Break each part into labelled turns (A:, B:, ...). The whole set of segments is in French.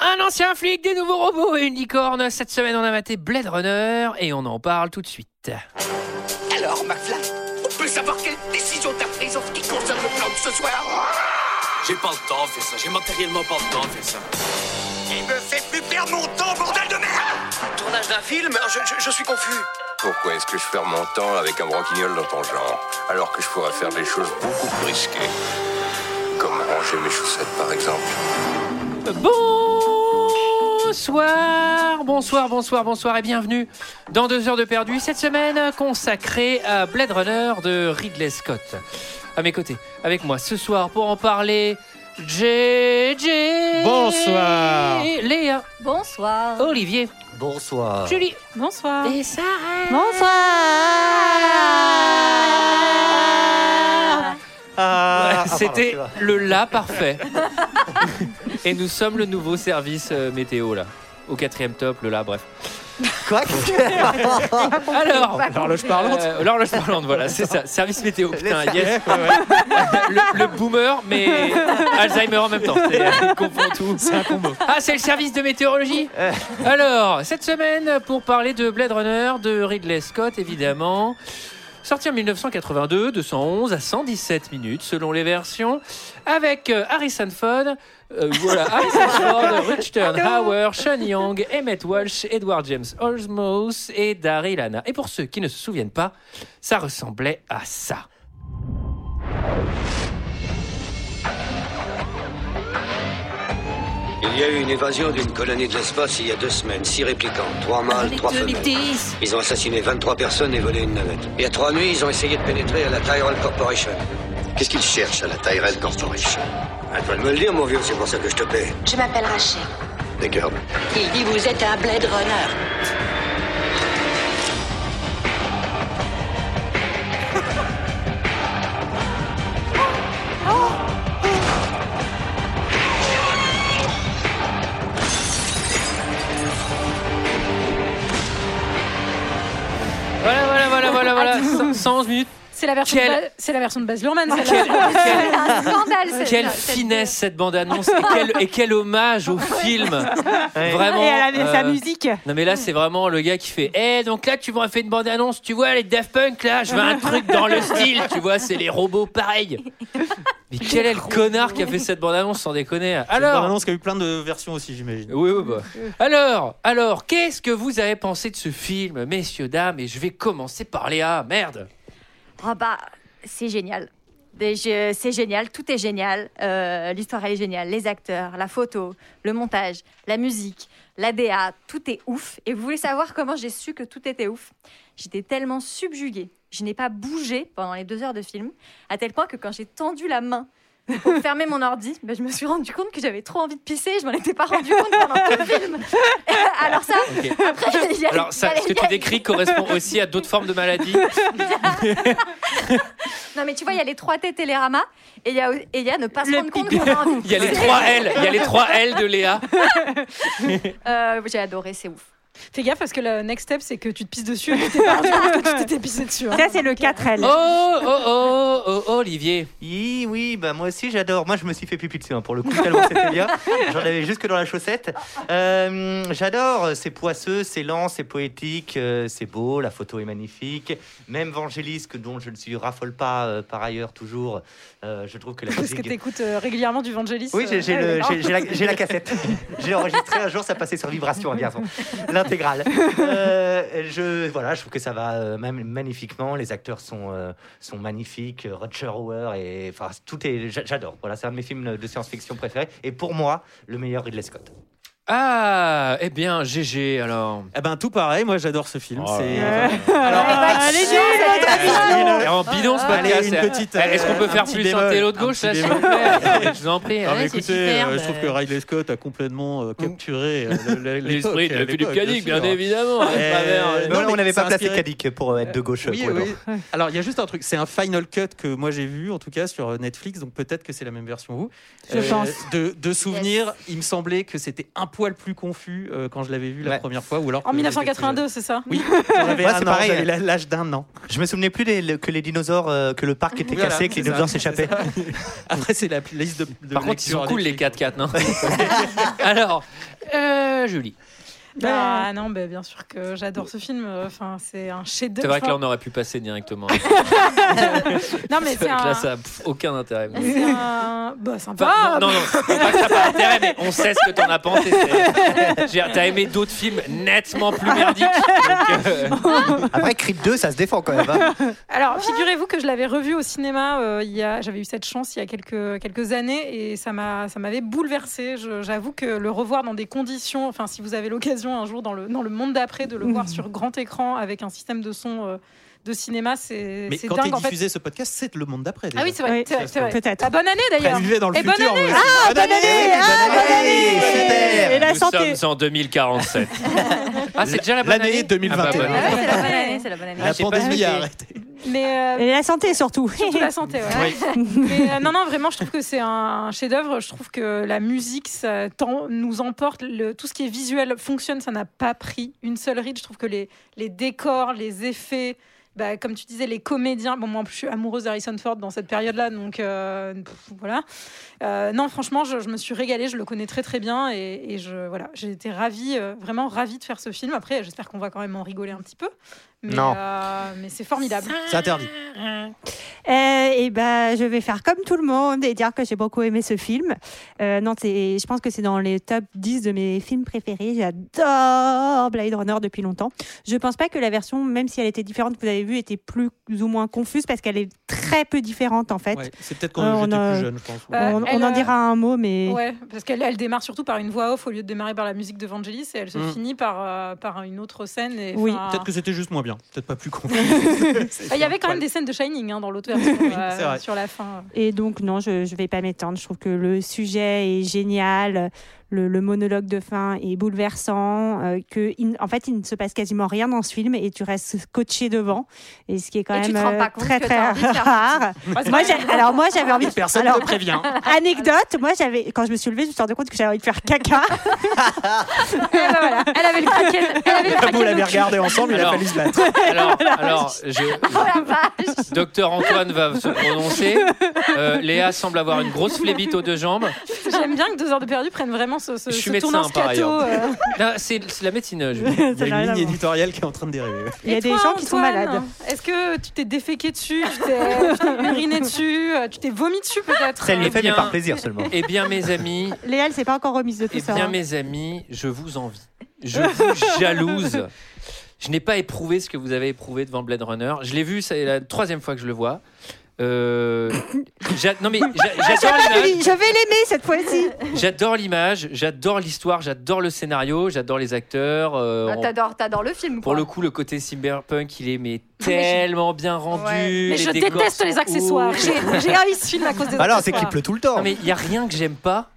A: Un ancien flic, des nouveaux robots et une licorne. Cette semaine, on a maté Blade Runner et on en parle tout de suite.
B: Alors, McFly, on peut savoir quelle décision t'as prise en ce qui concerne le plan de ce soir
C: J'ai pas le temps de faire ça, j'ai matériellement pas le temps de faire ça.
B: Il me fait plus perdre mon temps, bordel de merde
D: Tournage d'un film je, je- je suis confus.
E: Pourquoi est-ce que je perds mon temps avec un broquignol dans ton genre Alors que je pourrais faire des choses beaucoup plus risquées. Comme ranger mes chaussettes par exemple.
A: Bonsoir, bonsoir, bonsoir, bonsoir et bienvenue dans deux heures de perdu. Cette semaine consacrée à Blade Runner de Ridley Scott. À mes côtés, avec moi ce soir pour en parler, JJ.
F: Bonsoir.
A: Léa,
G: Bonsoir.
A: Olivier,
F: Bonsoir.
A: Julie
G: Bonsoir.
A: et Sarah.
G: Bonsoir.
F: Ah, ah,
A: C'était
F: pardon, c'est
A: le là parfait. et nous sommes le nouveau service euh, météo là. Au quatrième top, le là, bref.
F: vrai. Quoi
A: Alors,
F: L'horloge parlante.
A: Euh, L'horloge parlante, voilà, c'est ça. Service météo, putain, yes.
F: Ouais, ouais.
A: Le, le boomer, mais Alzheimer en même temps. C'est- euh, Il comprend tout. C'est un combo. Ah, c'est le service de météorologie
F: Euh.
A: Alors, cette semaine, pour parler de Blade Runner, de Ridley Scott, évidemment. Sorti en 1982, de 111 à 117 minutes, selon les versions, avec euh, Harrison Ford, euh, voilà, Harrison Ford, Richard Hauer, Sean Young, Emmett Walsh, Edward James Olmos et Daryl Hannah. Et pour ceux qui ne se souviennent pas, ça ressemblait à ça.
D: Il y a eu une évasion d'une colonie de l'espace il y a deux semaines. Six réplicants, trois mâles, trois femelles. Ils ont assassiné 23 personnes et volé une navette. Il y a trois nuits, ils ont essayé de pénétrer à la Tyrell Corporation.
H: Qu'est-ce qu'il cherche à la Tyrell Corporation
D: À toi de me le dire, mon vieux, c'est pour ça que je te paie.
I: Je m'appelle Rachel.
H: Des girls
I: Il dit vous êtes un Blade Runner.
A: Voilà, voilà, voilà, voilà, voilà. Cent- 111 minutes.
G: C'est la version
A: Quel-
G: de Ba- c'est la version de Baz Luhrmann.
A: Quelle,
G: celle-là.
A: quelle-
G: C'est un scandale. cette-
A: Ah, quelle
G: cette-
A: finesse cette bande-annonce et quel, et quel hommage au film. Vraiment.
J: Et elle avait sa
A: euh,
J: musique.
A: Non mais là c'est vraiment le gars qui fait Eh donc là tu m'aurais fait une bande annonce tu vois les Daft Punk là je veux un truc dans le style tu vois c'est les robots pareil Mais quel est le connard qui a fait cette bande annonce sans déconner
F: Alors,
A: Alors
F: annonce qu'il y a eu plein de versions aussi, j'imagine.
A: oui, oui, bah. Alors, alors, qu'est-ce que vous avez pensé de ce film, messieurs, dames Et je vais commencer par Léa, merde
G: Ah bah, c'est génial. Des- je- C'est génial, tout est génial. Euh, L'histoire, elle est géniale. Les acteurs, la photo, le montage, la musique, la DA, tout est ouf. Et vous voulez savoir comment j'ai su que tout était ouf J'étais tellement subjuguée. Je n'ai pas bougé pendant les deux heures de film, à tel point que quand j'ai tendu la main pour fermer mon ordi, ben, je me suis rendu compte que j'avais trop envie de pisser. Je m'en étais pas rendu compte pendant tout le film. Alors ça,
A: Ok.
G: après, il y a-
A: Alors, ça,
G: il y a-
A: ce que tu décris correspond aussi à d'autres formes de maladies.
G: Non, mais tu vois, il y a les trois T Télérama et il y a, et il y a ne pas se
J: Le
G: rendre compte qu'on a envie.
A: Il y a les trois L, il y a les trois L de Léa.
G: Euh, J'ai adoré, c'est ouf.
J: Fais gaffe parce que le next step, c'est que tu te pisses dessus. et tu t'es pas rendu compte que tu t'étais pissé dessus. hein.
I: Ça, c'est le 4L.
A: Oh, oh, oh, oh, oh, Olivier.
F: Oui, oui, bah moi aussi j'adore. Moi je me suis fait pipi dessus hein, pour le coup, tellement c'était bien. J'en avais jusque dans la chaussette. Euh, j'adore, c'est poisseux, c'est lent, c'est poétique, euh, c'est beau, la photo est magnifique. Même Vangelis, que dont je ne suis raffole pas euh, par ailleurs toujours, euh, je trouve que la
J: Parce que
F: musique
J: t'écoutes euh, régulièrement du Vangelis.
F: Oui, j'ai- j'ai
J: euh,
F: le-
J: ouais,
F: j'ai- j'ai la, j'ai la cassette. J'ai enregistré un jour, ça passait sur vibration à Vierzon, l'intégrale. Euh, je voilà, je trouve que ça va euh, même magnifiquement. Les acteurs sont euh, sont magnifiques. Euh, Rutger Hauer et enfin tout est j'a- j'adore. Voilà, c'est un de mes films de science-fiction préférés et pour moi le meilleur Ridley Scott.
A: Ah, eh bien, GG alors.
K: Eh ben tout pareil, moi j'adore ce film.
A: Oh
K: c'est
A: là
J: Ah, allez,
A: Et en bidon ce
K: Allez,
A: podcast.
K: une petite.
A: Ah,
K: euh,
A: Eh, Est-ce qu'on peut
K: un
A: faire
K: petit
A: plus
K: bémol,
A: un télo de
K: un
A: gauche
K: petit
A: là, s'il vous
K: bémol.
A: plaît Je vous en prie.
K: Non, mais
J: Ouais, c'est
K: écoutez,
J: superbe.
K: euh, je trouve que Ridley Scott a complètement euh, capturé euh, le- le- l'époque,
A: L'esprit de
K: à
A: Philippe
K: l'époque,
A: Cadic, bien
K: sûr.
A: évidemment. à
K: Euh,
A: travers-
K: Non,
F: Non, on
K: mais
F: n'avait
K: c'est
F: pas placé
K: inspiré-
F: Cadic pour être de gauche.
K: Oui,
F: pour le
K: oui. Alors il y a juste un truc, c'est un final cut que moi j'ai vu en tout cas sur Netflix, donc peut-être que c'est la même version que vous. Euh,
J: Je pense.
K: De, de souvenir, il me semblait que c'était un poil plus confus euh, quand je l'avais vu la
F: Ouais.
K: première fois, ou alors.
J: En
K: que j'étais plus
J: 1982, c'est ça
K: jeune. Oui, j'avais
F: Ouais,
K: un
F: c'est
K: an,
F: pareil.
K: j'avais la- l'âge d'un an.
F: Je me souvenais plus des- le- que les dinosaures, euh, que le parc était
K: Voilà,
F: cassé, que les
K: c'est ça,
F: dinosaures
K: c'est
F: s'échappaient.
K: ça. Après c'est la liste de. de
A: Par contre, ils
K: lecture
A: sont cool les
K: Netflix.
A: 4x4, non Alors, à Julie.
J: Bah non, bah, bien sûr que j'adore ce film. Enfin, c'est un chef-d'œuvre.
A: C'est vrai que là, on aurait pu passer directement.
J: Non, mais c'est un.
A: Là, ça n'a aucun intérêt. mais-
J: C'est un. Bah, sympa.
A: hein. Enfin, non, non, non, c'est pas que ça n'a pas d'intérêt, mais on sait ce que t'en as pensé. c'est- J'ai- T'as aimé d'autres films nettement plus merdiques. donc, euh,
F: Après, Creed 2, ça se défend quand même. hein.
J: Alors, figurez-vous que je l'avais revu au cinéma. euh, il y a, j'avais eu cette chance il y a quelques, quelques années et ça m'a, ça m'avait bouleversée. Je- j'avoue que le revoir dans des conditions, enfin, si vous avez l'occasion un jour dans le, dans le monde d'après de le voir sur grand écran avec un système de son euh, de cinéma, c'est,
K: Mais
J: c'est
K: quand est
J: dingue. En fait.
K: diffusé ce podcast, c'est le monde d'après.
J: Ah oui, c'est vrai.
K: Oui,
J: c'est vrai,
K: ça,
J: c'est vrai.
L: peut-être.
J: Ah, bonne année d'ailleurs.
K: Vivez dans le
J: et bonne
K: futur,
J: année.
K: oui.
J: Ah,
K: Bonne année,
J: ah, bonne année.
L: Et la
A: nous
L: santé.
A: sommes en 2047. Ah, c'est déjà la bonne
K: L'année
A: année
K: 2021.
A: Ah, bah, bonne
M: Ah ouais,
A: année.
M: c'est la bonne année, c'est la bonne année.
A: Ah,
K: La
A: j'ai pas
K: pandémie
A: noté.
K: a arrêté.
J: Mais euh,
L: Et la santé surtout.
J: Surtout la santé, ouais. Mais, euh, non, non, vraiment, je trouve que c'est un chef-d'œuvre. Je trouve que la musique ça t'en- nous emporte. Le, tout ce qui est visuel fonctionne, ça n'a pas pris une seule ride. Je trouve que les, les décors, les effets, bah, comme tu disais, les comédiens. Bon, moi, en plus, je suis amoureuse d'Harrison Ford dans cette période-là, donc euh, pff, voilà. Euh, non, franchement, je, je me suis régalée. Je le connais très, très bien. Et, et je, voilà, j'ai été ravie, euh, vraiment ravie de faire ce film. Après, j'espère qu'on va quand même en rigoler un petit peu. Mais,
F: Non.
J: euh, mais c'est formidable.
K: C'est interdit.
L: et ben, je vais faire comme tout le monde et dire que j'ai beaucoup aimé ce film. Euh, non, c'est, je pense que c'est dans les top 10 de mes films préférés. J'adore Blade Runner depuis longtemps. Je pense pas que la version, même si elle était différente, que vous avez vue, était plus ou moins confuse parce qu'elle est très peu différente en fait.
K: Ouais, c'est peut-être quand
L: Euh, on
K: j'étais
L: a-
K: plus jeune, je pense.
J: Bah,
L: on, on
J: elle,
L: en
J: euh,
L: dira un mot, mais
J: Ouais, parce qu'elle elle démarre surtout par une voix off au lieu de démarrer par la musique de Vangelis et elle se
K: Mm.
J: finit par, euh, par une autre scène. Et,
L: Oui.
J: enfin,
K: Peut-être que c'était juste moins bien. Peut-être pas plus con.
J: bah, Il y avait quand même des scènes de Shining hein, dans l'autre version euh,
K: c'est vrai.
J: sur la fin.
L: Et donc, non, je ne vais pas m'étendre. Je trouve que le sujet est génial. Le, le monologue de fin est bouleversant. euh, que il- en fait, il ne se passe quasiment rien dans ce film et tu restes scotché devant. Et ce qui est quand
M: Et
L: même
M: tu te rends
L: euh,
M: pas compte
L: très,
M: que
L: très
M: t'as envie de faire
L: rare. moi, j'ai- alors, moi, j'avais envie de.
K: Personne ne
L: alors,
K: te prévient.
A: hein.
L: Anecdote, moi, j'avais, quand je me suis levée, je me suis rendu compte que j'avais envie de faire caca.
J: Eh
M: Ah, bah
J: ben voilà, elle avait le kraken. Elle avait le
K: Vous
J: kraken.
K: l'avez regardé ensemble, il a
A: Alors.
K: fallu se battre.
A: bah, Alors, alors, je-
M: Oh la vache
A: docteur Antoine va se prononcer. Euh, Léa semble avoir une grosse flébite aux deux jambes.
J: J'aime bien que deux heures de perdu prennent vraiment ce, ce,
A: Je suis
J: ce
A: médecin,
J: tournant
A: par
J: scato. euh.
A: Là, C'est c'est la médecine, Julie.
L: Ça n'a
K: Il y a
L: rien
K: une
L: à
K: ligne
L: voir.
K: éditoriale qui est en train de dériver.
L: Il y a
J: Et
L: des
J: toi,
L: gens qui sont
J: Antoine,
L: malades.
J: Est-ce que tu t'es déféqué dessus Tu t'es tu t'es uriné dessus euh, Tu t'es vomi dessus peut-être
F: Ça, elle
J: euh,
F: le fait, mais
A: bien.
F: par plaisir seulement.
A: Eh bien, mes amis,
L: Léa, elle s'est pas encore remise de tout
A: Eh
L: ça.
A: bien,
L: hein.
A: mes amis, je vous envie. Je vous jalouse. Je n'ai pas éprouvé ce que vous avez éprouvé devant Blade Runner. Je l'ai vu, c'est la troisième fois que je le vois. Euh, j'a- non mais j'a- j'adore l'image.
L: Je vais l'aimer cette fois-ci.
A: J'adore l'image, j'adore l'histoire, j'adore le scénario, j'adore les acteurs. euh,
M: Ah, T'adores t'adores le film,
A: pour
M: quoi.
A: le coup, le côté cyberpunk, il est mais tellement bien rendu.
M: Ouais. Mais
J: Mais
A: les
J: je
A: décors
J: déteste
A: sont
J: les accessoires.
A: hauts.
J: J'ai j'ai haï ce film à cause des
F: Bah alors, c'est qu'il
J: accessoires.
F: pleut tout le temps.
A: Non mais il y a rien que j'aime pas.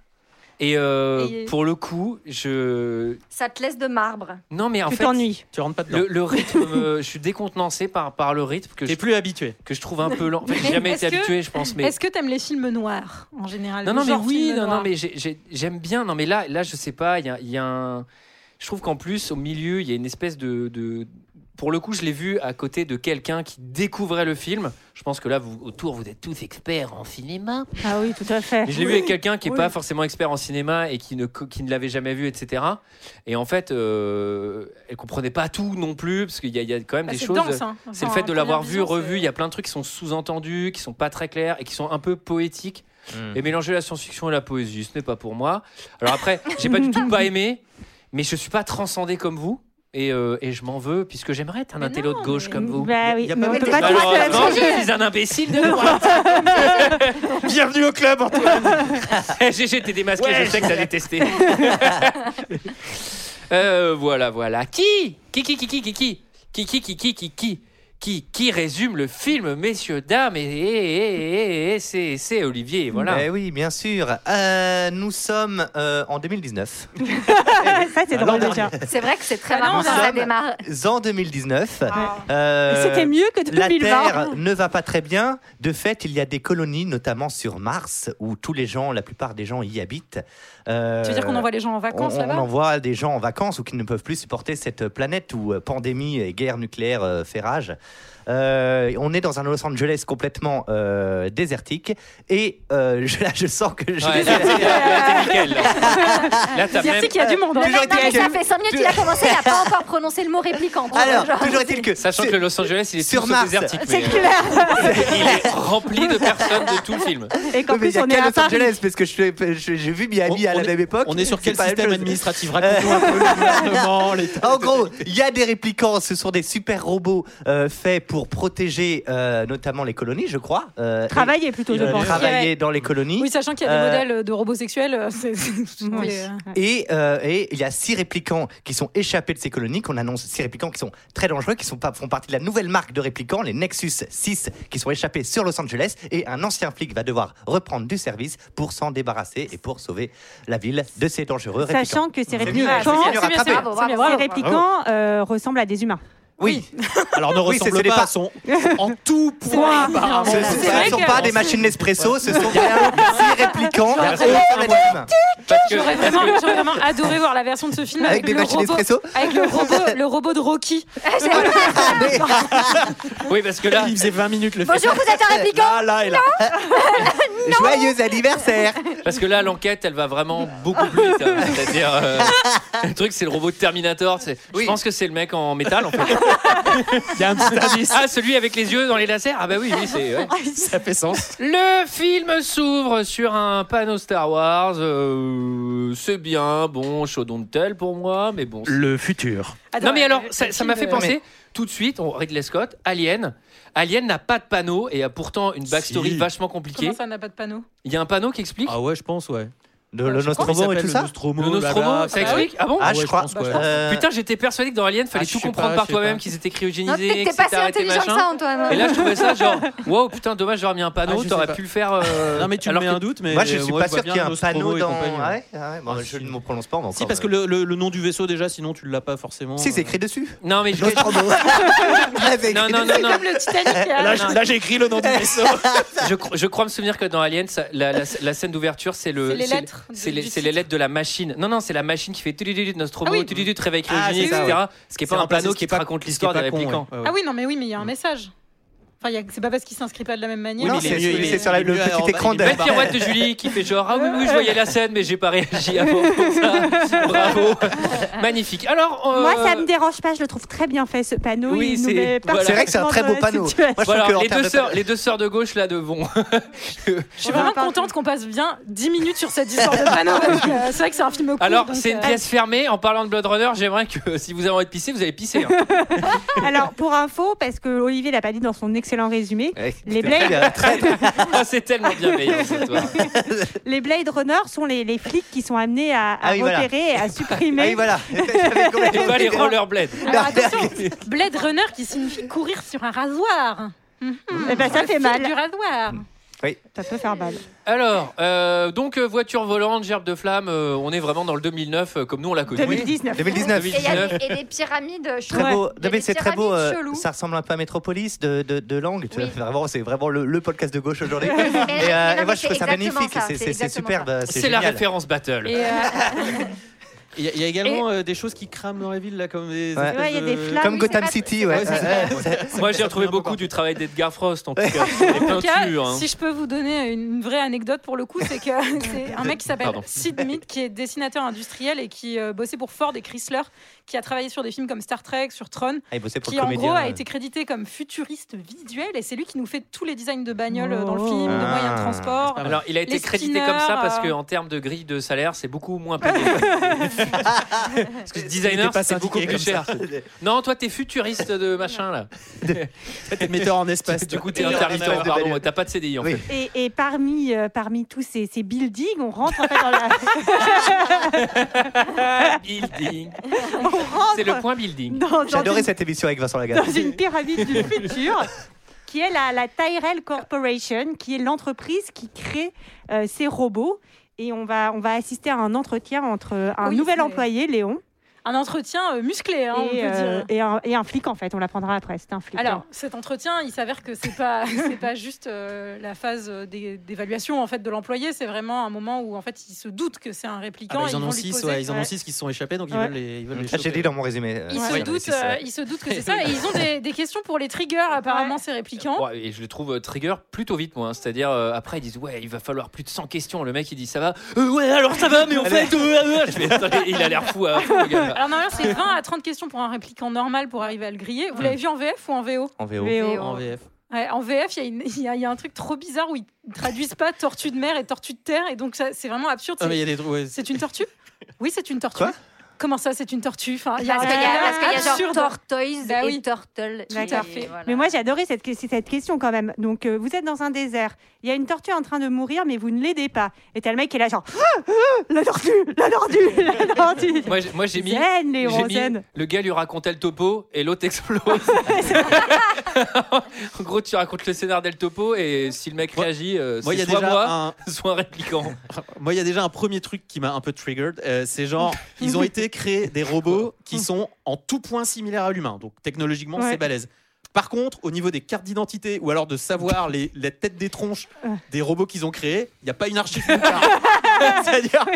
A: Et, euh,
J: Et-
A: pour le coup, je
M: Ça te laisse de marbre.
A: non mais en
L: Tu
A: fait,
L: t'ennuies.
K: Tu rentres pas dedans.
A: Le, le rythme, me- je suis décontenancé par, par le rythme que je,
K: T'es plus habitué.
A: que je trouve un peu lent. En fait, j'ai
J: Mais
A: jamais été
J: est-ce que-
A: habitué, je pense. Mais
J: Est-ce que t'aimes les films noirs en général
A: non,
J: le
A: non, mais
J: genre
A: oui,
J: film
A: non, non,
J: noir
A: mais j'ai- j'ai- j'aime bien. Non, mais là, là, je sais pas. Il y a, il y a un. Je trouve qu'en plus, au milieu, il y a une espèce de. de- Pour le coup, je l'ai vu à côté de quelqu'un qui découvrait le film. Je pense que là, vous, autour, vous êtes tous experts en cinéma.
L: Ah oui, tout à fait.
A: Mais je l'ai vu avec quelqu'un qui n'est
L: Oui.
A: pas forcément expert en cinéma et qui ne, co- qui ne l'avait jamais vu, etc. Et en fait, euh, elle comprenait pas tout non plus, parce qu'il y, a- il y a quand même
J: Bah,
A: des
J: c'est
A: choses. euh,
J: dense, hein.
A: C'est le
J: Enfin,
A: fait
J: en
A: de l'avoir vu,
J: première vision,
A: revu.
J: c'est-
A: Il y a plein de trucs qui sont sous-entendus, qui sont pas très clairs et qui sont un peu poétiques. Et mélanger la science-fiction et la poésie, ce n'est pas pour moi. Alors après, j'ai pas du tout pas aimé, mais je suis pas transcendé comme vous. Et, euh, et je m'en veux, puisque j'aimerais être un
J: Mais
A: intello
J: non,
A: de gauche
J: mais-
A: comme vous.
L: Bah oui,
K: Y a
L: mais
K: pas
L: on
K: de-
L: peut pas
A: Alors,
L: tous être
A: non,
L: changer.
A: je suis un imbécile de droite.
K: Bienvenue au club, Antoine.
A: J'étais Eh, démasqué, je sais que t'as détesté. Euh, voilà, voilà. Qui Qui, qui, qui, qui, qui, qui Qui, qui, qui, qui, qui, qui qui, qui résume le film, messieurs, dames, et, et- et- et- et- c'est c'est Olivier, voilà.
F: Eh oui, bien sûr. Euh, nous sommes euh, en 2019.
L: Ah,
F: Bah,
L: Ça, c'est drôle
F: l'an
L: déjà.
M: C'est vrai que c'est très
F: Ah
J: Bah non,
M: marrant,
J: on a-
M: ça démarre.
F: En 2019.
J: Ah.
F: euh,
L: C'était mieux que 2020.
F: La Terre
A: euh,
F: ne va pas très bien. De fait, il y a des colonies, notamment sur Mars, où tous les gens, la plupart des gens y habitent. Euh,
J: Tu veux dire qu'on envoie les gens en vacances
F: on, on
J: là-bas
F: envoie des gens en vacances ou qui ne peuvent plus supporter cette planète où euh, pandémie et guerre nucléaire euh, fait rage. Euh, on est dans un Los Angeles complètement euh, désertique et euh, je, là je sens que je
A: Ouais,
F: vais-
A: là, t'es- là, t'es nickel, là. Là, t'as
F: Dire
A: même- euh,
F: si qu'il y a du monde, hein.
M: Le mec,
F: Toujours
M: non, mais
F: été-
M: ça fait 5 minutes qu'il a commencé, il n'a pas encore prononcé le mot réplicant. tu vois,
F: Alors,
M: genre.
F: toujours est-il que.
A: Sachant que Los Angeles, il est
F: sur
A: sur
F: Mars.
A: désertique.
F: C'est
A: mais, euh, Il est rempli de personnes de tout le film.
L: Et qu'en
F: Oui, mais il
L: plus,
F: y a
L: on
F: qu'à
L: est à
F: Los
L: Paris.
F: Angeles parce que je- je- j'ai vu Miami à la même époque.
K: on est sur
F: C'est
K: quel
F: pas la
K: système
F: même chose.
K: administratif Raconte-nous un peu le gouvernement, l'État.
F: En gros, il y a des réplicants, ce sont des super robots euh, faits pour protéger euh, notamment les colonies, je crois. euh,
L: Travailler plutôt,
F: et-
L: je
F: euh,
L: pense.
F: Travailler dans les colonies.
J: Oui, sachant qu'il y a des
F: Euh,
J: modèles de robots sexuels. euh, c'est- c'est- c'est- euh,
F: Et, euh, et il y a six réplicants qui sont échappés de ces colonies, qu'on annonce six réplicants qui sont très dangereux, qui sont, pas- font partie de la nouvelle marque de réplicants, les Nexus 6, qui sont échappés sur Los Angeles. Et un ancien flic va devoir reprendre du service pour s'en débarrasser et pour sauver la ville de ces dangereux réplicants.
L: Sachant que ces
F: mieux,
L: réplicants,
F: c'est mieux de rattraper.
L: ces
F: Bravo,
J: bravo, bravo.
L: réplicants euh, ressemblent à des humains.
F: Oui.
K: Alors ne
F: Oui, c'est-
K: ressemble
F: c'est des
K: pas
F: pas-
K: à son en tout point. apparemment.
A: euh,
F: Ce ne sont pas des machines Nespresso, ce sont bien six réplicants
K: J'aurais
F: au
K: vraiment-
F: sein des humains.
A: Parce que-
J: J'aurais vraiment, j'aurais vraiment adoré voir la version de ce film
F: Avec
J: avec,
F: des
J: le,
F: machines
J: robot,
F: espresso.
J: avec le, robot, le robot de Rocky.
F: Ah,
A: Oui, parce que là,
K: Il faisait 20 minutes le film.
M: Bonjour, vous êtes un réplicant
K: Là, là et là.
F: Joyeux anniversaire
A: parce que là, l'enquête, elle va vraiment beaucoup plus vite. hein. C'est-à-dire, euh, le truc, c'est le robot de Terminator. c'est- Je pense que c'est le mec en métal, en fait.
K: Il y a un petit indice.
A: Ah, celui avec les yeux dans les lasers. Ah bah oui, oui, c'est. ouais.
K: Ça fait sens.
A: Le film s'ouvre sur un panneau Star Wars. euh, c'est bien, bon, chaudon de tel pour moi, mais bon. c'est-
K: Le futur.
A: non
J: euh,
A: mais alors, ça ça m'a fait penser tout de suite, on, Ridley Scott, Alien. Alien n'a pas de panneau et a pourtant une backstory
K: Si.
A: vachement
J: Comment
A: compliquée.
J: ça n'a pas de panneau
A: Il y a un panneau qui explique
K: Ah ouais, je pense, ouais.
F: de, Le
K: Comment il
F: Nostromo et
K: s'appelle,
F: tout
K: le
F: ça
K: Nostromo,
A: le Nostromo,
K: blabla,
A: ça
J: Ah oui
A: explique Ah bon
F: Ah,
K: Ouais,
F: je
K: je
F: crois.
K: pense, ouais.
F: Euh,
A: Putain, j'étais persuadé que dans Alien, fallait
K: Ah, je
A: tout
K: sais
A: comprendre
K: pas,
A: par
K: je sais
A: toi-même,
K: pas.
A: qu'ils étaient
M: Non,
A: cryogénisés,
M: T'es t'es
A: etc.
M: pas si
A: et
M: intelligent que
A: machin.
M: ça,
G: hein.
M: Antoine.
A: Et là, je trouvais ça genre, waouh, putain, dommage, j'aurais mis un
K: Ah,
A: panneau,
K: je sais
A: t'aurais
K: pas.
A: pu le faire. euh,
K: Non mais tu me
A: alors
K: mets
A: que-
K: un doute, mais
F: Moi, je suis
K: moi,
F: pas
K: vois
F: sûr qu'il y
K: bien
F: ait un
K: Nostromo
F: panneau
K: et
F: dans.
K: compagnie.
F: Ouais, ouais, bon,
K: Ah,
F: je
K: si.
F: ne me prononce pas, on va
K: Si
F: encore.
K: parce que le, le- le nom du vaisseau déjà, sinon tu l'as pas forcément.
F: Si, c'est
K: euh.
F: écrit dessus.
A: Non, mais je-
F: Nostromo. Là, c'est écrit
A: Non, non,
F: dessus.
A: non, non.
J: Comme le Titanic.
K: Là,
J: euh,
K: j- là, j'ai écrit le nom du vaisseau.
A: je, cro- je crois me souvenir que dans Alien, ça- la, la- la scène d'ouverture, c'est le.
J: C'est les
A: c'est-
J: lettres du-
A: C'est les,
J: du
A: c'est les
J: titre.
A: lettres de la machine. Non, non, c'est la machine qui fait tout Nostromo,
J: Ah oui.
A: tout réveil
K: Ah,
A: cryogénique,
K: c'est ça,
A: etc. Ce qui
K: C'est
A: n'est pas un
K: remplacé,
A: panneau
K: ce
A: qui te
K: est pas-
A: raconte
K: ce qui est
A: l'histoire des
K: pas con, ouais.
A: répliquants.
K: Ouais, ouais.
J: Ah oui, non, mais oui, mais il y a un message. Enfin, il y a- c'est pas parce qu'il s'inscrit pas de la même manière.
F: Oui,
K: Non,
F: mais
K: c'est-
F: c'est-
K: il est-
F: c'est sur la-
K: il est
F: le
K: mieux à-
F: petit
K: il est
F: écran
K: mieux
F: de-
K: à-
A: Belle pirouette de Julie qui fait genre Ah oui, oui, je voyais la scène, mais j'ai pas réagi avant pour ça. Bravo. Magnifique. Alors. euh,
L: Moi, ça me dérange pas, je le trouve très bien fait ce panneau.
A: Oui,
L: il nous
A: c'est-
L: met
A: voilà.
F: C'est vrai que c'est un très beau
L: parfaitement dans
F: panneau.
L: la situation.
F: Moi, je
A: voilà,
F: trouve que en
A: les,
F: termes
A: deux
F: de-
A: sœurs, les deux sœurs de gauche là de vont.
J: Je suis vraiment contente qu'on passe bien 10 minutes sur cette histoire de panneau. parce que, euh, C'est vrai que c'est un film cool.
A: Alors,
J: donc,
A: c'est une
J: euh,
A: pièce fermée. En parlant de Blood Runner, j'aimerais que si vous avez envie de pisser, vous allez pisser. hein.
L: Alors, pour info, parce que Olivier l'a pas dit dans son excellent résumé,
F: Ouais,
L: les
F: c'est très
L: Blades,
F: bien, très bien.
A: Ah, c'est tellement bienveillant cette histoire.
L: les Blade Runners sont les, les flics qui sont amenés à, à
F: Ah oui, voilà.
L: repérer et à supprimer.
F: Ah oui, voilà. J'avais
A: Et
F: complètement
A: pas les
F: oublié.
A: rollerblades.
J: Alors, ah, attention, Blade Runner qui signifie courir sur un rasoir.
F: Ah
L: Eh ben, ça fait
J: Fil
L: mal.
J: Du rasoir.
F: Mmh.
L: Ça peut faire mal.
A: Alors, euh, donc euh, voiture volante, gerbe de flamme, euh, on est vraiment dans le 2009 euh, comme nous on l'a connu.
L: 2019.
F: 2019.
A: Oui.
M: Et il y a des- et des pyramides
F: Très
L: Ouais.
F: beau.
M: Il y
F: Non,
M: a
F: mais
M: des
F: c'est très beau.
M: pyramides
F: euh,
M: cheloues.
F: ça ressemble un peu à Métropolis de, de, de langue. tu
M: Oui.
F: vois. Vraiment, c'est vraiment le, le podcast de gauche aujourd'hui.
M: Mais-
F: et,
M: mais
F: euh,
M: non,
F: et
M: mais
F: moi, je
M: c'est
F: trouve ça
M: exactement
F: magnifique.
M: ça,
F: c'est-
M: c'est
F: C'est c'est
M: exactement
F: superbe.
A: C'est la
F: génial.
A: référence battle.
J: Et, euh,
K: Il y, a- il y a également euh, des choses qui crament dans la ville là, comme des.
F: Ouais.
L: Ouais, il y a des
K: espèces de-
L: flammes.
F: Comme
L: oui,
F: Gotham
M: c'est pas-
F: City,
M: c'est
F: ouais.
M: pas
F: Ouais,
K: ça.
F: ouais, ouais.
A: Moi j'ai retrouvé beaucoup du travail d'Edgar Frost en tout cas. sur les
J: En tout cas,
A: peintures, hein.
J: si je peux vous donner une vraie anecdote pour le coup, c'est que c'est un mec qui s'appelle
A: Pardon.
J: Sid Mead qui est dessinateur industriel et qui euh, bossait pour Ford et Chrysler, qui a travaillé sur des films comme Star Trek, sur Tron,
F: Ah, il bossait pour
J: qui
F: le
J: en
F: comédien.
J: gros a
F: euh.
J: été crédité comme futuriste visuel et c'est lui qui nous fait tous les designs de bagnoles euh, dans le
L: Oh.
J: film, de moyens de
F: Ah.
J: transport.
K: Ah,
A: Alors il a été
J: Les
A: crédité comme ça
J: spinners,
A: parce
J: euh.
A: qu'en termes de grille de salaire c'est beaucoup moins payé. parce que designer
K: pas
A: c'est beaucoup
K: syndiqué
A: plus cher.
K: comme
A: Non toi t'es futuriste de machin là.
K: T'es metteur en espace.
A: Du coup t'es
K: Et-
A: intermittent.
K: Ouais,
A: Pardon t'as pas de CDI en
F: Oui.
A: fait.
L: Et, et parmi, euh, parmi tous ces, ces buildings, on rentre en fait dans la.
J: Euh.
A: Building.
L: on rentre
A: C'est le point building.
L: dans, dans
F: J'adorais
L: une,
F: cette émission avec Vincent Lagarde.
L: dans une pyramide du futur qui est la, la Tyrell Corporation, qui est l'entreprise qui crée euh, ces robots. Et on va, on va assister à un entretien entre un
J: Oui,
L: nouvel
J: c'est-
L: employé, Léon,
J: un entretien euh, musclé, hein, on
L: et,
J: peut
L: euh,
J: dire.
L: et un, et un flic en fait, on l'apprendra après, c'est un flic.
J: Alors, cet entretien, il s'avère que c'est pas c'est pas juste euh, la phase euh, d'é- d'évaluation en fait de l'employé, c'est vraiment un moment où en fait il se doute que c'est un
K: Ah
J: répliquant.
K: bah,
J: et
K: ils en
J: vont
K: ont
J: lui
K: 6
J: poser-
K: ouais, ils en ont
J: Ouais.
K: six qui se sont échappés, donc ils
J: Ouais.
K: veulent les, ils veulent les
F: Ça, Ah, j'ai
K: choper.
F: dit dans mon résumé.
J: Ils
K: Ouais.
J: se doutent,
K: c'est ça.
J: euh, ils se doutent que c'est ça, et ils ont des, des questions pour les triggers apparemment ces répliquants.
A: Ouais, et je les trouve euh, trigger plutôt vite, moi. hein. C'est-à-dire, euh, après, ils disent Ouais, il va falloir plus de 100 questions. Le mec, il dit Ça va Euh, Ouais, alors ça va, mais en fait. euh, euh, euh. Je fais, Attendez, il a l'air fou, à fond, le gars.
J: Alors normalement c'est 20 à 30 questions pour un répliquant normal pour arriver à le griller.
K: Mm.
J: Vous l'avez vu en VF ou en VO
F: En
L: Hein.
F: VO.
K: En VF.
J: Ouais, en VF, il y, a une- il y a- il y a un truc trop bizarre où ils traduisent pas tortue de mer et tortue de terre, et donc ça, c'est vraiment absurde.
K: Ah,
J: c'est-
K: mais il y a des trous, ouais.
J: C'est une tortue Oui, c'est une tortue. Comment ça, c'est une tortue enfin,
M: Parce qu'il y a- parce qu'il y a genre
J: hein. tortoise
M: et turtle. euh,
L: D'accord.
M: Et voilà.
L: Mais moi, j'ai adoré cette, que- cette question quand même. Donc, euh, vous êtes dans un désert, il y a une tortue en train de mourir, mais vous ne l'aidez pas. Et t'as le mec qui est là, genre, Ah, ah, la tortue, la tortue, la tortue.
A: Moi, j'ai- moi, j'ai mis.
L: Zen, Léon,
A: j'ai mis-
L: zen.
A: le gars lui racontait le topo et l'autre explose. en gros, tu racontes le scénar del topo et si le mec réagit, euh,
K: moi, il y
A: c'est
K: a
A: soit
K: déjà
A: moi,
K: un-
A: soit un répliquant.
K: Moi, il y a déjà un premier truc qui m'a un peu triggered. euh, c'est genre, ils ont été créés des robots qui sont en tout point similaires à l'humain. Donc, technologiquement,
L: Ouais.
K: c'est balèze. Par contre, au niveau des cartes d'identité ou alors de savoir les, la tête des tronches des robots qu'ils ont créés, il n'y a pas une archive nucléaire. C'est-à-dire,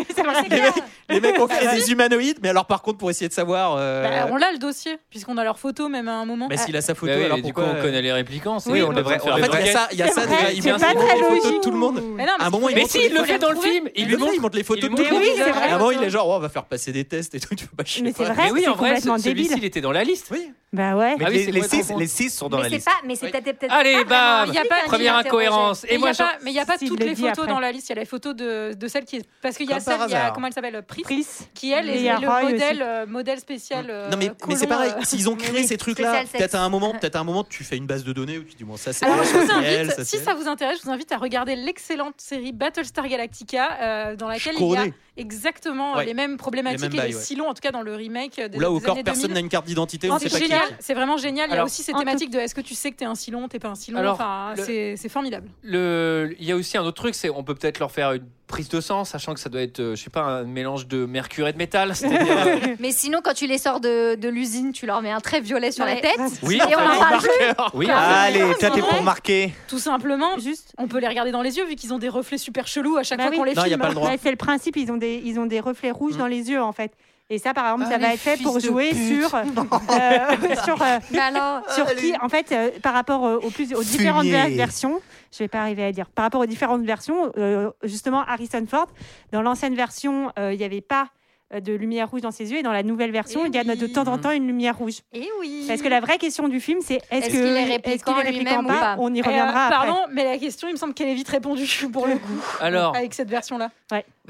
K: les, mecs- les mecs ont créé des humanoïdes, mais alors, par contre, pour essayer de savoir. euh,
J: Bah, on l'a le dossier, puisqu'on a leur photo même à un moment.
K: bah, s'il a sa photo,
A: Bah oui,
K: alors
A: du
K: pourquoi
A: coup, on connaît les répliquants, c'est-
K: Oui,
A: on
K: on
A: devrait-
K: devrait.
A: on
K: En fait, il y
A: devrait-
K: a ça, il y a
A: C'est
K: ça
A: vrai,
K: déjà. Ils
A: c'est
K: montrent
A: pas très
K: les photos de
A: logique.
K: tout le monde.
J: Mais non,
K: À un moment, ils
A: mais
K: montrent
A: si,
K: les
A: il le
K: photos.
A: fait dans le film. Il
K: Il
A: lui
K: le
A: montre.
K: fait, il montre les
A: il
K: photos de
A: montre
K: tout le
A: les
K: monde.
A: photos.
K: À un moment, il est genre, oh, on va faire passer des tests et tout, tu vas pas chier.
L: Mais c'est
K: Ouais.
L: vrai,
A: Mais oui,
L: c'est
A: en vrai,
L: complètement
A: ce- celui-ci,
L: débile.
A: il était dans la liste.
K: Oui.
L: Bah ouais.
A: Ah oui,
F: les,
A: c'est
F: les
A: moi,
F: six,
A: trop
F: les six sont dans
M: mais
F: la
M: c'est
F: liste.
M: pas, mais c'était peut-être
A: Allez,
M: pas
A: bam
M: vraiment
J: Il y a
M: lui
J: pas-
M: qui
A: Première
M: interrogeait.
A: incohérence.
J: Mais
A: Et
J: il n'y
A: moi,
J: a,
A: j'en-
J: pas- mais il y a pas
L: S'il
J: toutes
L: le
J: les
L: dit
J: photos
L: après.
J: dans la liste. Il y a la photo de, de celle qui est. Parce qu'il y a
K: Comme
J: celle,
K: par
J: il y a,
K: hasard.
J: comment elle s'appelle euh, Pris,
L: Pris.
J: qui elle
L: Et il
J: est
L: y a
J: le
L: Roy aussi.
J: modèle, euh, modèle spécial. euh,
K: Non mais, mais c'est
J: colon,
K: pareil,
J: euh.
K: s'ils ont
M: Mais
K: créé
M: oui,
K: ces trucs
M: spécial
K: là,
M: sexe.
K: peut-être à un moment, peut-être à un moment tu fais une base de données où tu dis bon ça c'est
J: Alors, je vous
K: elle,
J: invite, si
K: c'est
J: ça
K: elle.
J: vous intéresse, je vous invite à regarder l'excellente série Battlestar Galactica, euh, dans laquelle il y a
K: couronné.
J: exactement euh,
K: Ouais.
J: les mêmes problématiques
K: Les mêmes
J: et les
K: bails, ouais.
J: silons, en tout cas dans le remake euh, des,
K: Ou là
J: des
K: encore
J: années
K: personne
J: 2000.
K: n'a une carte d'identité, on
J: c'est
K: sait pas qui.
J: génial,
K: est.
J: c'est vraiment génial. Il y a
A: Alors,
J: aussi ces
L: en
J: thématiques de est-ce que tu sais que t'es un silon, t'es pas un silon.
A: Alors,
J: Enfin,
A: le-
J: c'est c'est formidable.
A: Le- Il y a aussi un autre truc, c'est on peut peut-être leur faire une prise de sang, sachant que ça doit être, euh, je sais pas, un mélange de mercure et de métal. c'est-à-dire, euh,
M: Mais sinon, quand tu les sors de, de l'usine, tu leur mets un trait violet sur la
L: Ouais.
M: tête.
A: Oui,
M: et on en parle plus.
A: oui.
F: Allez,
J: c'est
F: tapez
J: vrai.
F: pour marquer.
J: Tout simplement,
L: Juste.
J: on peut les regarder dans les yeux vu qu'ils ont des reflets super chelous à chaque
L: Bah
J: fois
L: oui.
J: qu'on les
K: Non,
J: filme.
K: y a pas le droit.
L: Ouais, c'est le principe, ils ont des, ils ont des reflets
A: Mm.
L: rouges dans les yeux en fait. Et ça, par exemple,
A: Ah,
L: ça va
A: les
L: être fait pour
A: fils de
L: jouer
A: pute.
L: sur, euh, sur, euh,
M: Mais Bah alors,
L: sur qui, en fait, euh, par rapport euh, aux, plus, aux différentes
F: Fumier.
L: versions, je vais pas arriver à dire, par rapport aux différentes versions, euh, justement, Harrison Ford, dans l'ancienne version, euh, il n'y avait pas euh, de lumière rouge dans ses yeux, et dans la nouvelle version,
M: Eh
L: il y a de
M: oui.
L: temps en temps une lumière rouge.
M: eh oui.
L: Parce que la vraie question du film, c'est
M: Est-ce
L: est-ce que-
M: qu'il est
L: est-ce
M: répliquant lui-même ou pas
L: On y
J: Et, euh,
L: reviendra après.
J: pardon, mais la question, il me semble qu'elle est vite répondue pour le coup
A: Alors,
J: avec cette version-là.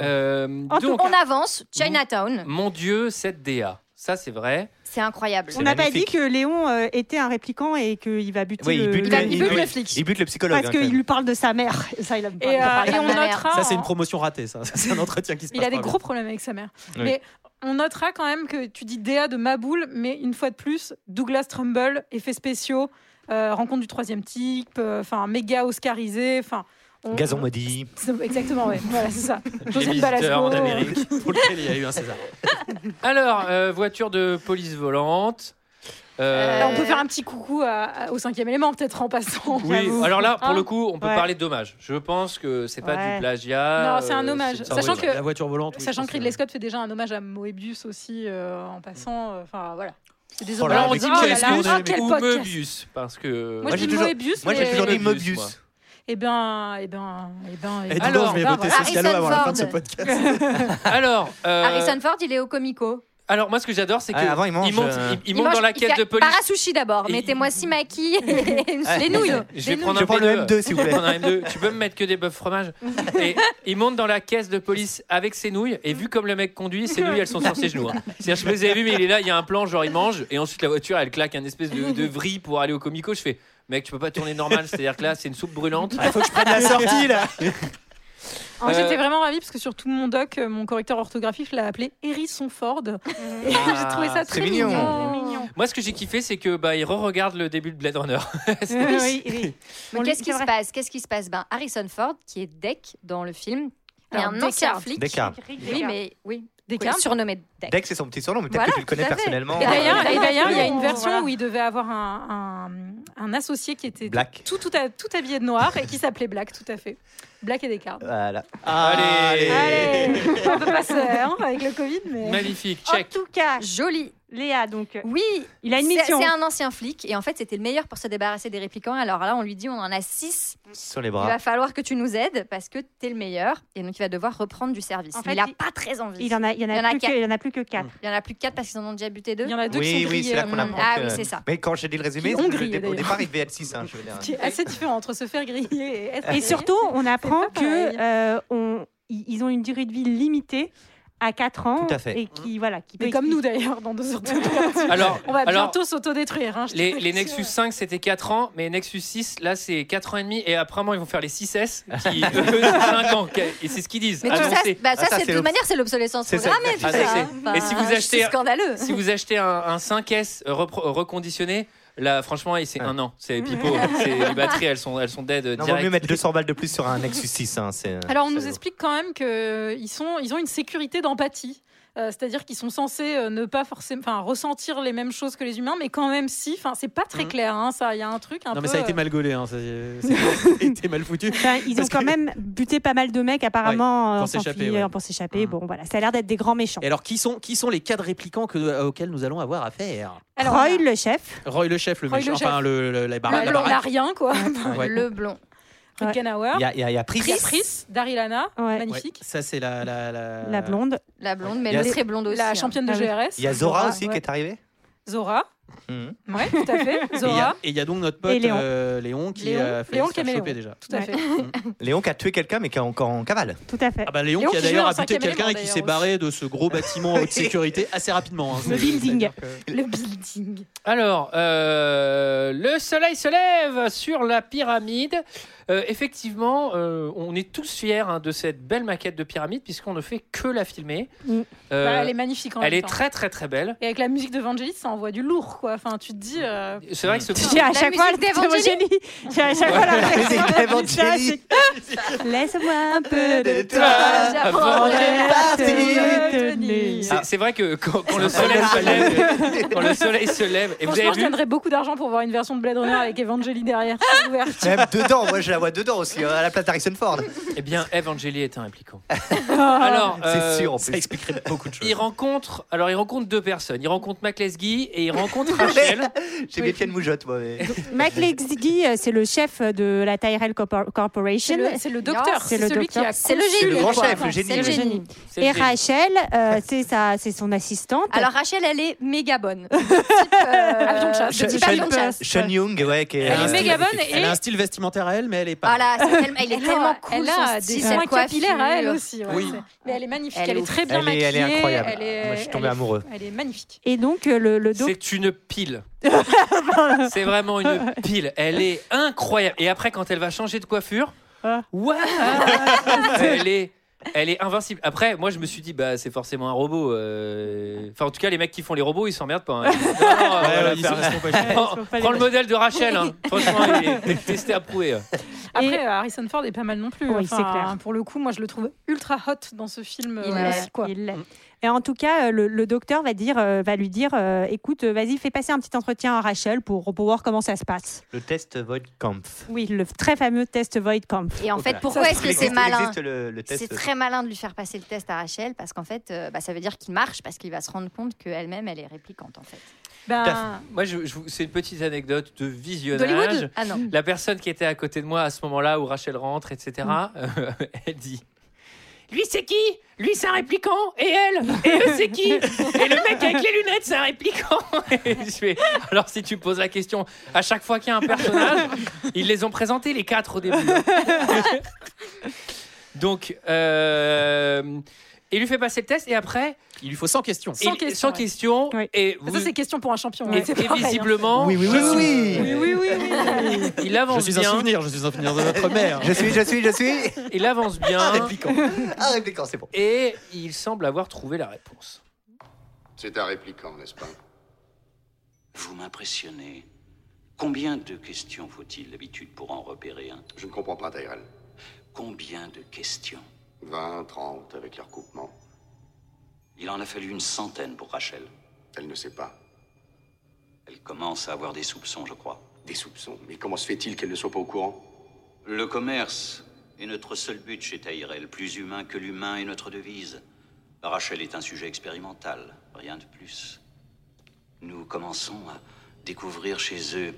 A: euh,
L: En tout-
A: donc,
M: On avance, Chinatown.
A: mon Dieu, cette DA. Ça, c'est vrai.
M: C'est incroyable.
L: On n'a pas dit
F: magnifique.
L: que Léon euh, était un répliquant et qu'il va buter
F: Oui, il
L: le,
F: bute
L: le-
F: le-
J: il bute le flic.
F: Il bute le psychologue.
L: parce
F: hein, quand
L: qu'il
F: même.
L: lui parle de sa mère. Ça, il a
J: Et, euh,
L: parle de
J: et
L: sa
J: on
L: mère.
J: notera.
K: Ça c'est
J: en-
K: une promotion ratée ça, Ça, c'est un entretien qui se passe.
J: Il a des
K: pas
J: gros problèmes avec sa mère.
F: Oui.
J: Mais on notera quand même que tu dis DA de Maboul, mais une fois de plus, Douglas Trumbull, effets spéciaux, euh, rencontre du troisième type, euh, enfin méga Oscarisé, enfin. on-
F: Gazon maudit.
J: C'est- Exactement, ouais. voilà, c'est ça.
A: Les
J: José
A: visiteurs
J: Balasco.
A: en
K: bien.
A: Amérique.
K: Pour lequel il y a eu un César.
A: Alors, euh, voiture de police volante. Euh,
J: Là, on peut faire un petit coucou à- à- au cinquième élément, peut-être en passant.
A: Oui, alors là, pour
J: Hein
A: le coup, on peut
L: Ouais.
A: parler de dommage. Je pense que c'est pas
L: Ouais.
A: du plagiat.
J: Non, c'est un
A: euh,
J: hommage.
A: c'est-
J: Sachant
A: oui,
J: que-
K: la voiture volante. oui,
J: Sachant
K: je
J: que
K: pense
J: Ridley Scott fait déjà un hommage à Moebius aussi euh, en passant. euh, Enfin, voilà. C'est des
K: Oh
J: hommages.
K: là,
A: Alors, on
K: mais
A: dit
J: oh
A: qu'est-ce
J: là là,
A: qu'on
J: ah,
A: aime
J: quel
A: ou
J: podcast.
A: Moebius parce que.
J: Moi,
F: Moi,
J: je
F: j'ai
J: dis
F: toujours-
J: Moebius,
F: Moi, j'ai
J: mais...
F: toujours dit
A: Moebius, moi.
F: Mobius.
J: Eh ben, eh ben, eh ben, eh
K: Et
J: ben.
K: dis donc, je vais
J: voilà.
K: voter
M: Harrison
K: socialo avant la fin
M: Ford.
K: de ce podcast.
A: Alors, euh,
M: Harrison Ford, il est au Comico.
A: alors moi, ce que j'adore, c'est que
F: Ouais, avant, il mange,
A: monte,
F: euh,
A: il- il monte
M: mange-
A: dans la
M: il
A: caisse
M: fait
A: de police.
M: Parasushi d'abord.
A: Et-
M: Mettez-moi six maquis et une- les nouilles.
A: Je
M: Des
A: vais prendre
F: Je
A: un
F: prends le
A: P2.
F: M2, s'il vous
A: Je vais
F: plaît.
A: prendre un M2. Tu peux me mettre que des bœufs fromage. Et il monte dans la caisse de police avec ses nouilles. Et vu comme le mec conduit, ses nouilles, elles sont sur ses genoux. hein. C'est-à-dire, je sais pas si vous avez vu, mais il est là, il y a un plan, genre il mange. Et ensuite, la voiture, elle claque un espèce de, de vrille pour aller au comico. Je fais, mec, tu peux pas tourner normal. C'est-à-dire que là, c'est une soupe brûlante.
K: Il faut que je prenne la sortie là.
J: Moi,
A: Euh,
J: J'étais vraiment ravie parce que sur tout mon doc, euh, mon correcteur orthographique l'a appelé Hérisson Ford. Et J'ai trouvé ça très,
F: très mignon.
J: Ah, mignon.
A: Moi, ce que j'ai kiffé, c'est que bah, il re-regarde le début de Blade Runner.
L: Oui, oui, oui.
M: Mais
L: On
M: qu'est-ce qui
L: lui- c'est
M: se
L: vrai.
M: passe Qu'est-ce qui se passe Ben Harrison Ford, qui est Deck dans le film, est
J: Alors,
M: un
J: Deckard.
M: ancien flic.
F: Descartes.
M: Oui, mais oui.
J: Deckard.
G: Surnommé Deck.
F: Deck, c'est son petit surnom, mais peut-être
G: Voilà,
F: que tu le connais
G: tout à fait.
F: personnellement.
J: Et d'ailleurs, et d'ailleurs, il y a une
G: Voilà.
J: version où il devait avoir un, un- un associé qui était
F: Black.
J: Tout, tout, à- tout habillé de noir et qui s'appelait Black, tout à fait. Black et Descartes.
F: Voilà. Ah.
A: Allez.
J: Allez, on peut pas se hein, avec le Covid, mais.
A: Magnifique,
G: check.
J: En tout cas,
G: Joli.
L: Léa, donc. euh,
G: Oui,
L: il a une
G: c'est-
L: mission.
G: C'est un ancien flic et en fait c'était le meilleur pour se débarrasser des réplicants. Alors là on lui dit on en a six.
F: Sur les
G: Il
F: bras.
G: va falloir que tu nous aides parce que t'es le meilleur et donc il va devoir reprendre du service.
L: En
G: Mais
L: fait,
G: il a
L: il-
G: pas très envie.
L: Il en a, il y en a, plus,
G: quatre.
L: que, il y en a plus que 4.
G: Il y en a plus que quatre parce qu'ils en ont déjà buté deux. Il y
J: en a
F: Oui, oui, c'est là qu'on apprend.
G: Ah
F: que-
G: oui, c'est ça.
F: Mais quand j'ai dit le résumé,
J: Qui
F: c'est
J: ont
F: que
J: grillé,
F: le- au
J: d'ailleurs.
F: départ, il devait être 6, hein, je veux dire.
J: qui est assez différent entre se faire griller et être.
L: Et
J: grillé.
L: surtout, on apprend
J: pas pareil.
L: que euh, on- i- ils ont une durée de vie limitée à 4 ans.
A: Tout à fait.
L: Et qui, voilà, qui peut
J: Mais comme nous d'ailleurs, dans deux heures de temps.
A: Alors-
J: on va
A: alors-
J: bientôt s'autodétruire. hein, je te
A: Les,
J: le
A: les
J: dis.
A: Nexus 5, c'était 4 ans, mais Nexus 6, là, c'est 4 ans et demi. Et apparemment, ils vont faire les 6S, qui, eux, c'est 5 ans. Et Ah, c'est ce qu'ils disent.
G: Mais tout ça,
A: annoncé.
G: bah, ça, c'est de toute manière, c'est l'obsolescence
A: C'est ça,
G: programmée.
A: exactement.
G: tout
A: Ah, ça,
G: ça.
A: c'est- et si vous
G: Enfin,
A: achetez-
G: c'est scandaleux.
A: Si vous achetez un, un 5S repro- reconditionné, là, franchement, et c'est un an. C'est pipo. C'est- les batteries, elles sont, elles sont dead euh,
F: Non, vaut
A: direct.
F: mieux mettre 200 balles de plus sur un Nexus 6. Hein, c'est-
J: Alors, on nous explique quand même qu'ils sont, ils ont une sécurité d'empathie. Euh, C'est-à-dire qu'ils sont censés euh, ne pas forcément, enfin, ressentir les mêmes choses que les humains, mais quand même si. Enfin, c'est pas très clair. hein, ça, il y a un truc un
K: Non,
J: peu.
K: mais ça a été
J: euh,
K: mal gaulé, hein, ça, ça a été mal foutu.
L: Enfin, ils ont
K: Parce que-
L: quand même buté pas mal de mecs apparemment
K: Ouais,
L: euh,
K: pour
L: en s'enfuyant,
K: s'échapper, ouais.
L: pour s'échapper. Bon, voilà, ça a l'air d'être des grands méchants.
K: Et alors, qui sont, qui sont les quatre réplicants que, euh, auxquels nous allons avoir affaire
L: Roy, le chef.
K: Roy le chef, le
L: Roy
K: méchant,
L: le chef.
K: enfin, le, le- la barre-
J: le
K: la
J: blond,
K: baraque.
J: n'a rien, quoi.
K: Ouais.
G: Le blond.
J: Rickenauer.
K: Il y a- il y a- il y a Pris.
J: Il Pris, Daryl Hannah,
G: Ah,
K: Ouais,
J: magnifique.
K: ça, c'est la, la, la...
G: La blonde, mais
K: Il y a-
G: elle est très blonde aussi.
J: La
G: hein.
J: championne de
G: Ah oui.
J: GRS.
F: Il y a Zora aussi qui est Mhm. arrivée.
J: Zora.
A: Mhm.
J: Ouais, tout à fait.
K: Et il y a-
J: Zora.
K: Et il y, a donc notre pote
J: Et Léon.
K: euh, Léon qui
J: Léon.
K: a fait
J: Léon
K: se faire
J: Caméléon.
K: choper déjà. Mm.
J: Tout à fait.
F: Léon qui a tué quelqu'un, mais qui est encore en cavale.
L: Tout à fait.
K: Ah bah Léon,
J: Léon
K: qui a
J: qui joue
K: d'ailleurs
J: dans
K: a buté
J: Cinquième
K: quelqu'un et
J: élément,
K: qui
J: d'ailleurs,
K: s'est barré de ce gros bâtiment en haute sécurité assez rapidement. hein.
L: Le building.
J: Le building.
A: Alors, euh, le soleil se lève sur la pyramide. Euh, effectivement, euh, on est tous fiers hein, de cette belle maquette de pyramide, puisqu'on ne fait que la filmer. Euh,
J: Bah, elle est magnifique en
A: elle
J: même
A: est
J: temps.
A: très, très, très belle.
J: Et avec la musique de Vangelis, ça envoie du lourd, quoi. Enfin, tu te dis. euh,
A: C'est vrai que ce
L: J'ai à chaque fois le Evangélie. J'ai à chaque fois la
A: Ouais,
L: réaction.
A: c'est Evangélie.
L: Putain, c'est- Laisse-moi un peu de toi
G: Ah,
A: Avant
L: avant
A: d'être
L: de
A: parti.
L: partir. Tenue.
A: C'est c'est vrai que quand, quand le soleil se lève, quand le soleil se lève, et vous
J: Franchement,
A: avez
J: je
A: vu,
J: donnerais beaucoup d'argent pour voir une version de Blade Runner avec Evangélie derrière. C'est ouvert.
F: Même dedans, moi je la vois dedans aussi, euh, à la place d'Harrison Ford.
A: eh bien, Evangélie est un impliquant. Alors, euh,
F: c'est sûr, en plus.
K: expliquerait beaucoup de
A: Il rencontre, alors il rencontre deux personnes. Il rencontre Mac Lesguy et il rencontre Rachel.
F: J'ai Métienne Moujotte, moi. mais-
L: Mac Lexiggy, euh, c'est le chef de la Tyrell Corpor- Corporation.
J: C'est le- c'est le docteur, c'est celui qui a
G: C'est le
J: conçu
G: génie.
F: le grand
G: quoi.
F: chef, le génie.
G: C'est le
F: C'est le
G: génie.
A: C'est
L: Et
A: le
L: Rachel, euh, c'est sa- c'est son assistante.
G: Alors Rachel, elle est méga bonne. Type, euh,
J: Avion de chasse.
G: de type avion de chasse.
F: Sean Young, ouais, qui est.
J: est
K: Elle,
F: euh,
K: a un
J: méga
K: style-
J: bonne et- Ah
K: Elle a un style vestimentaire à elle, mais elle est pas.
G: Voilà, c'est tellement- elle est
J: Elle a-
G: tellement cool.
J: Elle
G: son
J: a des
G: style,
J: soins
G: sa coiffure.
J: capillaires à elle aussi. ouais,
K: Oui.
J: c'est- Mais elle est magnifique.
G: Elle
J: Elle,
G: est
J: est très bien
F: Elle est-
J: maquillée.
F: elle est incroyable.
J: elle est-
F: Moi, je suis tombé
J: elle est-
F: amoureux.
J: Elle est magnifique.
L: Et donc, euh, le, le doc-
A: C'est une pile. c'est vraiment une pile. Elle est incroyable. Et après, quand elle va changer de coiffure,
L: Ah.
A: waouh, elle est. Elle est invincible. Après, moi, je me suis dit, bah, c'est forcément un robot. euh. Enfin, en tout cas, les mecs qui font les robots, ils s'emmerdent pas. hein. Ils disent, non, non, euh,
J: Ah
K: Ouais, ouais,
A: voilà,
K: ils
A: faire-
K: sont- ils sont pas chers.
A: prends,
L: ils sont pas les
A: prends le
L: mecs.
A: modèle de Rachel. hein. Franchement, il est testé, approuvé.
J: Après, euh, Harrison Ford est pas mal non plus.
L: Oui, c'est clair.
J: Pour le coup, moi, je le trouve ultra hot dans ce film.
G: Il
J: euh,
G: est-
J: aussi, quoi.
L: Il l'est. Et en tout cas, euh, le, le docteur va, dire, euh, va lui dire euh, écoute, euh, vas-y, fais passer un petit entretien à Rachel pour, pour voir comment ça se passe.
F: Le test Void Camp.
L: Oui, le très fameux test Void Camp.
G: Et en fait,
F: Voilà.
G: pourquoi est-ce que
F: Il
G: c'est
F: existe- il
G: malin
F: existe le- le test.
G: C'est très malin de lui faire passer le test à Rachel parce qu'en fait, euh, bah, ça veut dire qu'il marche parce qu'il va se rendre compte qu'elle-même, elle est réplicante en fait.
J: Ben,
A: Moi, je- je vous- c'est une petite anecdote de visionnage.
G: D'Hollywood Ah non.
A: La personne qui était à côté de moi à ce moment-là où Rachel rentre, etc., euh, elle dit Lui, c'est qui Lui, c'est un répliquant. Et elle Et eux, c'est qui Et le mec avec les lunettes, c'est un répliquant. Et je fais, Alors, si tu poses la question, à chaque fois qu'il y a un personnage, ils les ont présentés les quatre au début. Donc, euh, il lui fait passer le test et après,
K: Il lui faut 100 questions.
J: Sans
A: il-
J: question, ouais.
A: question,
L: Oui.
A: et vous-
J: Ça, c'est question pour un champion.
A: et-
J: ouais, c'est
A: et
J: pareil, hein.
A: visiblement,
F: Oui, oui, oui, oui.
J: Oui, oui, oui. oui.
A: il
K: Je
A: avance
K: suis un
A: bien.
K: souvenir, je suis un souvenir de notre mère.
F: Je suis, je suis, je suis.
A: Il avance
F: Un
A: bien
F: répliquant. Un répliquant, Ah, c'est bon.
A: et il semble avoir trouvé la réponse.
E: C'est un répliquant, n'est-ce pas
N: Vous m'impressionnez. Combien de questions faut-il d'habitude pour en repérer un
E: Je ne comprends pas, Tyrell.
N: Combien de questions
E: 20, 30 avec le recoupement.
N: Il en a fallu une centaine pour Rachel.
E: Elle ne sait pas.
N: Elle commence à avoir des soupçons, je crois.
E: Des soupçons Mais comment se fait-il qu'elle ne soit pas au courant
N: Le commerce est notre seul but chez Taïrel. Plus humain que l'humain est notre devise. Rachel est un sujet expérimental, rien de plus. Nous commençons à découvrir chez eux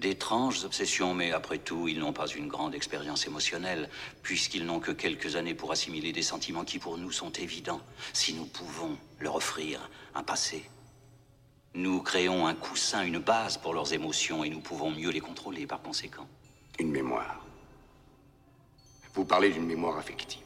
N: d'étranges obsessions, mais après tout, ils n'ont pas une grande expérience émotionnelle, puisqu'ils n'ont que quelques années pour assimiler des sentiments qui pour nous sont évidents, si nous pouvons leur offrir un passé. Nous créons un coussin, une base pour leurs émotions, et nous pouvons mieux les contrôler par conséquent.
E: Une mémoire. Vous parlez d'une mémoire affective.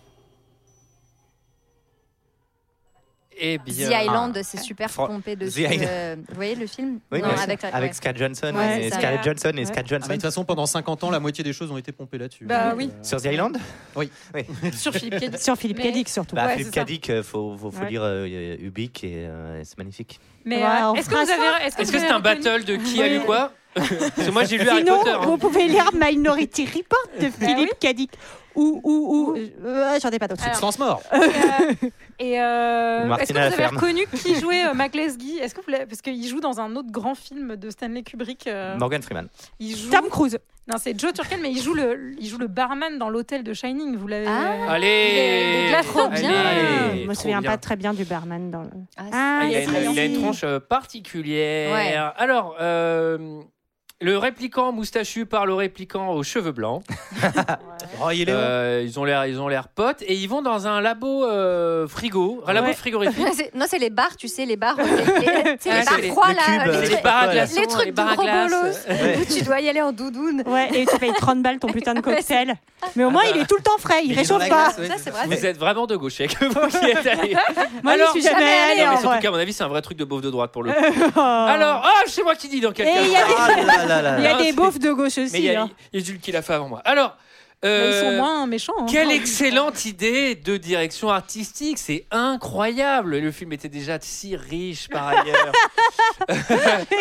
A: Eh bien.
G: The Island, c'est super pompé de.
F: Ah. The Island.
G: vous voyez le film
F: Oui,
G: Non,
F: mais
G: avec, la- ouais.
F: Scarlett Johnson,
G: Ouais,
F: et
G: c'est ça.
F: Scarlett Johnson et
G: Ouais.
F: Scarlett
K: Ah,
F: Johnson.
K: mais de toute façon, pendant 50 ans, la moitié des choses ont été pompées là-dessus. Euh,
J: Bah oui.
F: Sur The Island
K: Oui.
J: Sur Philippe Cadic.
L: Sur Philippe
J: Mais-
L: Cadic, surtout.
F: Bah,
J: Ouais,
F: Philippe
J: c'est ça.
F: Cadic, euh, faut, faut, faut
J: Ouais.
F: lire euh, euh, Ubik et euh, c'est magnifique.
J: Mais
L: Ouais,
J: euh,
L: on
J: est-ce que
L: fera
J: vous avez. Est-ce que
A: Est-ce
J: vous
A: que c'est
J: avez
A: un
J: reconnu-
A: battle de qui a lu quoi Parce que moi, j'ai lu Harry
L: Sinon,
A: Potter. hein. Eh
L: vous pouvez lire Minority Report de Philippe Cadic. Ou, ou, ou. euh, J'en ai pas d'autres.
K: Substance mort.
J: Et euh,
F: Martine
J: est-ce que
F: à la
J: vous avez
F: ferme.
J: reconnu qui jouait euh, McLesguy Est-ce que vous l'avez- parce qu'il joue dans un autre grand film de Stanley Kubrick euh,
F: Morgan Freeman.
J: Il joue.
L: Tom Cruise.
J: Non, c'est Joe Turkel, mais il joue le, il joue le barman dans l'hôtel de Shining. Vous l'avez.
G: Ah,
A: Allez
J: Des glaçons.
A: Trop
G: bien.
A: Allez,
L: je me
A: trop
L: souviens
A: bien.
L: pas très bien du barman dans le.
G: Ah,
A: Ah, il, a
L: si,
A: une, il a une
L: si.
A: tronche euh, particulière. Alors, euh, le réplicant moustachu parle au réplicant aux cheveux blancs.
K: Oh, il est où
A: Euh, ils ont l'air, ils ont l'air potes et ils vont dans un labo euh, frigo, un labo
L: Ouais.
A: frigorifique.
G: C'est- Non, c'est les bars, tu sais, les bars. les- les- tu sais,
A: Ah,
G: les
A: c'est
G: bars
A: les-
G: froids,
F: le
G: là.
F: cube,
G: les
F: euh,
G: trucs-
F: les bars à glace.
G: Les trucs de gros bolos
F: Ouais.
G: où tu dois y aller en doudoune.
L: Ouais, et tu payes 30 balles ton putain de cocktail. Mais
A: Ah
L: au moins,
A: bah.
L: il est tout le temps frais, il
K: Mais est dans
L: réchauffe
K: la
L: pas.
K: glace, ouais,
G: Ça, c'est vrai.
A: Vous êtes vraiment de gauche, que vous qui êtes allés.
L: Moi,
A: Alors-
L: je suis jamais
G: Non,
L: allée
G: mais
A: Non,
L: en
A: mais surtout
L: vrai. Oh.
A: qu'à mon avis, c'est un vrai truc de beauf de droite pour le coup. Alors, ah, c'est moi qui dis dans quel
L: Et
A: cas.
L: il y a des-
F: Ah là là là
L: Il y
F: là.
L: a
A: Non,
L: des
A: c'est-
L: beaufs de gauche aussi.
A: Mais il y a,
L: hein.
A: il y a Jules qui l'a fait avant moi. Alors,
J: Mais ils sont
A: euh,
J: moins méchants. hein.
A: Quelle excellente idée de direction artistique, c'est incroyable. Le film était déjà si riche par ailleurs.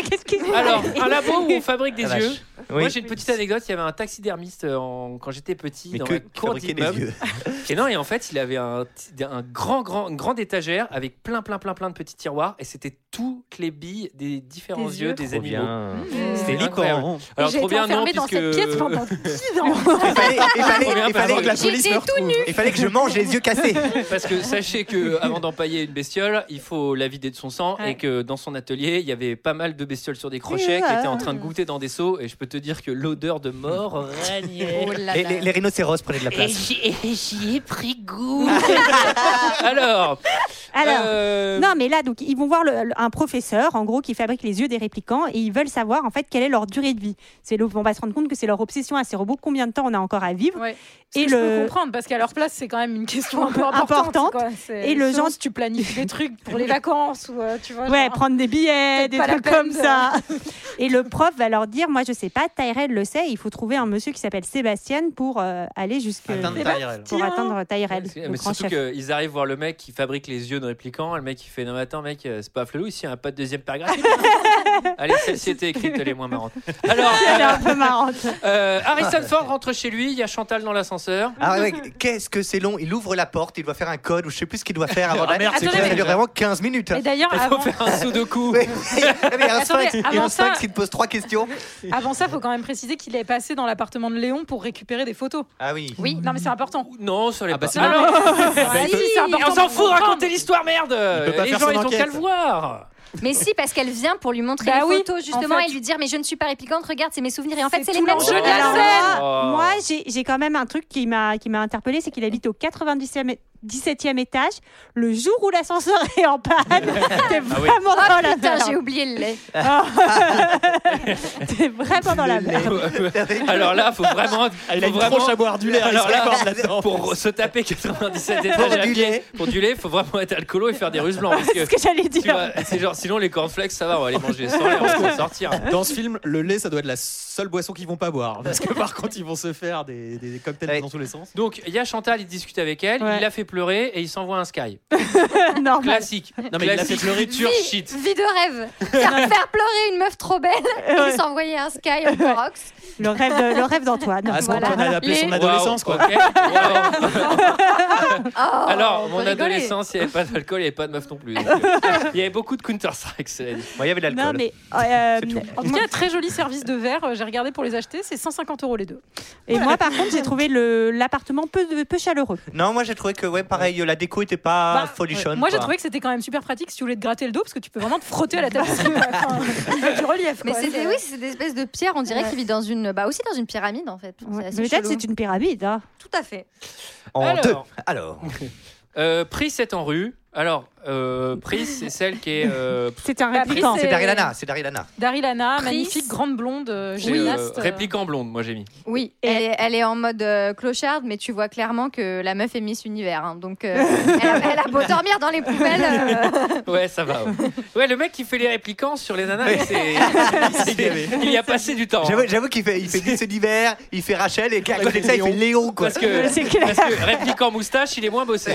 L: Qu'est-ce qu'il
A: Alors, un labo où on fabrique des
F: La vache.
A: yeux. Moi,
F: Oui.
A: j'ai une petite anecdote. Il y avait un taxidermiste euh, en- quand j'étais petit
F: Mais
A: dans
F: que
A: la
F: qui
A: cour
F: fabriquait des
A: d'immeuble.
F: yeux.
A: Et non, et en fait, il avait un, t- un grand, grand, une grande étagère avec plein, plein, plein, plein de petits tiroirs, et c'était toutes les billes des différents
J: Des
A: yeux,
J: yeux.
A: des
F: Trop
A: animaux.
F: bien. hein.
A: C'était
K: Licorant.
A: incroyable. Alors,
J: J'ai
A: trop
J: été
A: bien, non,
J: enfermée dans
A: puisque.
J: cette pièce pendant 10 ans.
F: Il fallait, il fallait-
A: Trop bien,
F: il fallait que la
A: pardon.
F: police me retrouve. Il fallait que je mange les yeux cassés.
A: Parce que sachez que avant d'empailler une bestiole, il faut la vider de son sang
J: Ouais.
A: et que dans son atelier, il y avait pas mal de bestioles sur des crochets qui étaient en train de goûter dans des seaux et je peux te dire que l'odeur de mort régnait.
G: Oh là
F: Les,
G: là.
F: les- les rhinocéros prenaient de la place.
A: j'y ai pris goût. Alors,
L: Alors.
A: euh,
L: Non, mais là, donc, ils vont voir le- le- un professeur, en gros, qui fabrique les yeux des réplicants et ils veulent savoir, en fait, quelle est leur durée de vie. C'est le- on va se rendre compte que c'est leur obsession à ces robots, combien de temps on a encore à vivre.
J: Ouais.
L: Et
J: Et le... Je peux
L: le-
J: comprendre parce qu'à leur place, c'est quand même une question un peu importante.
L: Importante.
J: quoi. C'est-
L: Et le
J: selon
L: genre-
J: si tu planifies des trucs pour les vacances ou euh, tu vois.
L: Ouais,
J: genre-
L: prendre des billets,
J: Peut-être
L: des
J: pas la
L: trucs
J: peine
L: comme
J: de-
L: ça. Et le prof va leur dire, moi je sais pas, Tyrell le sait, il faut trouver un monsieur qui s'appelle Sébastien pour euh, aller jusque
K: Atteindre Tyrell.
L: pour atteindre Tyrell,
A: Mais
L: le grand
A: surtout
L: chef.
A: qu'ils arrivent voir le mec qui fabrique les yeux de réplicants. Le mec qui fait Non, mais attends, mec, euh, c'est pas flou ici, un pas de deuxième paragraphe. Allez, celle-ci était écrite, elle est moins marrante. Alors,
L: Elle est un peu marrante.
A: euh, Harrison Ford rentre chez lui, il y a Chantal dans l'ascenseur.
F: Ah ouais, qu'est-ce que c'est long Il ouvre la porte, il doit faire un code ou je sais plus ce qu'il doit faire avant
K: Ah
F: d'aller.
K: merde,
F: Ça
J: c'est clair.
F: dure vraiment 15 minutes. hein.
J: Et d'ailleurs,
K: Ah
A: Il faut
J: avant,
A: faire un sudoku.
F: Ouais. Ah, Il y a un
J: Attendez,
F: sphinx, il y a
J: avant
F: un sphinx
J: ça-
F: qui te pose trois questions.
J: avant ça, faut quand même préciser qu'il est passé dans l'appartement de Léon pour récupérer des photos.
F: Ah oui.
J: Oui, non mais c'est important.
A: Non, ça l'est
K: Ah bah,
A: pas.
K: c'est
A: Alors,
J: Ah, si, c'est important
A: Bah, on s'en
J: de
A: fout,
J: comprendre.
A: racontez l'histoire, merde
K: peut pas
A: Les
K: faire
A: gens,
K: son
A: ils ont qu'à
K: enquête.
A: le voir
G: Mais si, parce qu'elle vient pour lui montrer
J: Bah
G: les
J: oui,
G: photos, justement,
J: en fait.
G: et lui dire Mais je ne suis pas réplicante, regarde, c'est mes souvenirs. Et en fait,
J: C'est
G: c'est les
J: tout
G: mêmes
J: l'enjeu
G: choses.
J: de la
L: Alors,
J: scène.
A: Oh.
L: Moi, j'ai j'ai quand même un truc qui m'a qui m'a interpellé, c'est qu'il habite au 97e é- 17e étage. Le jour où l'ascenseur est en panne, t'es
A: Ah oui.
L: vraiment
J: Ah,
L: dans la
G: Putain, j'ai
L: merde.
G: oublié le lait.
L: T'es vraiment dans la merde.
A: Alors là, faut vraiment.
K: Ah, il a
A: faut
K: une
A: vraiment-
K: tronche à boire du lait.
A: Alors
K: Alors
A: là,
K: là-dedans.
A: Pour se taper 97
F: Pour
A: étages à
F: du
A: pied,
F: lait.
A: pour du lait, faut vraiment être alcoolo et faire des ruses blancs. Parce que,
L: C'est ce que j'allais
A: tu
L: dire.
A: vois, c'est genre, sinon les cornflakes, ça va, on va les manger sans lait, on va s'en sortir.
K: Dans ce film, le lait, ça doit être la seule boisson qu'ils vont pas boire. Parce que par contre, ils vont se faire des, des cocktails
F: Ouais.
K: dans tous les sens.
A: Donc, il y a Chantal, il discute avec elle,
L: Ouais.
A: il la fait pleurer et il s'envoie un sky.
L: Normal.
A: Classique.
K: Non, mais il l'a
A: Classique
K: fait pleurer.
A: culture
G: vie,
A: shit.
G: vie de rêve. Faire, faire pleurer une meuf trop belle
L: Ouais.
G: et s'envoyer un sky au Clorox.
L: Le rêve, de- le rêve d'Antoine.
A: Ah,
K: À ce
L: Voilà.
K: moment-là, on a appelé son
A: Wow,
K: adolescence, quoi.
A: ok. Wow. Alors,
G: Oh, on
A: mon
G: peut rigoler.
A: adolescence, il n'y avait pas d'alcool, il n'y avait pas de meuf non plus. Donc, euh, Il y avait beaucoup de Counter-Strike, cela dit.
F: Moi, il y avait de
J: Non,
F: l'alcool.
J: mais euh,
F: C'est tout.
J: en tout cas, très joli service de verre. euh, J'ai regardé pour les acheter, c'est 150 euros les deux.
L: Et moi, par contre, j'ai trouvé le- l'appartement peu, peu chaleureux.
F: Non, moi j'ai trouvé que ouais, pareil, la déco était pas
J: Bah,
F: folichonne.
J: Moi, j'ai trouvé que c'était quand même super pratique si tu voulais te gratter le dos parce que tu peux vraiment te frotter à la tapisserie. Enfin, il y a du relief.
G: Mais
J: quoi.
G: c'est des, oui, c'est des espèces de pierres. On dirait
J: Ouais.
G: qu'il vit dans une, bah aussi dans une pyramide en fait. C'est assez
L: Peut-être
G: chelou.
L: c'est une pyramide. hein.
G: Tout à fait.
F: En
A: Alors.
F: deux. Alors.
A: Euh, Pris 7 en rue. Alors, euh, Pris, c'est celle qui est. euh,
L: C'est un
J: Bah,
L: répliquant.
J: Brice,
F: C'est
J: C'est-
F: Daryl Anna, c'est Daryl Anna.
J: Daryl Anna,
G: Pris.
J: magnifique, grande blonde, euh,
A: c'est, euh,
J: gymnaste.
A: réplique en blonde, moi j'ai mis.
G: Oui, elle est, elle est en mode euh, clocharde, mais tu vois clairement que la meuf est Miss Univers. hein. donc, euh, elle, a, elle a beau dormir dans les poubelles. euh,
A: Ouais, ça va. Ouais, Ouais, le mec qui fait les réplicants sur les nanas, c'est- c'est- il y a passé du temps.
K: Oh.
A: hein.
F: J'avoue, j'avoue qu'il fait, il fait Miss Univers, il fait Rachel et à côté de ça, il fait Léon quoi.
A: Parce que,
L: C'est clair.
A: parce que répliquant moustache, il est moins bossé.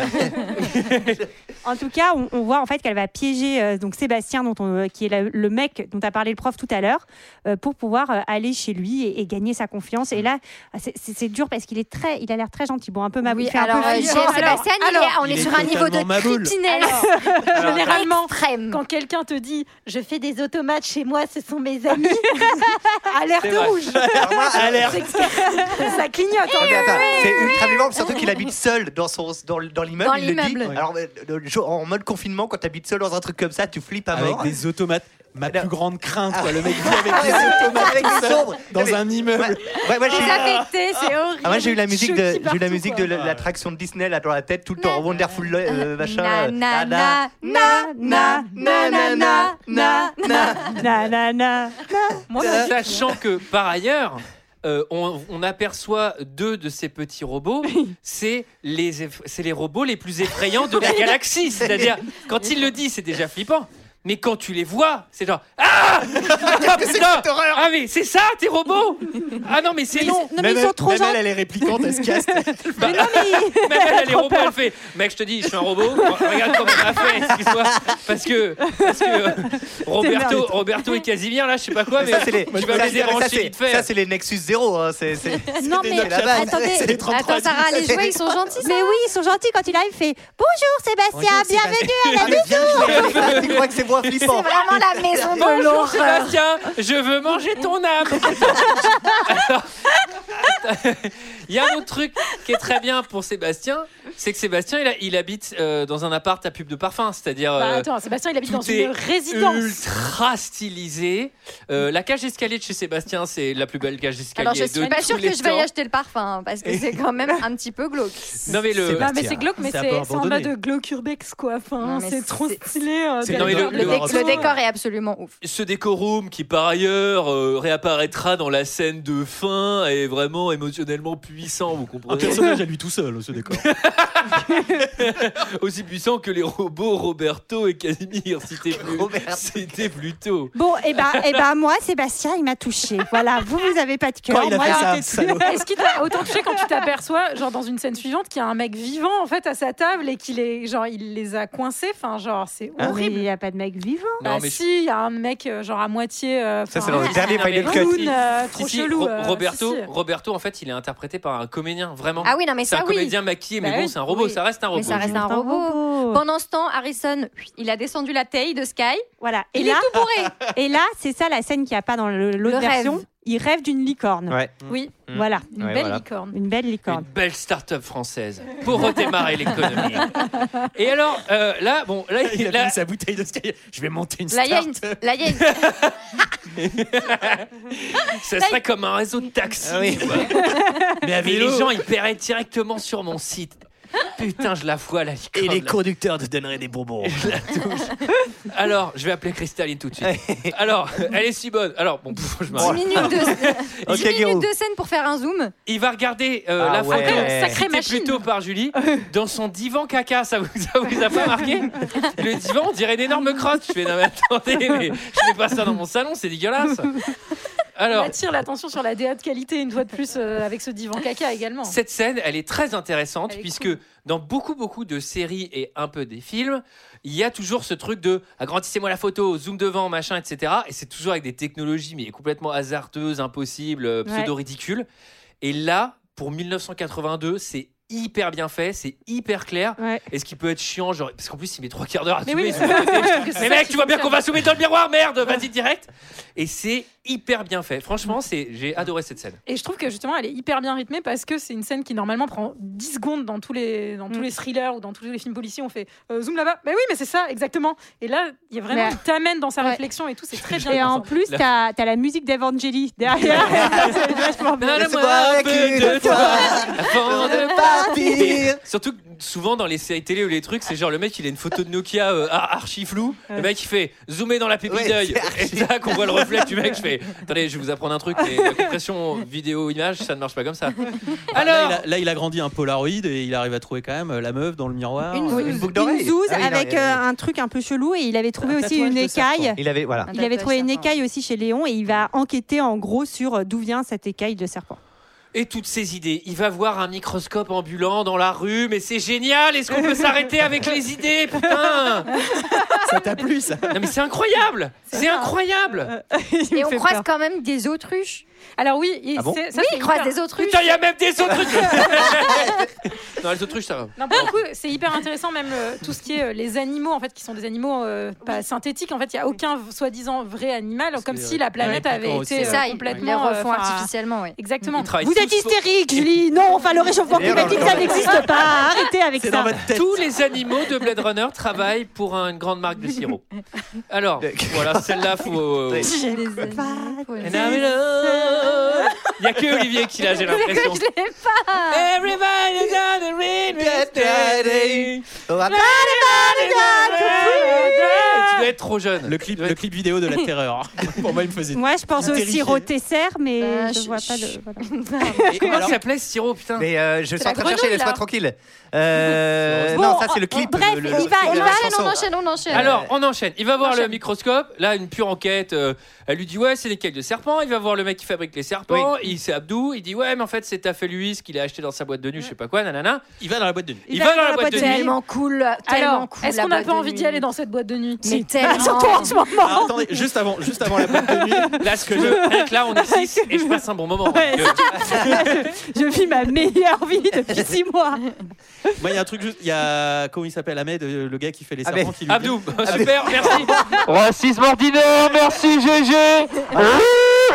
L: En tout cas, on, on voit en fait qu'elle va piéger euh, donc Sébastien, dont on- euh, qui est la- le mec dont a parlé le prof tout à l'heure, euh, pour pouvoir euh, aller chez lui et, et gagner sa confiance. Et là, ah, c'est- c'est c'est dur parce qu'il est très, il a l'air très gentil. Bon, un peu ma
G: oui,
L: fait un
G: alors,
L: peu
G: euh,
L: flippant.
G: chez Sébastien, il est- on
K: il
G: est
K: est
G: sur un niveau de
K: totalement ma boule.
G: creepiness
J: Généralement,
G: extrême.
J: quand quelqu'un te dit je fais des automates chez moi, ce sont mes amis, alerte
A: C'est vrai.
J: rouge.
F: Alors moi, à l'air.
J: C'est que- ça clignote.
F: Non, mais attends, C'est ultra violent, surtout qu'il habite seul dans, son, dans, dans l'immeuble.
G: Dans
F: il le dit.
G: l'immeuble.
F: Alors, euh, le jour- en mode confinement, quand t'habites seul dans un truc comme ça, tu flippes à
K: Avec
F: mort.
K: des automates. Ma
F: Non.
K: plus grande crainte, quoi. Le mec vit
F: Ah,
K: avec des
F: ouais, c'est-
K: automates
F: avec des
K: tout seul
F: sombres. Non, mais-
K: dans un immeuble.
F: Ouais, ouais, j'ai eu-
G: Désaffecté, c'est horrible.
F: Ah, moi, j'ai eu la musique
J: Chucky
F: de, j'ai eu la
J: partout,
F: musique de
J: quoi.
F: l- l'attraction de Disney là dans la tête tout le temps. Wonderful euh, machin. euh,
G: na,
F: Anna.
G: na, na, na, na, na, na, na, na.
L: Na, na, na.
J: Moi, ma-
A: Sachant que par ailleurs, euh, on, on aperçoit deux de ces petits robots. C'est les, eff- c'est les robots les plus effrayants de la galaxie. C'est-à-dire, quand il le dit, c'est déjà flippant. Mais quand tu les vois, c'est genre Ah Ah putain Ah mais c'est ça tes robots Ah non mais c'est non
L: Non, mais ils sont trop
K: même
L: gentils.
K: elle, elle est réplicante, elle se casse.
A: Bah, Même elle, elle est robot, elle fait Mec, je te dis, je suis un robot, regarde comment on a fait, excuse-moi. Parce que, parce que euh, Roberto,
L: merde.
A: Roberto et Casimir, là, je sais pas quoi, mais
F: Ça, c'est les,
A: tu vas me
F: ça,
A: les
F: c'est- ça,
A: débrancher
F: c'est-
A: vite fait.
F: ça, c'est les Nexus 0. hein, c'est- c'est-
L: Non,
F: c'est
L: mais-
F: des là-bas.
G: Attendez,
K: C'est les 33
G: attends Sarah, les jouets ils sont gentils.
L: Mais oui, ils sont gentils quand il arrive. il Fait bonjour Sébastien, bienvenue.
F: Ah, mais viens jouer avec ça, Tu crois que c'est moins flippant
G: Vraiment la maison de
A: Bonjour
G: l'horreur.
A: Sébastien, je veux manger ton âme. Alors, Il y a un autre truc qui est très bien pour Sébastien, c'est que Sébastien, il, a- il habite euh, dans un appart à pub de parfum, c'est-à-dire
J: Bah,
A: euh,
J: attends, Sébastien, il habite
A: tout
J: dans
A: est
J: une résidence.
A: ultra stylisé. Euh, la cage d'escalier de chez Sébastien, c'est la plus belle cage d'escalier
G: Alors je
A: de
G: suis pas
A: tous
G: sûre
A: les
G: que je vais y
A: temps.
G: acheter le parfum hein, parce que c'est quand même un petit peu glauque.
A: Non mais le,
J: Non, mais c'est glauque, mais
K: C'est un
J: c'est
K: peu
J: c'est en
K: abandonné.
J: mode glauque urbex, quoi. Enfin,
G: Non, mais
J: c'est trop
G: c'est-
J: stylé. euh,
K: c'est-
J: d'aller
A: non, mais le-
J: voir
G: Le,
A: le-
G: dé-
J: décor.
G: le décor est absolument ouf.
A: ce décorum qui par ailleurs euh, réapparaîtra dans la scène de fin est vraiment émotionnellement puissant, vous
K: Un
A: comprenez
K: personnage à lui tout seul, ce décor.
A: Aussi puissant que les robots Roberto et Casimir, c'était plus,
F: Roberto.
A: c'était plus tôt.
L: Bon, et ben, et ben moi, Sébastien, il m'a touché. Voilà, vous, vous avez pas de cœur.
K: Quand il a
L: Moi,
K: fait ça,
L: j'étais
K: salaud.
J: Est-ce qu'il t'a autant touché quand tu t'aperçois, genre dans une scène suivante, qu'il y a un mec vivant en fait à sa table et qu'il est, genre, il les a coincés. Enfin, genre, c'est
K: Hein?
L: Ah, mais
J: horrible.
L: Il n'y a pas de mec
G: Ah,
L: vivant.
J: Bah si, il y a un mec euh, genre à moitié. euh,
F: Ça, c'est
J: enfin,
F: dans le dernier
A: Non, mais-
F: Final
J: un
A: Cut.
J: clown,
A: Si,
J: euh,
A: Si,
J: trop
A: si,
J: chelou.
A: Ro-
J: euh,
A: Roberto,
J: si, si.
A: Roberto, en fait, il est interprété par un comédien, vraiment.
G: Ah oui, non mais
A: c'est
G: ça
A: un
G: oui.
A: comédien maquillé, mais
J: Bah
A: bon,
J: oui,
A: c'est un robot,
G: oui.
A: ça reste un robot.
G: Mais ça reste un
L: C'est un
G: robot.
L: robot.
G: Pendant ce temps, Harrison, il a descendu la taille de Sky.
L: Voilà. Et
G: Il
L: là,
G: est tout bourré.
L: et là, c'est ça la scène qu'il n'y a pas dans le- l'autre
G: Le rêve.
L: version. Il rêve d'une licorne.
F: Ouais.
J: Oui,
F: Mm.
L: Voilà,
J: une
F: Ouais,
J: belle
F: voilà.
J: licorne.
L: une belle
A: Une
L: licorne.
A: belle start-up française pour redémarrer l'économie. Et alors, euh, là, bon, là,
K: Il a
A: là-
K: mis sa bouteille de Sky. Je vais monter une
G: Là, il y a une,
K: start-up.
G: là, il y a une-
A: ça serait comme un réseau de taxis. tu vois.
K: Mais à
A: Mais
K: Ah vélo.
A: les gens, ils paieraient directement sur mon site. Putain, je la foie, la licorne.
K: Et les
A: là.
K: conducteurs te donneraient des bonbons.
A: Alors, je vais appeler Cristaline tout de suite. Alors, elle est si bonne. Alors, bon, pff, je m'arrête.
G: 10 minutes de,
F: Ok,
G: 10 minutes
F: Guérou.
G: de scène pour faire un zoom.
A: Il va regarder euh,
F: Ah
A: la
F: ouais.
A: photo.
F: Eh.
J: Sacrée
A: C'était
J: machine.
A: plutôt par Julie dans son divan caca. Ça vous, ça vous a pas marqué Le divan, on dirait une énorme crotte. Je fais non mais attendez, mais je fais pas ça dans mon salon, c'est dégueulasse. Alors-
J: On attire l'attention sur la DA de qualité une fois de plus euh, avec ce divan caca également.
A: Cette scène, elle est très intéressante
J: Elle est
A: puisque dans beaucoup beaucoup de séries et un peu des films, il y a toujours ce truc de agrandissez-moi la photo, zoom devant, machin, etc. Et c'est toujours avec des technologies mais complètement hasardeuses, impossibles, euh,
J: Ouais.
A: pseudo ridicules. Et là, pour 1982, c'est hyper bien fait, c'est hyper clair.
L: Ouais.
A: Et ce qui peut être chiant, genre parce qu'en plus il met trois quarts d'heure à
J: Mais
A: zoomer,
J: oui,
A: il
J: mais
A: zoome à côté.
J: je trouve que c'est
A: Mais
J: ça
A: mec,
J: qui
A: tu vois bien
J: fonctionne.
A: qu'on va zoomer dans le miroir, merde, vas-y direct. Et c'est hyper bien fait.
J: Mm.
A: Franchement, c'est j'ai adoré cette scène.
J: Et je trouve que justement, elle est hyper bien rythmée parce que c'est une scène qui normalement prend 10 secondes dans tous les, dans
G: Mm.
J: tous les thrillers ou dans tous les films policiers. On fait euh, zoom là-bas. Mais oui, mais c'est ça, exactement. Et là, il y a vraiment,
L: Mais-
J: il t'amène dans sa réflexion et tout, c'est très bien.
L: Et en
J: pensé.
L: plus, t'as t'as la musique d'Evangeli derrière. C'est vachement bien.
A: Donne-moi un peu de toi avant de partir. Surtout que souvent dans les séries télé ou les trucs, c'est genre le mec il a une photo de Nokia euh, ar- archi floue. Le mec il fait zoomer dans la pépite
F: Ouais,
A: d'œil.
F: c'est archi.
A: Et tac, on voit le reflet du mec. Je fais attendez, je vais vous apprendre un truc, mais la compression vidéo-image ça ne marche pas comme ça.
K: Là,
A: Alors,
K: il a, là, il a grandi un Polaroid et il arrive à trouver quand même euh, la meuf dans le miroir.
L: Une
K: Euh,
L: zouze.
K: boucle
L: Une zouze
K: Ah oui, non,
L: avec
K: mais-
L: euh, un truc un peu chelou et il avait trouvé aussi une écaille.
F: Il avait voilà.
L: Il avait trouvé une écaille aussi chez Léon et il va enquêter en gros sur euh, d'où vient cette écaille de serpent.
A: et toutes ces idées. Il va voir un microscope ambulant dans la rue, mais c'est génial. Est-ce qu'on peut s'arrêter avec les idées, putain
K: Ça t'a plu ça
A: Non mais c'est incroyable, c'est Euh, incroyable.
G: Et on croise quand même des autruches.
J: Alors oui, et
A: Ah bon
J: c'est- ça,
G: oui,
J: c'est
G: ils croisent
J: hyper-
G: des autruches.
A: Putain, il y a même des autres trucs. non, les autruches ça va.
J: Non, pour le coup, c'est hyper intéressant, même euh, tout ce qui est euh, les animaux, en fait, qui sont des animaux euh, pas synthétiques. En fait, il n'y a aucun v- soi-disant vrai animal, comme
K: que,
J: si
K: euh,
J: la planète
K: ouais,
J: avait
K: d'accord,
J: été
K: aussi.
J: euh,
G: C'est ça, ils- ils les
J: complètement. euh,
G: refont
J: enfin,
G: artificiellement, oui.
J: Exactement.
A: Ils travaillent
L: Vous êtes
A: tous faux.
L: hystérique, Julie Non, enfin le réchauffement
K: D'ailleurs,
L: climatique,
K: dans-
L: ça n'existe pas. Arrêtez avec ça.
A: Tous les animaux de Blade Runner travaillent pour une grande marque de sirop. Alors, voilà, celle-là, faut. euh,
F: Ouais.
L: J'ai
G: Des
L: pas
G: animaux,
L: de-
G: ouais.
A: And I'm in love. Il n'y euh, a que Olivier qui l'a, j'ai l'impression.
G: Je l'ai pas.
A: Everybody's on a rain yesterday. Tu dois être trop jeune.
K: Le clip, le clip vidéo de la terreur. Pour moi, il me faisait.
L: Moi, je pense aussi
K: Terrifié.
L: Rotesser, mais
G: Bah,
L: je
G: je-
L: vois pas
G: je-
L: de. voilà.
A: Comment il s'appelait ce sirop, putain
F: Mais euh, je suis
G: la
F: en train de chercher,
G: grenouille,
F: laisse-moi
G: là.
F: tranquille. Euh,
L: Bon,
F: non, ça c'est le clip.
L: bref,
F: le-
L: il
F: le-
L: va-
F: le-
L: il
F: la
L: va-
G: Allez,
F: chanson.
G: on enchaîne, on enchaîne.
A: Alors, Euh, on enchaîne. Il va voir le
G: Enchaîne.
A: microscope. Là, une pure enquête. euh, elle lui dit Ouais, c'est des cailles de serpent. Il va voir le mec qui fabrique les serpents. Il C'est Abdou. Il dit Ouais, mais en fait, c'est Tafé Louis qu'il a acheté dans sa boîte de nuit, je sais pas quoi, nanana.
K: Il va dans la boîte de nuit.
A: Il, va dans la boîte de nuit.
G: Tellement cool, tellement
J: Alors,
G: cool.
J: est-ce
G: la
J: qu'on n'a
G: boîte
J: pas
G: de
J: envie d'y
G: nuit.
J: aller dans cette boîte de nuit
G: Mais tellement.
L: Surtout en ce moment.
K: Ah, attendez, juste avant, juste avant la boîte de nuit.
A: Là, ce que je veux, rien que là, on est 6 et je passe un bon moment.
L: Ouais,
A: Donc, euh,
L: Je vis ma meilleure vie depuis six mois.
K: Moi, il y a un truc juste. Il y a. Comment il s'appelle Ahmed, euh, le gars qui fait les
F: Ahmed.
K: serpents. Qui lui dit-
A: Abdou, super, merci.
F: Racisme ordinaire, merci GG.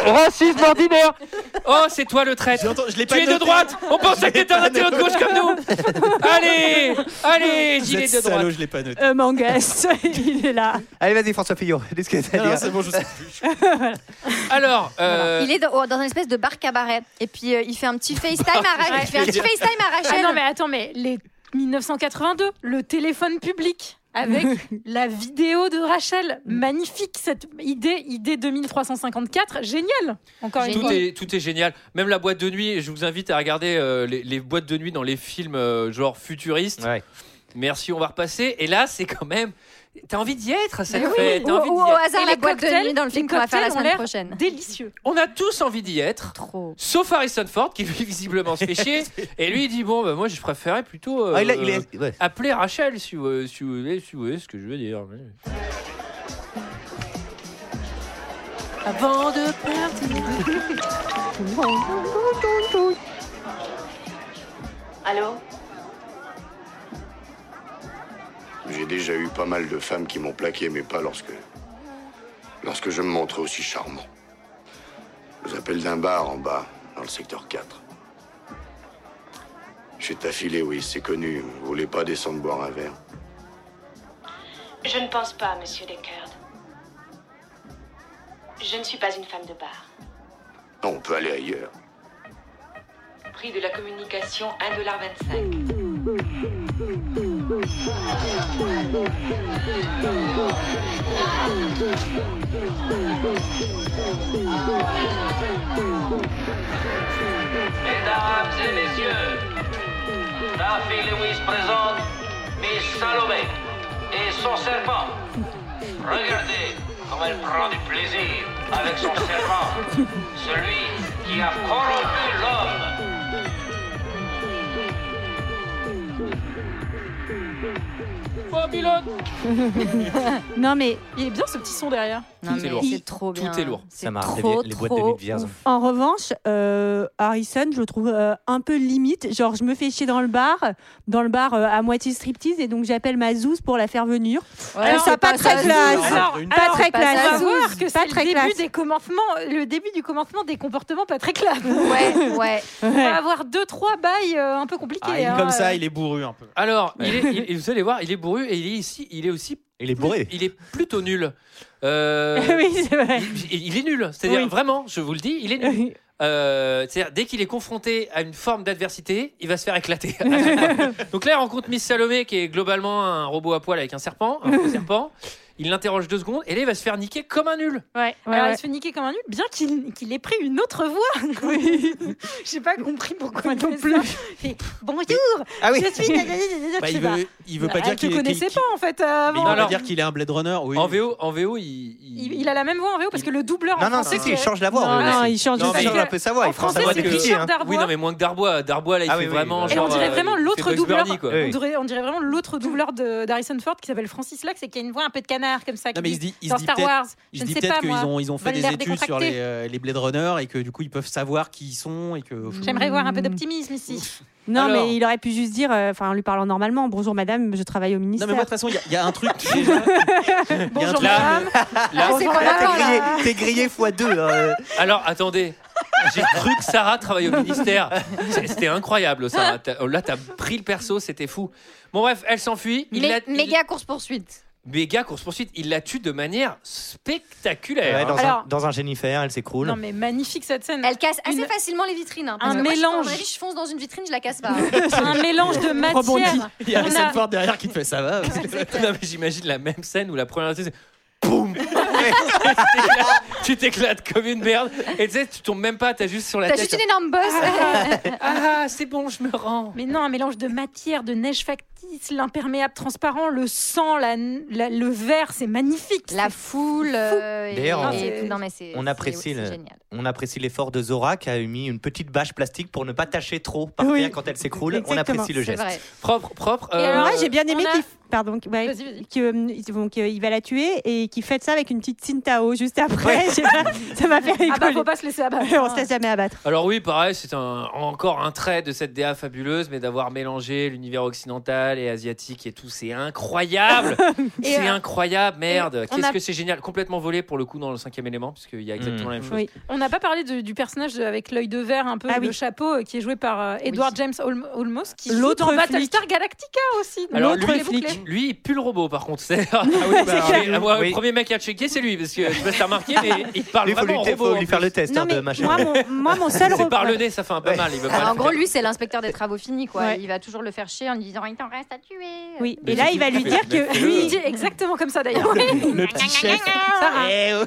F: Racisme ordinaire.
A: Oh, c'est toi le traître.
K: J'ai entendu- Je l'ai pas
A: Tu es de
K: noté.
A: droite. On pensait que t'étais un intello de gauche comme nous. Allez, allez,
K: Vous
A: gilet
K: êtes
A: de droite.
K: salaud, je l'ai pas noté.
L: Euh, Mangas, il est là.
F: Allez, vas-y François Fillon. Qu'est-ce que t'as hein.
K: Non,
F: à
K: non,
F: dire
K: c'est bon, je sais plus.
A: Alors, euh,
G: Il est dans, oh, dans une espèce de bar cabaret. Et puis, euh, il fait un petit FaceTime à Rachel. Il fait un petit FaceTime à
J: Ah
G: Rachel.
J: non, mais attends, mais les 1982, le téléphone public avec la vidéo de Rachel, magnifique cette idée, idée 2354, génial. Encore une
A: Tout
J: fois.
A: est, tout est génial. Même la boîte de nuit, je vous invite à regarder euh, les, les boîtes de nuit dans les films euh, genre futuristes.
F: Ouais.
A: Merci, on va repasser. Et là, c'est quand même. T'as envie d'y être à cette
G: Mais oui.
A: fête.
G: Ou,
A: t'as envie
G: ou
A: d'y
G: au
A: être.
G: hasard,
J: Et
G: la
J: les
G: boîte de
J: cocktails,
G: nuit dans le film
J: les
G: qu'on va faire la
J: cocktails ont
G: semaine
J: l'air
G: prochaine.
J: Délicieux.
A: On a tous envie d'y être.
G: Trop.
A: Sauf Harrison Ford qui lui visiblement se fait chier et lui il dit bon bah, moi je préférais plutôt euh,
F: Ah, il a- il est- ouais.
A: appeler Rachel si vous, si vous voulez si vous voulez ce que je veux dire. Avant de partir.
I: Allô
E: J'ai déjà eu pas mal de femmes qui m'ont plaqué, mais pas lorsque. lorsque je me montrais aussi charmant. Je vous appelle d'un bar en bas, dans le secteur 4. Je suis affilé, oui, c'est connu. Vous voulez pas descendre boire un verre
I: Je ne pense pas, monsieur Deckard. Je ne suis pas une femme de bar.
E: Non, on peut aller ailleurs.
I: Prix de la communication 1,25$.
B: Mesdames et messieurs, Daffy Lewis présente Miss Salomé et son serpent. Regardez comme elle prend du plaisir avec son serment, celui qui a corrompu l'homme.
A: Oh, pilote
J: Non, mais il est bien ce petit son derrière.
A: Tout est lourd.
J: c'est
G: trop
A: bien. Tout est lourd.
F: Ça marche, les vie- les boîtes de nuit de vierges.
L: En revanche, euh, Harrison, je le trouve euh, un peu limite. Genre, je me fais chier dans le bar, dans le bar euh, à moitié striptease, et donc j'appelle ma zouze pour la faire venir.
J: Ouais,
L: Alors,
J: c'est
L: ça, pas,
J: pas
L: très
J: ça,
L: classe.
J: zouze. Alors,
L: pas
J: alors,
L: très
J: c'est pas
L: classe.
J: ça, zouze. voir que
L: Pas
J: c'est le
L: très
J: début
L: classe.
J: des commencements, le début du commencement des comportements pas très classe.
G: Ouais, ouais.
J: On va avoir deux trois bails euh, un peu compliqués.
K: Ah, il est
J: hein.
K: comme ça, il est bourru un peu.
A: Alors, il est- il- vous allez voir, il est bourru et il est ici, il est aussi.
F: Il est bourré.
A: Il est plutôt nul. Euh,
L: Oui, c'est vrai.
A: il, il est nul. C'est-à-dire
L: Oui.
A: vraiment, je vous le dis, il est nul. Euh, c'est-à-dire dès qu'il est confronté à une forme d'adversité, il va se faire éclater. Donc là, il rencontre Miss Salomé qui est globalement un robot à poil avec un serpent, un faux serpent. Il l'interroge deux secondes et là, il va se faire niquer comme un nul.
J: Ouais, alors il se fait niquer comme un nul, bien qu'il qu'il ait pris une autre voie. J'ai pas compris pourquoi il non plus. Bonjour,
K: Ah oui.
J: je suis.
K: Bah,
J: Je
K: il
J: sais pas.
K: veut- il veut pas dire
J: Elle te
K: qu'il est-
J: connaissait
K: qu'il-
J: pas en fait euh,
K: Mais
J: avant.
K: il va Ah, pas dire qu'il est un Blade Runner. Oui.
A: En VO, en VO, il,
J: Il, il a la même voix en VO parce que le doubleur. en
K: Non, non,
J: français,
K: si, si, il
J: c'est-
K: change la voix
L: hein.
K: en VO, c'est- Non, mais-
J: Parce que-
K: il change un peu sa
J: en
K: voix, il prend sa
J: français,
K: voix
J: c'est
K: de
J: Richard
K: cliché, hein.
J: Darbois.
A: Oui, non, mais moins que Darbois. Darbois, là, il
K: Ah
A: fait
K: oui, oui,
A: vraiment.
K: oui.
J: Et on
A: genre,
J: dirait
A: euh,
J: vraiment
A: il fait
J: l'autre
A: Bugs
J: doubleur.
A: Bunny, quoi.
J: on, dirait, on dirait vraiment l'autre doubleur de d'Harrison Ford qui s'appelle Francis Lax et qui a une voix un peu de canard comme ça. qui
K: Non, mais il se dit, il se
J: dans
K: dit
J: Star
K: peut-être-
J: Wars. je
K: il se
J: ne
K: dit
J: sais
K: peut-être
J: pas,
K: qu'ils
J: moi.
K: ont, ils ont fait
J: Valère
K: des études sur
J: décontracté.
K: les, euh, les Blade Runner et que du coup ils peuvent savoir qui ils sont et que.
J: J'aimerais voir un peu d'optimisme ici.
L: Non,
K: Alors.
L: mais il aurait pu juste dire, euh, enfin, en lui parlant normalement, bonjour madame, je travaille au
K: Non
L: ministère.
K: mais moi de toute façon il y a- il y, a un truc.
L: Bonjour,
K: madame.
A: Là-
L: C'est quoi la
F: T'es grillé,
L: parole
F: t'es grillé fois deux. hein.
A: Alors, attendez. J'ai cru que Sarah travaillait au ministère. C'est- C'était incroyable, Sarah. T'as- oh, Là, t'as pris le perso, c'était fou. Bon, bref, elle s'enfuit. Il la,
G: Mé- Méga course-poursuite.
A: méga course-poursuite. Il la tue de manière spectaculaire. hein.
F: Ouais, dans,
G: Alors-
F: un, dans un Jennifer, elle s'écroule.
J: Non, mais magnifique cette scène.
G: Elle casse assez facilement les vitrines. hein, parce
J: Un
G: que moi, je-
J: mélange.
G: quand on m'a dit, je fonce dans une vitrine, je la casse pas.
J: un mélange de matière.
K: Il y a
J: On
K: Harrison
J: a-
K: Ford derrière qui te fait ça va.
A: Non, mais j'imagine la même scène où la première scène, c'est. Boum Tu t'éclates comme une merde. Et tu sais, tu tombes même pas, t'as juste sur la
G: T'as
A: tête.
G: juste une énorme bosse.
A: Ah, c'est bon, je me rends.
J: Mais non, un mélange de matière, de neige factice, l'imperméable transparent, le sang, la- la- le verre, c'est magnifique.
G: La foule. euh, et-
F: D'ailleurs,
G: et-
F: on-
G: non, mais c'est-
F: on
G: c'est-
F: apprécie,
G: c'est
F: le-
G: génial.
F: on apprécie l'effort de Zora qui a mis une petite bâche plastique pour ne pas tâcher trop par terre quand elle s'écroule. On apprécie le geste.
A: Propre, propre.
L: Et
A: euh,
L: alors, ouais, j'ai bien aimé
J: on a-
L: qu'il f- pardon, qu'il- ouais, qu'il, euh, il- bon, qu'il, euh, il va la tuer et qu'il fait ça avec une petite Tsintao juste après. J'ai pas- ça m'a fait rigoler.
J: Ah bah, faut pas se laisser abattre. Hein.
L: on se laisse jamais abattre.
A: Alors oui, pareil, c'est un- encore un trait de cette DA fabuleuse, mais d'avoir mélangé l'univers occidental et asiatique et tout, c'est incroyable
L: Et,
A: C'est
L: euh,
A: incroyable, merde
J: et on
A: Qu'est-ce
J: a-
A: que c'est génial Complètement volé pour le coup dans le cinquième élément, puisqu'il y a exactement la même chose.
L: Oui.
J: On n'a pas parlé de- du personnage de- avec l'œil de verre, un peu
L: Ah
J: le
L: oui.
J: chapeau, euh, qui est joué par euh, Edward James Olm- Olmos, qui joue
L: L'autre
J: dans
L: flic.
J: Battlestar Galactica aussi. dans
A: Alors
J: les
A: lui,
J: boucles.
A: lui, il pue le robot par contre. C'est ah
K: oui, bah,
A: J'ai-
K: oui.
A: moi,
K: Oui.
A: Le premier mec à checker, c'est lui, parce que je sais pas si t'as remarqué, mais il parle
F: Lui, faut
A: vraiment
F: lui,
A: au
F: faut
A: robot.
F: lui faire le test
L: Non,
F: hein,
L: mais
F: de machin.
L: moi, mon, moi, mon seul
A: C'est
L: repère-
A: par le nez, ça fait un peu mal. Il veut pas
G: Alors,
A: le
G: en
A: faire.
G: gros, lui, c'est l'inspecteur des travaux finis, quoi.
L: Ouais.
G: Il va toujours le faire chier en lui disant il t'en reste à tuer.
L: Oui,
A: Mais
L: et là,
A: c'est
L: il va
A: tout
L: lui
A: fait,
L: dire
A: mais
L: que
A: fais-le.
L: lui,
J: Il dit exactement comme ça d'ailleurs.
K: Le petit chef.
J: Sarah.
K: Eh, oh.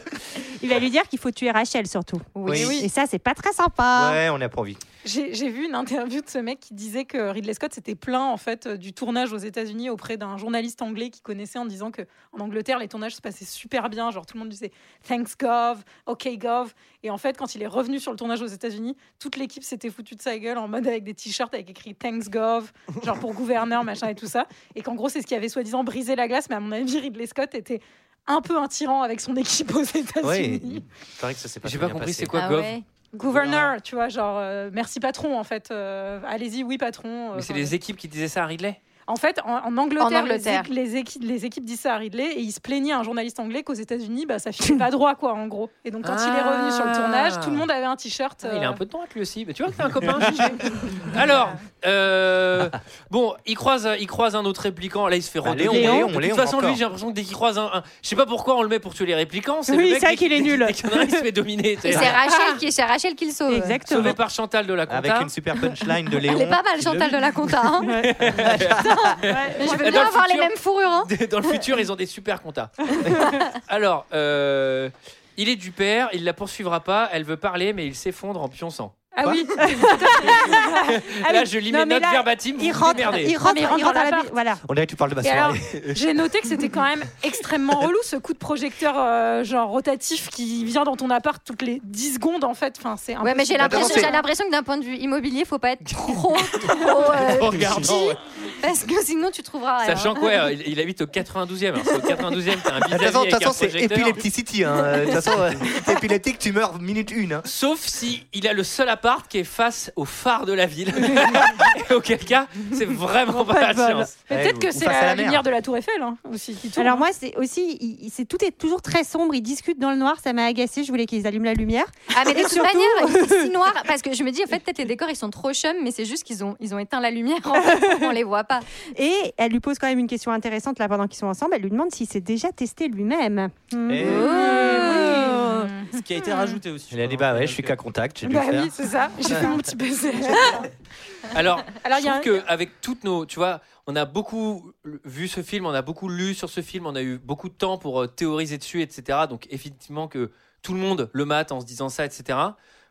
L: il va lui dire qu'il faut tuer Rachel surtout.
G: Oui.
F: Oui.
L: Et ça, c'est pas très sympa.
F: Ouais, on a pas envie.
J: J'ai j'ai vu une interview de ce mec qui disait que Ridley Scott s'était plaint en fait euh, du tournage aux États-Unis auprès d'un journaliste anglais qui connaissait en disant que en Angleterre les tournages se passaient super bien, genre tout le monde disait thanks Gov, ok Gov, et en fait quand il est revenu sur le tournage aux États-Unis, toute l'équipe s'était foutue de sa gueule en mode avec des t-shirts avec écrit thanks Gov, genre pour gouverneur machin et tout ça, et qu'en gros c'est ce qui avait soi-disant brisé la glace, mais à mon avis Ridley Scott était un peu un tyran avec son équipe aux
F: Ouais,
J: États-Unis.
F: il paraît que ça s'est pas
A: J'ai pas
F: très bien
A: compris,
F: passé.
A: c'est quoi
G: Ah
A: Gov
G: ouais.
J: Gouverneur, tu vois, genre euh, merci patron en fait. euh, Allez-y, oui patron. euh,
A: Mais c'est
J: enfin,
A: les équipes qui disaient ça à Ridley
J: En fait, en, en Angleterre,
G: En Angleterre.
J: Les, équ- les équi- les équipes disent ça à Ridley et il se plaignait à un journaliste anglais qu'aux États-Unis, bah, ça filait pas droit, quoi, en gros. Et donc, quand il est revenu sur le tournage, tout le monde avait un t-shirt.
A: Ah, Il a
J: euh,
A: un peu de droite lui aussi. Mais tu vois que t'as un copain. Gigi. Alors, euh, bon, il croise, il croise un autre répliquant. Là, il se fait
F: Bah,
A: rôder.
F: Léon,
A: Léon.
F: Léon,
A: De toute
F: Léon,
A: façon, lui,
F: encore.
A: j'ai l'impression que dès qu'il croise un, un- je sais pas pourquoi on le met pour tuer les répliquants. le
L: Oui,
A: mec,
L: c'est vrai
A: dès
L: qu'il est nul.
A: Dès qu'il y en a un, il se fait dominer.
G: Et
A: t'sais.
G: c'est Rachel qui est c'est Rachel qui le sauve.
L: Exactement.
A: Sauvé par Chantal de la Conta.
F: Avec une super punchline de Léon.
G: Elle est pas mal,
F: qui
G: Chantal
F: le-
G: de la Conta. hein. Mais je
A: Dans
G: veux
A: le
G: bien avoir les
A: futur-
G: mêmes fourrures. hein.
A: Dans le futur, ils ont des super comptas. Alors, euh, il est du père. Il la poursuivra pas. Elle veut parler, mais il s'effondre en pionçant.
J: Ah
K: Quoi
J: oui. Ah
A: Là, je lis mes notes verbatim, vous
J: Il
A: vous
J: rentre,
A: démerdez.
J: il rentre,
A: Non, mais il
J: il
A: rentre
J: rentre
A: dans
J: dans
A: la
J: l'appart.
A: bi-
L: voilà.
F: On a vu que tu parles de ma
J: Et alors,
F: soirée.
J: j'ai noté que c'était quand même extrêmement relou ce coup de projecteur euh, genre rotatif qui vient dans ton appart toutes les 10 secondes en fait. Enfin, c'est
G: Ouais, mais j'ai
J: impossible.
G: l'impression, j'ai l'impression que d'un point de vue immobilier, faut pas être trop, trop, euh,
A: Regardant, ouais.
G: parce que sinon tu trouveras. rien.
A: Oh, Sachant que ouais, euh, il, il habite au 92e. alors c'est au 92e, t'as un
F: Ah, De toute façon, de
A: vis-à-vis avec
F: toute
A: un
F: façon, c'est
A: projecteur.
F: Epilepticity. hein. Euh, De toute façon, euh, si t'es épileptique, tu meurs minute une. hein.
A: Sauf si il a le seul appart qui est face au phare de la ville. Et Auquel cas, c'est vraiment pas, la chance.
J: Mais peut-être que c'est la, lumière de la Tour Eiffel hein, aussi qui tourne.
L: Alors moi, c'est aussi, il- il- c'est tout est toujours très sombre. Ils discutent dans le noir, ça m'a agacé. Je voulais qu'ils allument la lumière.
G: Ah mais de
L: Et
G: toute
L: surtout-
G: manière, c'est si noir parce que je me dis en fait peut-être les décors ils sont trop chums mais c'est juste qu'ils ont ils ont éteint la lumière en fait, on les voit pas.
L: Et elle lui pose quand même une question intéressante là pendant qu'ils sont ensemble. Elle lui demande s'il s'est déjà testé lui-même.
J: Oh.
K: Eh
L: Mmh. Oh.
K: Ce qui a été rajouté aussi.
F: Elle a dit bah ouais, je suis qu'à
K: euh,
F: contact, j'ai dû
J: Bah
F: le faire.
J: oui, c'est ça. J'ai fait mon petit baiser.
A: Alors,
J: Alors,
A: je
J: il y a
A: trouve
J: un-
A: qu'avec toutes nos. Tu vois, on a beaucoup vu ce film, on a beaucoup lu sur ce film, on a eu beaucoup de temps pour euh, théoriser dessus, etc. Donc, effectivement, que tout le monde le mate en se disant ça, etc.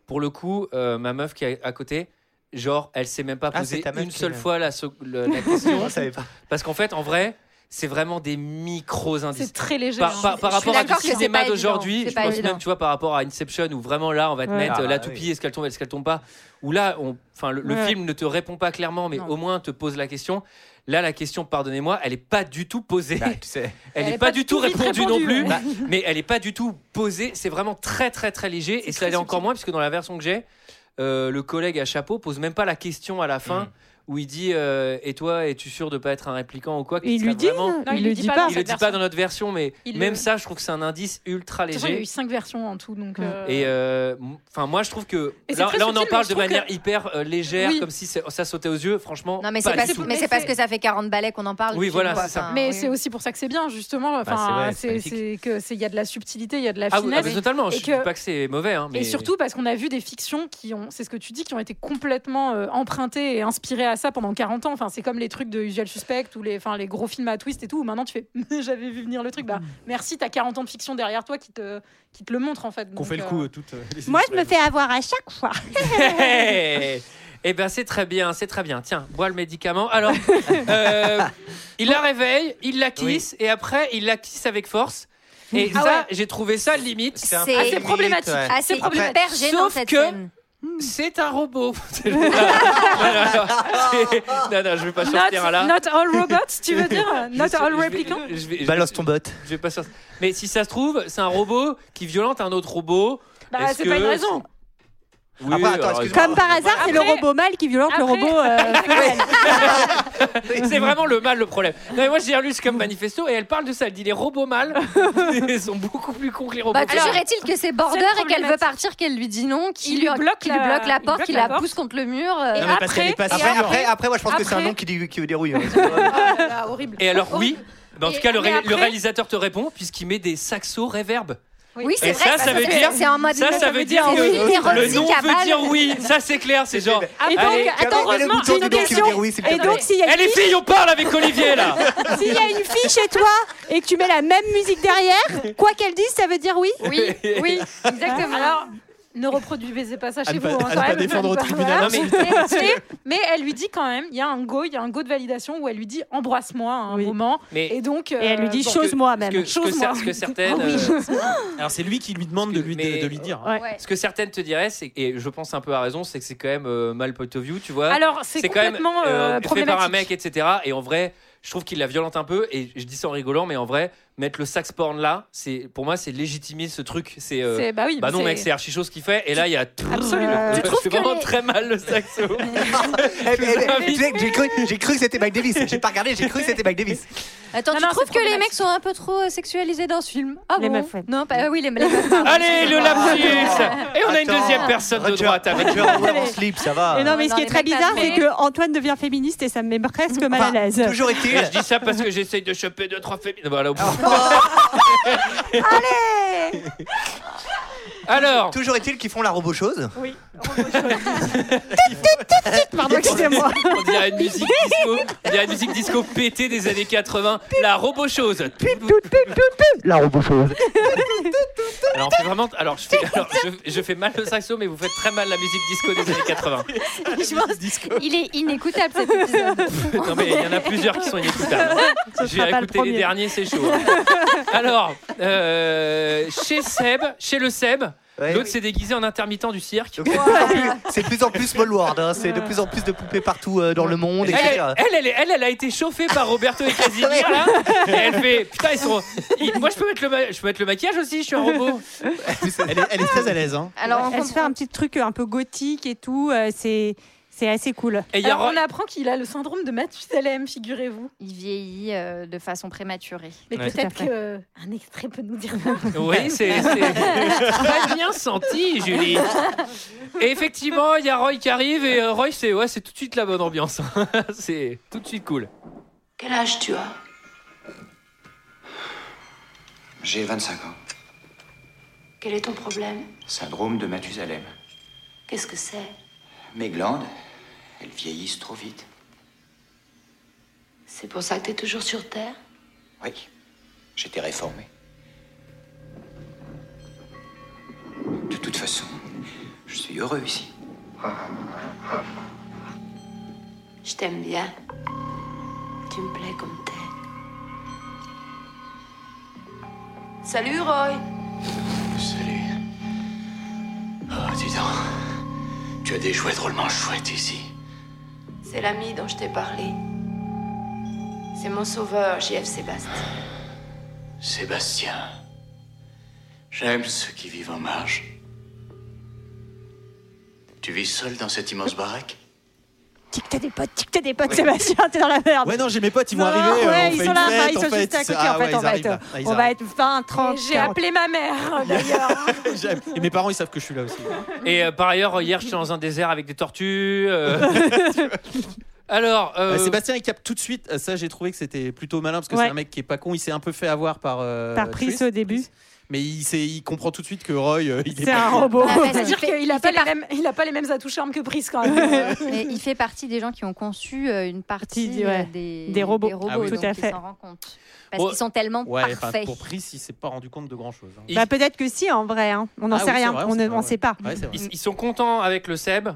A: Pour le coup, euh, ma meuf qui est à côté. Genre, elle s'est même pas
F: Ah,
A: posée
F: c'est ta meuf
A: une
F: qui
A: seule
F: l'a-
A: fois la, so- le- la question.
F: Je le savais pas.
A: Parce qu'en fait, en vrai, c'est vraiment des micros indices.
J: C'est très léger,
A: Par,
J: hein.
A: par- par
J: Je suis
A: rapport à du
J: d'accord que c'est
A: cinéma
J: pas évident.
A: d'aujourd'hui,
J: C'est
A: je
J: pas
A: pense
J: évident.
A: même, tu vois, par rapport à Inception, où vraiment là, on va te
J: Ouais.
A: mettre euh,
J: Ah,
A: la
J: oui.
A: toupie, est-ce qu'elle tombe, est-ce qu'elle tombe pas. Où là, on, enfin, le, le
K: Ouais.
A: film ne te répond pas clairement, mais
K: Non.
A: au moins te pose la question. Là, la question, pardonnez-moi, elle est pas du tout posée.
F: Bah, tu sais.
A: Elle
K: Elle
A: n'est
K: est
A: pas,
K: pas
A: du
K: du
A: tout
K: tout vite
A: répondue non plus, Bah,
K: répondue, ouais.
A: mais elle n'est pas du tout posée. C'est vraiment très, très, très léger. Et ça l'est encore moins, puisque dans la version que j'ai, euh, le collègue à chapeau pose même pas la question à la fin. Où il dit euh, et toi es-tu sûr de pas être un répliquant ou quoi
L: Il
A: qui
L: lui
A: serait
L: dit,
A: vraiment-
L: non, il Il le le dit dit pas pas. dans
A: Il le
L: cette
A: dit pas
L: version.
A: dans notre version, mais
J: Il
A: même
J: le-
A: ça je trouve que c'est un indice ultra
J: De toute façon, il y a eu
A: léger. Mm.
J: 5 versions en tout donc. euh,
A: Et enfin moi je trouve que
J: Et c'est
A: là,
J: très
A: là, on en
J: subtil,
A: parle
J: mais je
A: de
J: trouve
A: manière
J: que-
A: hyper euh, légère
J: Oui.
A: comme si c'est- ça sautait aux yeux franchement.
G: Non mais c'est
A: pas
G: parce
A: du tout.
G: mais c'est parce que ça fait 40 balais qu'on en parle. du
A: Oui,
G: film,
A: voilà,
G: quoi.
A: c'est ça.
G: Enfin,
J: Mais
G: oui.
J: c'est aussi pour ça que c'est bien, justement.
A: Bah, c'est
J: Enfin,
A: vrai, c'est
J: c'est c'est que c'est il y a de la subtilité, il y a de la
A: Ah
J: finesse.
A: oui, ah, mais totalement. Je
J: Et
A: dis
J: que-
A: pas que c'est mauvais hein, mais
J: Et surtout parce qu'on a vu des fictions qui ont, c'est ce que tu dis, qui ont été complètement euh, empruntées et inspirées à ça pendant 40 ans. Enfin, c'est comme les trucs de Usual Suspect ou les, enfin, les gros films à twist et tout. Où maintenant, tu fais, Mais j'avais vu venir le truc.
A: Mm.
J: Bah, merci, t'as 40 ans de fiction derrière toi qui te, qui te le montre en fait.
K: Qu'on
J: Donc,
K: fait le
J: euh,
K: coup euh, toutes. euh, les
L: Moi,
K: autres.
L: je me fais avoir à chaque fois.
A: Hey Eh bien, c'est très bien, c'est très bien. Tiens, bois le médicament. Alors, euh, il la réveille, il la kiss, et après, il la kiss avec force. Et
J: Ah
A: ça,
J: ouais.
A: j'ai trouvé ça limite.
J: un peu Assez limite, problématique. ouais.
G: Ah,
J: Assez
A: Après,
J: problématique. hyper gênant,
A: Sauf
J: cette
A: que
J: scène.
A: c'est un robot. non, non, non, non, non, je vais pas
J: Not-
A: sortir là.
J: not all robots, tu veux dire
A: Je
J: Not
A: sais-
J: all
A: je vais-
J: replicants
A: je vais- je-
F: Balance ton bot.
A: Je vais pas sortir. Mais si ça se trouve, c'est un robot qui violente un autre robot.
J: Bah,
A: Est-ce
J: c'est pas
A: que-
J: une raison.
A: Oui,
F: Après, attends,
A: alors,
F: excuse-moi.
L: Comme par hasard, c'est le robot mâle qui violente le robot. euh, femelle.
A: C'est vraiment le mal le problème. Non, mais moi j'ai lu ce comme manifesto et elle parle de ça. Elle dit les robots mâles ils sont beaucoup plus cons que les robots.
G: Bah,
A: Alors,
G: toujours est-il que c'est border et qu'elle veut partir, qu'elle lui dit non,
J: Il
G: qu'il lui,
J: lui bloque
G: qu'il lui
J: la-
G: bloque la
J: il
G: porte,
J: bloque
G: qu'il
J: la
G: la
J: porte.
G: pousse contre le mur. euh,
K: Non, mais parce qu'elle est hein. pas
F: Après,
K: sûre.
F: après, après, moi je pense que c'est un
G: Après-
F: nom qui, dé- qui dérouille. hein.
J: Oh horrible.
A: Et alors oui, bah, en
G: Et-
A: tout cas le,
G: mais
A: ré-
G: après-
A: le réalisateur te répond puisqu'il met des saxos reverb.
G: Oui, c'est
A: Et
G: vrai.
A: ça,
G: parce
A: ça veut
G: que
A: dire,
G: c'est en mode
A: ça, ça veut dire que le non veut dire oui. Ça, c'est clair, c'est genre.
J: Et donc,
A: allez,
J: attends, heureusement,
L: j'ai une question. Et donc, s'il y a
A: Eh, les
L: une
A: filles, on parle avec Olivier là.
L: S'il y a une fille chez toi et que tu mets la même musique derrière, quoi qu'elle dise, ça veut dire oui
G: Oui, oui, exactement.
J: Alors, ne reproduisez pas ça
K: À
J: chez
K: ne
J: vous.
K: pas-
J: hein, quand
K: à ne pas
J: même.
K: défendre au tribunal. hein,
J: Voilà.
K: Non,
A: mais-
J: Mais- Mais elle lui dit quand même, il y a un go, il y a un go de validation où elle lui dit embrasse-moi à un moment.
A: Mais-
J: Et donc. euh,
L: Et elle lui dit
J: bon,
L: chose-moi
J: que-
L: même.
A: que- que
J: Chose-moi.
A: cer- que certaines,
J: Ah oui.
A: euh,
K: Alors c'est lui qui lui demande de lui, de- de lui dire.
L: Ouais.
A: Ce que certaines te diraient, c'est- et je pense un peu à raison, c'est que c'est quand même euh, mal point of view, tu vois.
J: Alors, c'est complètement, euh,
A: fait par un
J: problématique.
A: mec, etc. Et en vrai, je trouve qu'il la violente un peu. Et je dis ça en rigolant, mais en vrai, mettre le sax porn là, c'est pour moi, c'est légitimer ce truc. C'est euh,
J: C'est- bah oui,
A: non,
J: c'est-
A: mec, c'est archi chose qu'il fait. Et là, il y a tout.
J: Absolument. Tu
A: Je
J: trouves
A: fais
J: que
A: vraiment
J: les-
A: très mal le saxo.
F: Eh, eh, eh, tu sais que J'ai cru, j'ai cru que c'était Mike Davis. J'ai pas regardé, j'ai cru que c'était Mike Davis.
G: Attends,
J: Non,
G: tu
J: non,
G: trouves
J: c'est
G: que les mecs sont un peu trop euh, sexualisés dans ce film Ah
L: Les
G: bon
L: meufs, ouais.
G: Non, pas- euh, oui, les, les meufs. pardon,
A: Allez, le
G: excusez-moi.
A: lapsus. Et on a une
F: Attends.
A: deuxième personne de
F: Roger-
A: droite avec.
F: Roger Howard en slip, ça va.
L: Et non, mais ce
G: Non,
L: qui est
G: mais
L: très
G: mec,
L: bizarre,
G: t'as
L: c'est
G: fait.
L: que Antoine devient féministe et ça me met presque mal à l'aise.
F: Toujours
A: Et
F: été.
A: je dis ça parce que j'essaye de choper deux trois féminines. Voilà, au bout.
J: Oh.
L: Allez
A: Alors,
F: Toujours est-il qu'ils font la robot chose.
J: Oui.
L: Pardon, excusez-moi.
A: On dirait une musique disco, on dirait une musique disco pétée des années 80. La robo chose.
F: La robot chose.
A: Alors, c'est vraiment. Alors, je fais, alors, je, je fais mal le saxo, mais vous faites très mal la musique disco des années 80.
G: Je pense- Il est inécoutable cet épisode.
A: Non, mais il y en a plusieurs qui sont inécoutables.
G: Ce
A: J'ai
G: sera pas le
A: écouté les
G: premier.
A: derniers, c'est chaud. hein. Alors, euh, chez Seb, chez le Seb, l'autre s'est déguisé en intermittent du cirque.
F: C'est de plus en plus Mallward, hein, c'est de plus en plus de poupées partout euh, dans le monde,
A: Elle,
F: etc.
A: elle, elle, elle, elle a été chauffée par Roberto et Casimir là. Et elle fait putain ils sont. ils- moi je peux mettre le ma- je peux mettre le maquillage aussi. Je suis un robot.
K: elle, est, elle est très à l'aise. Hein.
L: Alors,
J: on
L: elle se fait un petit truc un peu gothique et tout. euh, c'est c'est assez cool.
J: Alors, on apprend qu'il a le syndrome de Mathusalem, figurez-vous.
G: Il vieillit euh, de façon prématurée.
J: Mais
A: Ouais.
J: peut-être
A: Tout à fait.
J: qu'un extrait peut nous dire.
A: Oui, c'est c'est- très bien senti, Julie. Et effectivement, il y a Roy qui arrive et euh, Roy, c'est ouais, c'est tout de suite la bonne ambiance. c'est tout de suite cool.
I: Quel âge tu as
O: J'ai 25 ans.
I: Quel est ton problème
O: Syndrome de Mathusalem.
I: Qu'est-ce que c'est
O: Mes glandes, elles vieillissent trop vite.
I: C'est pour ça que t'es toujours sur Terre
O: Oui, j'étais réformé. De toute façon, je suis heureux ici.
I: Je t'aime bien. Tu me plais comme t'es. Salut Roy
O: Salut. Oh, dis donc. Tu as des jouets drôlement chouettes ici.
I: C'est l'ami dont je t'ai parlé. C'est mon sauveur, JF Sébastien.
O: Sébastien. J'aime ceux qui vivent en marge. Tu vis seul dans cette immense baraque
L: Tic t'as des potes, tic t'as des potes, Sébastien, t'es dans la merde.
K: Ouais, non, j'ai mes potes, ils vont
L: Non,
J: Ah,
K: arriver. euh,
L: ouais,
K: on
L: ils
K: fait
L: sont
K: une
L: là,
K: fête,
L: ils
K: en
L: sont
K: fait.
L: juste à côté.
K: Ah
L: en
K: ouais,
L: fait,
K: ils
L: on, va
K: arrivent,
L: être,
K: là. Ah, ils
L: on va
K: arrivent.
L: être 20, 30.
J: J'ai appelé ma mère d'ailleurs.
K: J'aime. Et mes parents, ils savent que je suis là aussi.
A: Et euh, par ailleurs, hier, j'étais dans un désert avec des tortues. euh. Alors, euh,
K: Euh, Sébastien, il capte tout de suite. Euh, Ça, j'ai trouvé que c'était plutôt malin parce que
L: Ouais.
K: c'est un mec qui est pas con. Il s'est un peu fait avoir par. euh,
L: Par Pris
K: Triss.
L: au début.
K: Mais il, sait- il comprend tout de suite que Roy, euh, il est.
L: C'est
K: pas
L: un
K: con.
L: robot.
J: Ah, bah,
G: Il
J: C'est-à-dire
G: fait-
J: qu'il
G: il
J: n'a
G: fait
J: pas, les mêmes- il a pas les mêmes atouts charmes que Brice quand même.
G: Mais il fait partie des gens qui ont conçu euh, une partie
L: Partie, ouais,
G: euh, des,
L: des robots. Ah oui.
G: donc
L: Tout à
G: il
L: fait.
G: s'en rend compte. Parce
K: Ouais.
G: qu'ils sont tellement
K: Ouais, enfin,
G: parfaits.
K: pour Pris, il s'est pas rendu compte de hein. grand chose.
L: Bah, peut-être que si, en vrai. hein. On n'en
K: Ah
L: sait
K: oui, c'est
L: rien.
K: vrai, on
L: on
K: sait
L: ne
K: pas,
L: on
K: ouais.
L: sait pas.
A: ils, ils sont contents avec le Seb,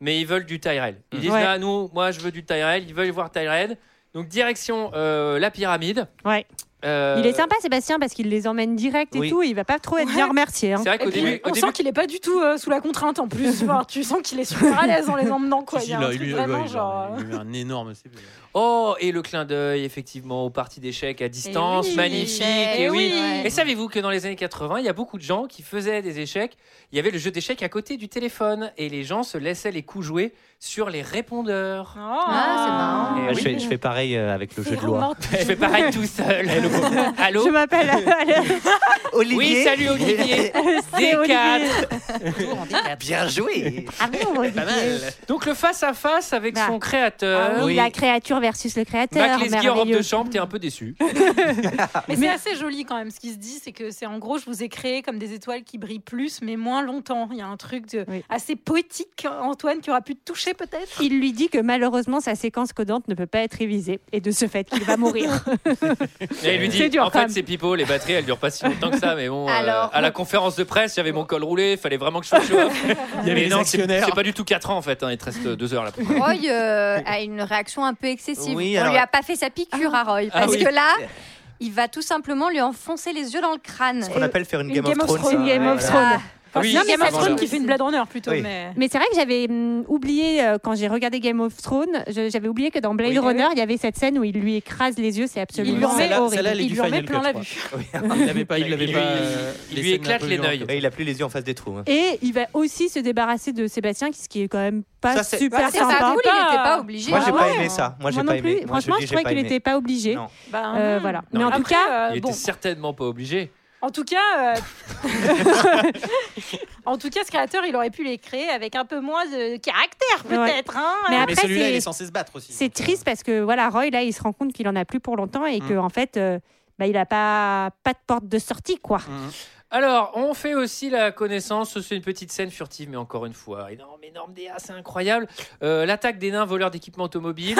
A: mais ils veulent du Tyrell. Ils disent
L: Ouais.
A: ah, nous, moi, je veux du Tyrell. Ils veulent voir Tyrell. Donc direction euh, la pyramide.
L: Ouais.
A: Euh,
L: Il est sympa, Sébastien, parce qu'il les emmène direct et
A: oui.
L: tout. Il va pas trop être bien remercié. hein.
A: C'est vrai qu'au
J: Et puis,
A: début- au
J: on
A: début-
J: sent qu'il est pas du tout euh, sous la contrainte en plus. Enfin, tu sens qu'il est super à l'aise en les emmenant quoi. Il
K: Si, si,
J: y a
K: là,
J: un
K: il
J: truc
K: lui- ouais,
J: vraiment
K: il lui-
J: genre. euh,
K: il lui a un énorme. c'est-
A: Oh, et le clin d'œil, effectivement, aux parties d'échecs à distance,
J: oui,
A: magnifique.
J: l'échec,
A: Et
J: eh
A: oui.
J: oui.
A: Et savez-vous que dans les années 80, il y a beaucoup de gens qui faisaient des échecs. Il y avait le jeu d'échecs à côté du téléphone et les gens se laissaient les coups jouer sur les répondeurs.
J: euh, oh.
G: Ah,
A: Eh
F: Bah, je,
A: oui.
F: fais, je fais pareil euh, avec le jeu de loi.
A: Je fais pareil tout seul. Allô
L: Je m'appelle euh,
F: Olivier.
A: Oui, salut Olivier.
L: C'est
A: D4.
F: Bien joué. Euh,
A: Donc le face-à-face avec
L: Bah.
A: son
L: Ah
A: créateur.
L: oui, La créature versus le créateur.
A: Mac Lesguy en robe de
L: merveilleux.
A: chambre, t'es un peu déçu.
K: Ah,
J: c'est- Mais, c'est assez joli quand même. Ce qui se dit, c'est que c'est en gros, je vous ai créé comme des étoiles qui brillent plus, mais moins longtemps. Il y a un truc de- assez poétique, Antoine, qui aura pu te toucher peut-être.
L: Il lui dit que malheureusement sa séquence codante ne peut pas être révisée et de ce fait qu'il va mourir.
A: Et il lui dit,
L: C'est dur,
A: en
L: quand
A: fait,
L: même.
A: c'est pipeau, les batteries, elles durent pas si longtemps que ça, mais bon, euh,
L: Alors,
A: à la conférence de presse, j'avais mon col roulé, il fallait vraiment que je fasse le off.
K: Il y avait
A: Mais
K: les
A: non, c'est
K: actionnaires.
A: c'est pas du tout 4 ans, en fait, hein, il te reste 2 heures là.
G: Roy euh, a une réaction un peu excessive.
A: Oui,
G: On
A: alors-
G: lui a pas fait sa piqûre à Roy.
A: Ah
G: Parce
A: oui.
G: que là, il va tout simplement lui enfoncer les yeux dans le crâne.
F: Ce qu'on appelle faire une,
G: Une
F: Game,
G: Game
F: of
G: of
F: Thrones.
G: Thrones.
F: ça,
G: Game
F: ouais,
G: of
F: voilà.
G: Thrones.
J: Enfin,
F: Oui,
J: non, mais
F: c'est
J: Game
F: avant
J: of Thrones
F: l'heure.
J: qui fait une Blade Runner plutôt.
F: Oui.
J: Mais...
L: Mais c'est vrai que j'avais hum, oublié euh, quand j'ai regardé Game of Thrones, je- j'avais oublié que dans Blade Runner, il y avait cette scène où il lui écrase les yeux, c'est absolument
K: lui en met-
L: horrible.
K: celle-là, elle est Il du lui en met Final plein Cut, la je Il l'avait pas. Il, l'avait
F: Il lui-
K: pas
F: il
K: les
F: lui
K: scènes un
F: éclate
K: peu
F: les
K: violentes.
F: Ouais, il a plus les yeux en face des trous. hein.
L: Et il va aussi se débarrasser de Sébastien, qui- ce qui est quand même pas
F: Ça, c'est-
L: super
F: Ouais, c'est
L: sympa.
G: Bah, pas cool, il était pas obligé. hein.
F: Moi, j'ai
L: Ah
F: pas
L: ouais.
F: aimé ça. Moi, j'ai
L: non
F: pas
L: plus.
F: aimé. Moi, je
L: Franchement,
F: dis,
L: je
F: j'ai
L: trouvais
F: pas
L: qu'il
F: aimé.
L: n'était pas obligé.
G: Ah
J: Bah,
L: Euh,
J: hum.
L: voilà. Mais en tout
J: Après,
L: cas,
J: euh,
A: Il était
J: bon.
A: certainement pas obligé.
J: En tout cas, euh, en tout cas, ce créateur, il aurait pu les créer avec un peu moins de caractère, peut-être. hein.
L: Mais
K: Mais
L: après,
K: celui-là,
L: c'est-
K: il est censé se battre aussi. euh,
L: C'est triste parce que voilà, Roy là, il se rend compte qu'il en a plus pour longtemps et que
K: Mm. Ah,
L: en fait, euh, bah, il a pas pas de porte de sortie quoi.
A: Alors, on fait aussi la connaissance, c'est une petite scène furtive, mais encore une fois, énorme, énorme DA, c'est incroyable. Euh, L'attaque des nains voleurs d'équipement automobile.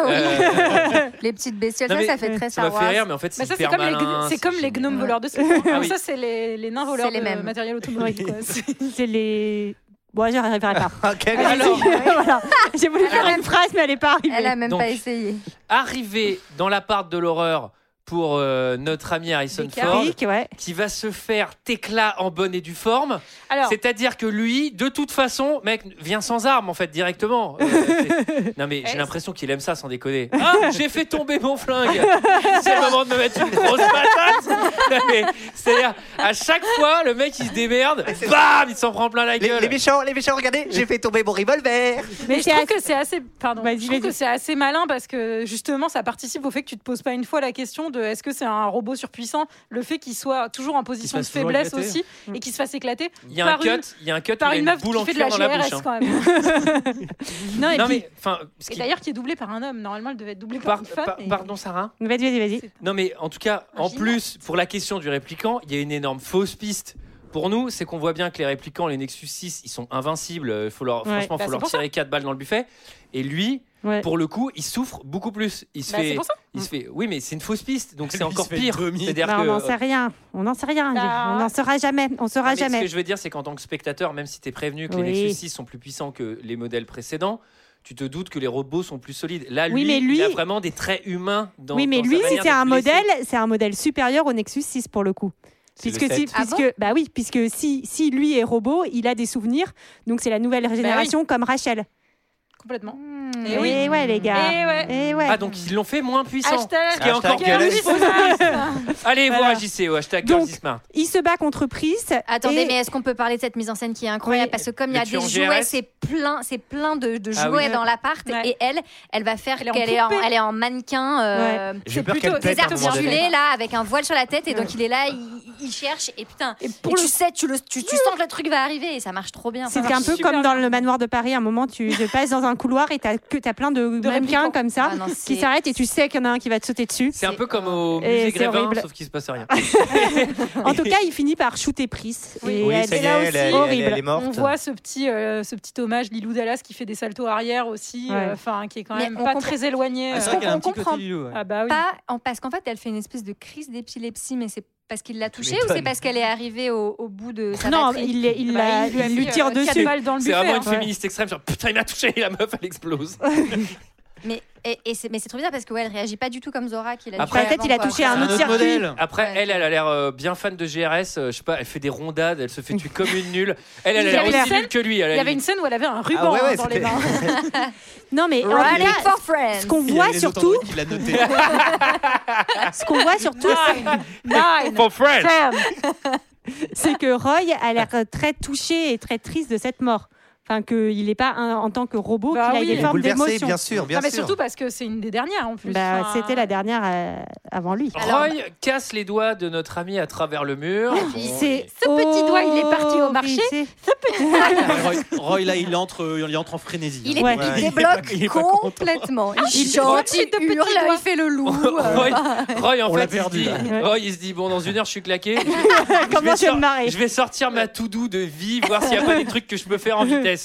A: Euh,
G: Les petites bestioles,
A: Non,
G: ça,
A: mais
G: ça fait très
A: ça m'a
G: Star
A: fait
G: Wars.
A: rire, mais en fait, c'est
J: Mais Bah, ça, c'est
A: hyper
J: comme, les,
A: malin,
J: gn- c'est
A: c'est Ah
J: comme les gnomes voleurs de secours. Ça, c'est les, les nains voleurs
G: C'est les
J: de
G: mêmes.
J: matériel automobile. quoi.
L: C'est les. Bon, j'y arriverai pas.
F: Ok,
A: alors-
L: Voilà. J'ai voulu faire
G: Alors-
L: une phrase, mais elle n'est pas arrivée.
G: Elle a même
A: Donc-
G: pas essayé.
A: Arrivé dans l'appart de l'horreur pour euh, notre ami Harrison Ford,
L: Rick, ouais.
A: qui va se faire téclat en bonne et due forme.
J: Alors-
A: C'est-à-dire que lui, de toute façon, mec, vient sans arme, en fait, directement. Euh, c'est- non, mais j'ai l'impression qu'il aime ça, sans déconner. Ah, j'ai fait tomber mon flingue C'est le moment de me mettre une grosse patate Non, mais, C'est-à-dire, à chaque fois, le mec, il se démerde, bam, il s'en prend plein la gueule.
F: Les méchants, les méchants, regardez, j'ai fait tomber mon revolver.
J: Mais je trouve que c'est assez, pardon, je trouve que c'est assez malin parce que justement, ça participe au fait que tu te poses pas une fois la question de est-ce que c'est un robot surpuissant, le fait qu'il soit toujours en position de
A: fasse toujours
J: faiblesse
A: éclater.
J: aussi
L: Mm.
J: et qu'il se fasse éclater
A: Il y a un
J: par
A: cut,
J: une,
A: il y a un cut, où
J: par
A: il a
J: une
A: une
J: meuf
A: boule
J: qui
A: en
J: fait de
A: cuir
J: la
A: dans la
J: GRS
A: bouche, hein.
J: quand même. non, et,
A: non,
J: puis-
A: mais, enfin, ce
J: et
A: qui-
J: d'ailleurs, qui est doublé par un homme. Normalement, elle devait être doublée par,
A: Par-
J: une femme.
A: par-
J: et-
A: pardon, Sarah
L: Vas-y, vas-y, vas-y.
A: Non, mais en tout cas, en plus, pour la question du répliquant, il y a une énorme fausse piste. Pour nous, c'est qu'on voit bien que les répliquants, les Nexus 6, ils sont invincibles. Euh, Faut leur,
L: Ouais.
A: franchement,
L: Bah,
A: faut
L: c'est
A: leur
L: pour ça.
A: tirer 4 balles dans le buffet. Et lui,
L: Ouais.
A: pour le coup, il souffre beaucoup plus. Il se
L: Bah,
A: fait.
L: c'est pour ça.
A: Il se fait. Oui, mais c'est une fausse piste, donc c'est
K: il
A: encore
K: se fait
A: pire.
K: demi.
A: C'est-à-dire
L: Bah,
A: que- euh,
L: on n'en sait rien. On n'en sait rien.
J: Bah,
G: Ah.
L: on n'en saura jamais. On saura
A: Ah, Mais Ce
L: jamais.
A: que je veux dire, c'est qu'en tant que spectateur, même si tu es prévenu que
L: Oui.
A: les Nexus 6 sont plus puissants que les modèles précédents, tu te doutes que les robots sont plus solides. Là, lui,
L: Oui, mais lui-
A: il a vraiment des traits humains dans
L: oui, mais
A: dans sa
L: lui, si
A: manière
L: c'est
A: de
L: un
A: blesser.
L: modèle, c'est un modèle supérieur au Nexus 6 pour le coup.
A: C'est le
L: Puisque si,
A: 7. Ah
L: puisque, bah oui, puisque si, si lui est robot, il a des souvenirs. Donc c'est la
G: Bah
L: nouvelle génération comme Rachel.
J: Complètement.
L: Mm.
G: Eh
L: Et ouais, les gars.
J: Et ouais.
L: Et ouais.
A: Ah, donc ils l'ont fait moins puissant.
J: Hashtag
A: ce qui est encore
J: Hashtag Girls
A: plus fausse. Allez, vous
L: Voilà.
A: réagissez au hashtag
L: Donc,
A: Girls is Smart.
L: Il se bat contre Priest.
G: Attendez,
L: et-
G: mais est-ce qu'on peut parler de cette mise en scène qui est incroyable Parce que comme il y a
A: Le
G: des
A: tueur
G: jouets,
A: GRS.
G: c'est plein, c'est plein de, de
A: Ah
G: jouets
A: oui.
G: dans l'appart, et elle, elle va faire
J: Elle est en
G: qu'elle est, en-
J: poupée.
G: elle est en mannequin. euh,
F: J'ai peur qu'elle
G: Des
F: pète à un moment donné.
G: articulés là avec un voile sur la tête et donc il est là il, il cherche et putain et tu sais tu, le, tu, tu sens que le truc va arriver et ça marche trop bien
L: C'était un peu comme dans le manoir de Paris. un moment, tu te passes dans un couloir et t'as que t'as plein de, mannequins comme ça
G: Ah non, c'est-
L: qui s'arrêtent et tu sais qu'il y en a un qui va te sauter dessus.
A: C'est un peu comme au
L: Et
A: musée
L: c'est
A: Grévin,
L: horrible.
A: sauf qu'il se passe rien.
L: En tout cas, il finit par shooter Priest. Et
F: Oui,
L: elle
F: ça
L: est
F: y
L: là
F: est,
L: aussi.
F: elle- elle-
L: horrible.
F: elle est morte.
J: On voit ce petit, euh, ce petit hommage Lilou Dallas qui fait des saltos arrière aussi,
L: Ouais.
J: euh, enfin qui est quand
G: Mais
J: même
G: on
J: pas
G: comprend-
J: très éloigné.
K: Ah, c'est
J: euh,
K: vrai qu'elle a un
G: on
K: petit côté
G: comprend.
K: Lilou, ouais.
J: Ah bah oui.
G: pas en- parce qu'en fait elle fait une espèce de crise d'épilepsie mais c'est parce qu'il l'a touchée ou c'est
F: m'étonnes.
G: parce qu'elle est arrivée au, au bout de sa
L: Non,
G: batterie
L: il, il,
J: Bah,
L: la-
J: il lui a
L: il lui
J: mis,
L: tire
J: euh, quatre
L: dessus.
J: balles dans le
A: C'est
J: buffet,
A: vraiment une
J: hein.
A: féministe extrême, genre putain, il m'a touché, la meuf, elle explose.
G: mais, et, et c'est, mais c'est trop bizarre parce que ouais, elle réagit pas du tout comme Zora qui l'a
A: Après,
G: touché
L: peut-être il a
G: avant, quoi.
L: touché un autre circuit.
A: Après, elle, elle a l'air euh, bien fan de GRS. euh, je sais pas, elle fait des rondades, elle se fait tuer comme une nulle. Elle, elle
J: Il y
A: a l'air
J: avait une
A: aussi nulle
J: scène-
A: que lui. à la
J: Il y avait une
A: limite.
J: scène où elle avait un ruban
F: ouais,
J: hein,
F: ouais,
J: dans les
F: c'était-
J: mains.
L: Non, mais en tout
G: Rally
L: cas,
G: for friends
L: ce qu'on
K: Il y avait
L: voit
K: les autres
L: surtout,
K: endroits qu'il a noté.
L: ce qu'on voit surtout, c'est-
J: Nine.
A: For friends.
J: Ten.
L: c'est que Roy a l'air très touché et très triste de cette mort. Enfin, qu'il n'est pas un- en tant que robot,
J: Bah
L: qu'il a
J: oui.
L: des formes
F: Bouleversé,
L: d'émotion.
F: bien sûr, bien
J: Ah, mais
F: sûr.
J: surtout parce que c'est une des dernières en plus.
L: Bah,
J: Enfin,
L: c'était la dernière euh, avant lui.
A: Roy casse les doigts de notre ami à travers le
J: Ah,
A: mur. Bon,
L: C'est
J: Ce petit doigt, il est parti au marché.
L: horrifié.
K: Roy, Roy, là, il entre, euh, il entre en frénésie.
G: il, est,
L: Ouais.
G: il
L: Ouais, il
K: est
G: débloque
K: pas- il est pas content.
G: complètement il
L: Il
J: chante
G: chante
J: de
G: il hurle
J: petits doigts.
G: il fait le loup
A: Roy,
G: euh,
A: Roy, en
K: On l'a
A: fait, il se
K: perdu,
A: dit-
K: là.
A: Roy, il se dit bon, dans une heure, je suis claqué.
L: Comment
A: vais
L: je vais
A: sor-
L: me marrer
A: Je vais sortir ma to-do de vie, voir s'il n'y a pas des trucs que je peux faire en vitesse.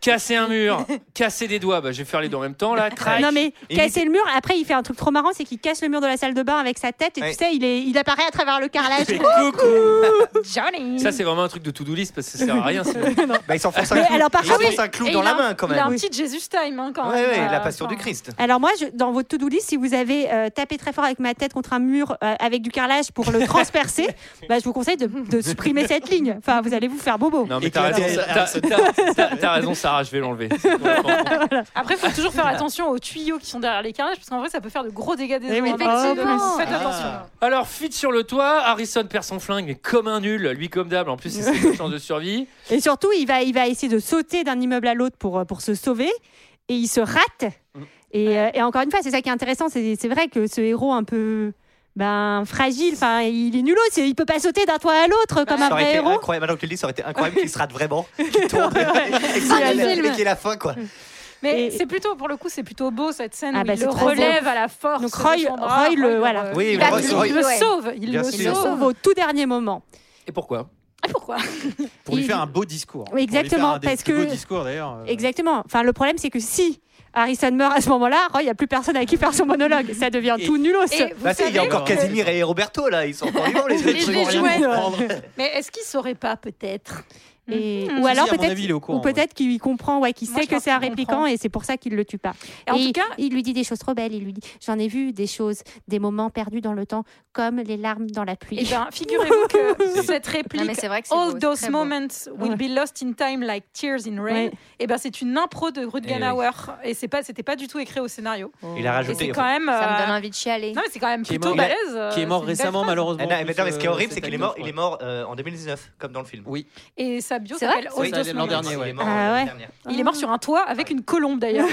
A: Casser un mur, casser des doigts, bah, je vais faire les deux en même temps là, crac.
L: Non mais
F: Il
L: casser le mur. Après, il fait un truc trop marrant, c'est qu'il casse le mur de la salle de bain avec sa tête et
F: Ouais.
L: tu sais, il est, il apparaît à travers le carrelage.
J: Johnny.
A: Ça c'est vraiment un truc de to-do list parce que ça sert à rien. sinon.
F: Bah, il s'enfonce
L: Mais
F: un clou,
L: alors, par
F: il
L: contre,
F: s'enfonce un clou
J: Ah Et
F: dans
J: il
F: la
J: a-
F: main quand
J: Il a
F: même.
J: un
F: Oui.
J: petit Jesus time hein, quand
F: Ouais,
J: même.
F: ouais,
J: euh,
F: la passion du
J: enfin.
F: Christ.
L: Alors moi, je- dans votre to-do list, si vous avez euh, tapé très fort avec ma tête contre un mur euh, avec du carrelage pour le transpercer, bah, je vous conseille de, de supprimer cette ligne. Enfin, vous allez vous faire bobo.
A: Non mais
K: Et
A: t'as
K: que-
A: raison, Sa- t'as- t'as- t'as- t'as raison Sarah, je vais l'enlever. C'est complètement con.
J: Après, faut toujours faire attention aux tuyaux qui sont derrière les carrelages parce qu'en vrai, ça peut faire de gros dégâts des
L: Eh
J: eaux,
L: oui,
J: hein.
L: effectivement.
J: Faites attention.
F: Ah.
A: Alors fuite sur le toit, Harrison perd son flingue mais comme un nul, lui comme d'hab. En plus c'est ses chances de survie.
L: Et surtout, il va, il va essayer de sauter d'un immeuble à l'autre pour, euh, pour se sauver, et il se rate.
F: Mm.
L: Et, euh, et encore une fois, c'est ça qui est intéressant, c'est c'est vrai que ce héros un peu ben, fragile, enfin, il est nul, il peut pas sauter d'un toit à l'autre comme un
F: Ça aurait
L: vrai
F: été
L: héros.
F: incroyable. Maintenant que tu le dis, ça aurait été incroyable qu'il se rate vraiment, qu'il tombe et qu'il
L: Fin du
F: ait
L: film.
F: la- et qu'il ait la fin quoi.
J: Mais
L: Et-
J: c'est plutôt, pour le coup, c'est plutôt beau cette scène
L: Ah
J: où
L: bah,
J: il
L: c'est
J: le
L: trop beau.
J: relève à la force.
L: Donc,
J: de
L: Roy-
J: son bras.
L: Roy le- voilà.
J: euh,
F: Oui,
J: il,
F: mais
J: va-
F: Roy-
J: il le
G: ouais.
J: sauve. Il
F: Bien
J: le
L: Il le
F: sûr.
J: sauve.
L: sauve au tout dernier moment.
A: Et pourquoi
J: Et pourquoi
K: Pour lui
L: Il-
K: faire un beau discours.
L: Oui, exactement,
K: Pour lui faire un
L: parce
K: des plus
L: que-
K: beaux discours d'ailleurs. euh,
L: Exactement. Enfin, le problème, c'est que si Harrison meurt à ce moment-là, Roy, il n'y a plus personne avec qui faire son monologue. Ça devient tout nul aussi.
F: Bah si, il y a encore Casimir et Roberto là, ils sont encore vivants les
J: Les-
F: autres, ils
J: les
F: vont rien
J: jouets.
F: comprendre.
J: Mais est-ce qu'il saurait pas peut-être
L: Et-
J: Mhm.
L: Ou alors
J: Si, à mon
L: peut-être
J: avis, il est au courant,
L: ou peut-être qu'il comprend, ouais, qu'il
J: Moi,
L: sait
J: je
L: que
J: pense
L: c'est un
J: qu'il
L: répliquant
J: comprend.
L: et c'est pour ça qu'il le tue pas.
J: Et en
L: Et
J: tout
L: il-
J: cas-
L: il lui dit des choses trop belles. Il lui dit J'en ai vu des choses, des moments perdus dans le temps, comme les larmes dans la pluie.
J: Eh bien, figurez-vous que
L: C'est-
J: cette réplique,
G: Non, mais c'est vrai que c'est
J: All
G: beau, c'est
J: those
G: très beau.
J: moments will
L: Ouais.
J: be lost in time like tears in rain,
L: Ouais.
J: eh ben, c'est une impro de
F: Eh
J: Rutgenauer. Et c'est pas, c'était pas du tout écrit au scénario.
F: Il a
J: Et
F: rajouté,
J: c'est
F: en
J: quand
F: fait.
J: même.
G: Ça me donne
J: euh,
G: envie de chialer.
J: Non, mais c'est quand même
F: Qui est
J: plutôt
F: mort-
J: balèze. euh,
K: qui est
J: c'est
K: mort
J: une belle
K: récemment
J: phrase.
K: malheureusement.
F: Ah non, mais attends, mais ce qui est
K: Euh,
F: horrible, c'est
K: cette
F: qu'il est
K: anecdote,
F: mort, il est mort euh, en 2019, comme dans le film.
K: Oui.
J: Et sa bio
G: C'est vrai
J: s'appelle
K: Oui,
J: All those
K: l'an
J: moments.
K: dernier, ouais.
F: Il est mort
L: Ah
F: l'année
L: ouais.
F: dernière.
J: Il est mort sur un toit avec une colombe d'ailleurs.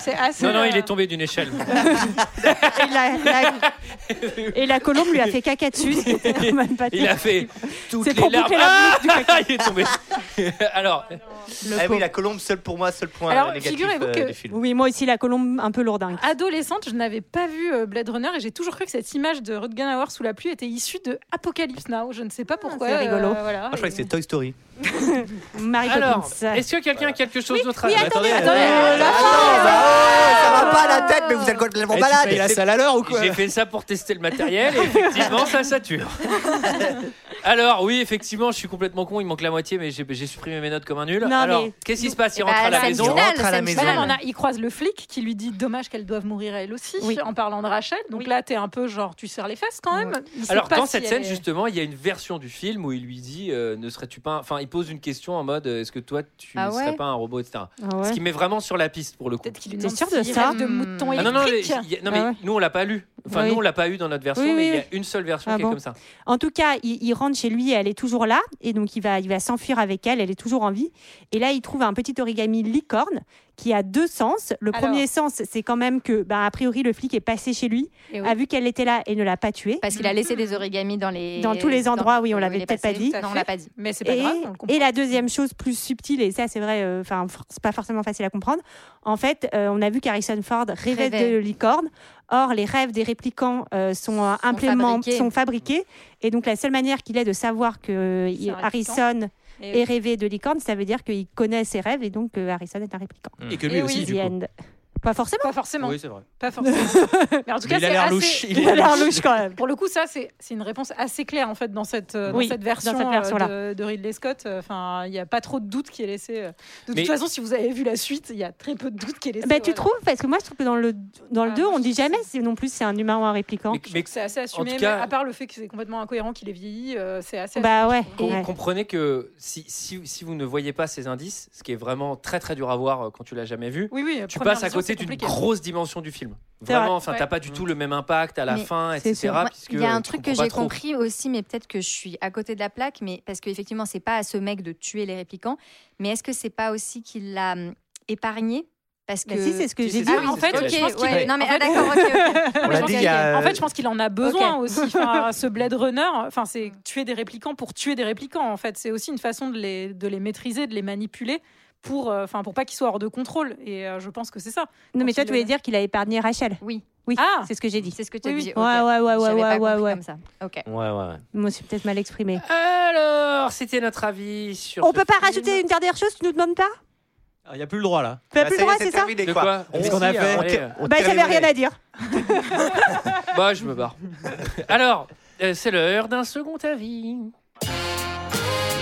J: c'est assez.
A: Non, non,
J: euh,
A: il est tombé d'une échelle.
L: Et la, la- et la colombe lui a fait caca dessus. C'était quand même pas
A: Il a fait toutes
L: C'est
A: les
L: pour
A: larmes.
L: boucler la
A: Ah
L: boucle du
A: il est tombé. Alors,
L: Le
F: Ah oui,
L: pauvre.
F: la colombe, seul pour moi, seul point
J: Alors,
F: euh, négatif
J: figurez-vous
F: euh,
J: que-
F: du film.
L: Oui, moi aussi, la colombe un peu lourdingue.
J: Adolescente, je n'avais pas vu euh, Blade Runner et j'ai toujours cru que cette image de Rutgenauer sous la pluie était issue de Apocalypse Now. Je ne sais pas pourquoi.
L: Ah,
J: euh,
L: c'est rigolo.
J: voilà,
F: Moi, je crois
J: et-
F: que c'est Toy Story.
L: Marie
A: alors
L: Poppins.
A: est-ce que quelqu'un a quelque chose d'autre à
L: oui,
A: dire
L: attendez,
K: attendez,
L: attendez.
K: euh,
L: la
F: Attends,
L: fin.
F: bah, ouais, ça va pas à la tête, mais vous êtes
K: Eh,
F: complètement
K: tu
F: malade.
K: payes la salle à l'heure ou quoi
A: J'ai fait ça pour tester le matériel et effectivement ça sature. Alors oui effectivement je suis complètement con, il manque la moitié mais j'ai j'ai supprimé mes notes comme un nul.
L: Non,
A: Alors
L: mais-
A: qu'est-ce qui se passe Il
G: Eh
A: rentre
G: bah,
A: à la
G: scène
A: maison.
G: finale,
F: rentre à la
G: scène
F: maison.
J: Bah
G: finale.
J: non, mais on a- il croise le flic qui lui dit dommage qu'elles doivent mourir elle aussi
L: Oui.
J: en parlant de Rachel. Donc là, t'es un peu genre tu serres les fesses quand même. Il sait
A: Alors
J: pas
A: dans
J: si
A: cette
J: elle
A: scène
J: est-
A: justement il y a une version du film où il lui dit euh, ne serais-tu pas un- enfin il pose une question en mode euh, est-ce que toi tu
G: Ah
A: ne serais
G: ouais
A: pas un robot etc.
L: Ah ouais.
A: Ce qui met vraiment sur la piste pour le coup.
J: Peut-être qu'il lui
L: T'es
J: demande
L: sûre de
J: s'il
L: ça
J: rêve de mouton
A: Ah non non mais,
J: électrique.
A: il y a- non, mais
L: Ah ouais.
A: nous on l'a pas lu. Enfin
L: Oui.
A: nous on l'a pas eu dans notre version
L: Oui,
A: mais il y
L: oui.
A: a une seule version
L: Ah
A: qui est
L: bon.
A: comme ça.
L: En tout cas, il, il rentre chez lui et elle est toujours là. Et donc, il va, il va s'enfuir avec elle. Elle est toujours en vie. Et là, il trouve un petit origami licorne qui a deux sens. Le
J: Alors.
L: premier sens, c'est quand même que, bah, a priori, le flic est passé chez lui,
G: Eh oui.
L: a vu qu'elle était là et ne l'a pas tuée.
G: Parce qu'il a laissé des origamis dans les.
L: Dans tous les endroits, oui, on
G: où
L: l'avait
G: il est
L: peut-être pas
G: passé.
L: dit.
G: Non, on l'a pas dit.
J: Mais c'est pas
L: Et,
J: grave, on le comprend.
L: et la deuxième chose plus subtile, et ça c'est vrai, euh, enfin for- c'est pas forcément facile à comprendre. En fait, euh, on a vu qu'Harrison Ford rêvait
G: Rêvait.
L: de licorne. Or, les rêves des réplicants euh, sont, euh,
G: Sont
L: implément-
G: fabriqués.
L: sont fabriqués, et donc la seule manière qu'il ait de savoir que
J: C'est un
L: Harrison
J: Et-
L: est rêvé de licorne, ça veut dire qu'il connaît ses rêves et donc que Harrison est un réplicant.
K: Et que lui
J: Et
K: aussi,
J: oui.
K: du
L: The
K: coup.
L: end. Pas forcément.
J: Pas forcément.
K: Oui, c'est vrai.
J: Pas forcément. mais en tout cas,
K: Mais il a
J: c'est
K: l'air
J: assez...
K: louche.
L: Il a l'air louche quand même.
J: Pour le coup, ça, c'est c'est une réponse assez claire en fait dans cette, euh,
L: Oui,
J: dans cette
L: dans
J: version,
L: cette
J: euh,
L: version-là.
J: de, de Ridley Scott. Enfin, il n'y a pas trop de doute qui est laissé. euh. De toute
A: Mais-
J: façon, si vous avez vu la suite, il y a très peu de doute qui est laissé.
L: Bah, tu
J: voilà.
L: trouves Parce que moi je trouve que dans le dans le
J: Ah,
L: 2,
J: moi,
L: on
J: je
L: dit
J: trouve
L: jamais si non plus c'est un humain ou un réplicant.
A: Mais- mais
J: C'est assez assumé,
A: tout
J: mais
A: cas-
J: à part le fait que c'est complètement incohérent qu'il ait vieilli, euh, c'est assez.
L: Bah ouais.
A: Com-
L: ouais.
A: Comprenez que si, si, si vous ne voyez pas ces indices, ce qui est vraiment très très dur à voir euh, quand tu l'as jamais vu,
J: Oui, oui.
A: tu
J: première
A: passes à
J: vision,
A: côté
J: c'est
A: d'une
J: compliqué.
A: grosse dimension du film.
L: C'est
A: Vraiment,
L: vrai.
A: enfin,
J: Ouais.
A: t'as pas du tout le même impact à la
G: Mais
A: fin,
L: c'est
A: etc.
L: sûr. Ah,
G: Moi,
A: puisque
G: Il y a un
A: tu
G: truc que
A: comprends pas
G: j'ai
A: trop.
G: compris aussi, mais peut-être que je suis à côté de la plaque, mais parce qu'effectivement, c'est pas à ce mec de tuer les réplicants, mais est-ce que c'est pas aussi qu'il l'a hum, épargné parce que
L: Bah, si, c'est ce que
A: Si,
L: j'ai
A: c'est
L: dit.
A: ça.
J: Ah, en fait,
A: Ok,
J: je pense qu'il
G: ouais,
J: est-
G: non, mais,
J: en
G: ah,
J: fait-
G: d'accord, ok,
J: Non,
G: ok.
J: mais
F: l'a
J: je pense
F: dit,
J: qu'il-
F: il y a-
J: En fait, je pense qu'il en a besoin aussi. Enfin, ce Blade Runner, enfin, c'est tuer des réplicants pour tuer des réplicants. En fait, c'est aussi une façon de les, de les maîtriser, de les manipuler pour, euh, enfin, pour pas qu'ils soient hors de contrôle. Et euh, je pense que c'est ça.
L: Non, mais
J: Quand
L: toi,
J: il
L: tu voulais
J: le-
L: dire qu'il a épargné Rachel.
G: Oui,
L: Oui,
J: Ah.
L: c'est ce que j'ai dit.
G: c'est ce que tu as
J: Oui,
G: dit.
L: Ouais, ouais,
G: ok.
L: ouais, ouais,
G: J'avais
L: ouais,
G: pas
L: ouais,
G: compris
L: ouais.
G: comme ça. Ok.
F: Ouais, ouais, ouais.
L: Je me suis peut-être mal exprimée.
F: Ah,
A: Alors, c'était notre avis sur.
L: On
A: ce
L: peut pas
A: film.
L: rajouter une dernière chose, tu nous demandes pas
K: Ah, Il n'y a plus le droit là.
L: T'as
F: Bah,
L: plus le
F: ça y est,
L: droit,
F: c'est
L: c'est ça
F: terminé,
A: De
F: quoi.
A: quoi
F: On-
K: Qu'est-ce qu'on a
F: on
K: fait
F: tire- on
L: Bah
F: tire
L: j'avais
F: les
L: rien
F: volets.
L: à dire.
A: Bah, je me barre. Alors, euh, c'est l'heure d'un second avis.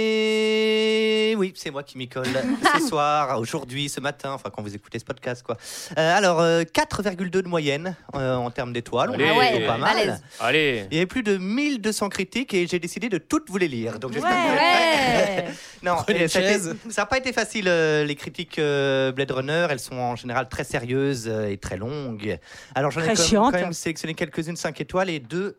F: Et oui, c'est moi qui m'y colle ce soir, aujourd'hui, ce matin, enfin quand vous écoutez ce podcast quoi. Euh, alors euh, 4,2 de moyenne euh, en termes d'étoiles, on
A: Allez.
F: est
A: Ah ouais,
F: plutôt pas mal.
G: balèze.
A: Allez.
F: Il y avait plus de 1200 critiques et j'ai décidé de toutes vous les lire. Donc j'espère que vous
G: Ah Ouais.
F: Non,
K: Prenez
F: euh,
K: une
F: ça n'a
K: chaise.
F: pas été facile. euh, les critiques euh, Blade Runner, elles sont en général très sérieuses euh, et très longues. Alors j'en ai
L: Très
F: quand, même-
L: chiantes.
F: quand même sélectionné quelques-unes 5 étoiles et 2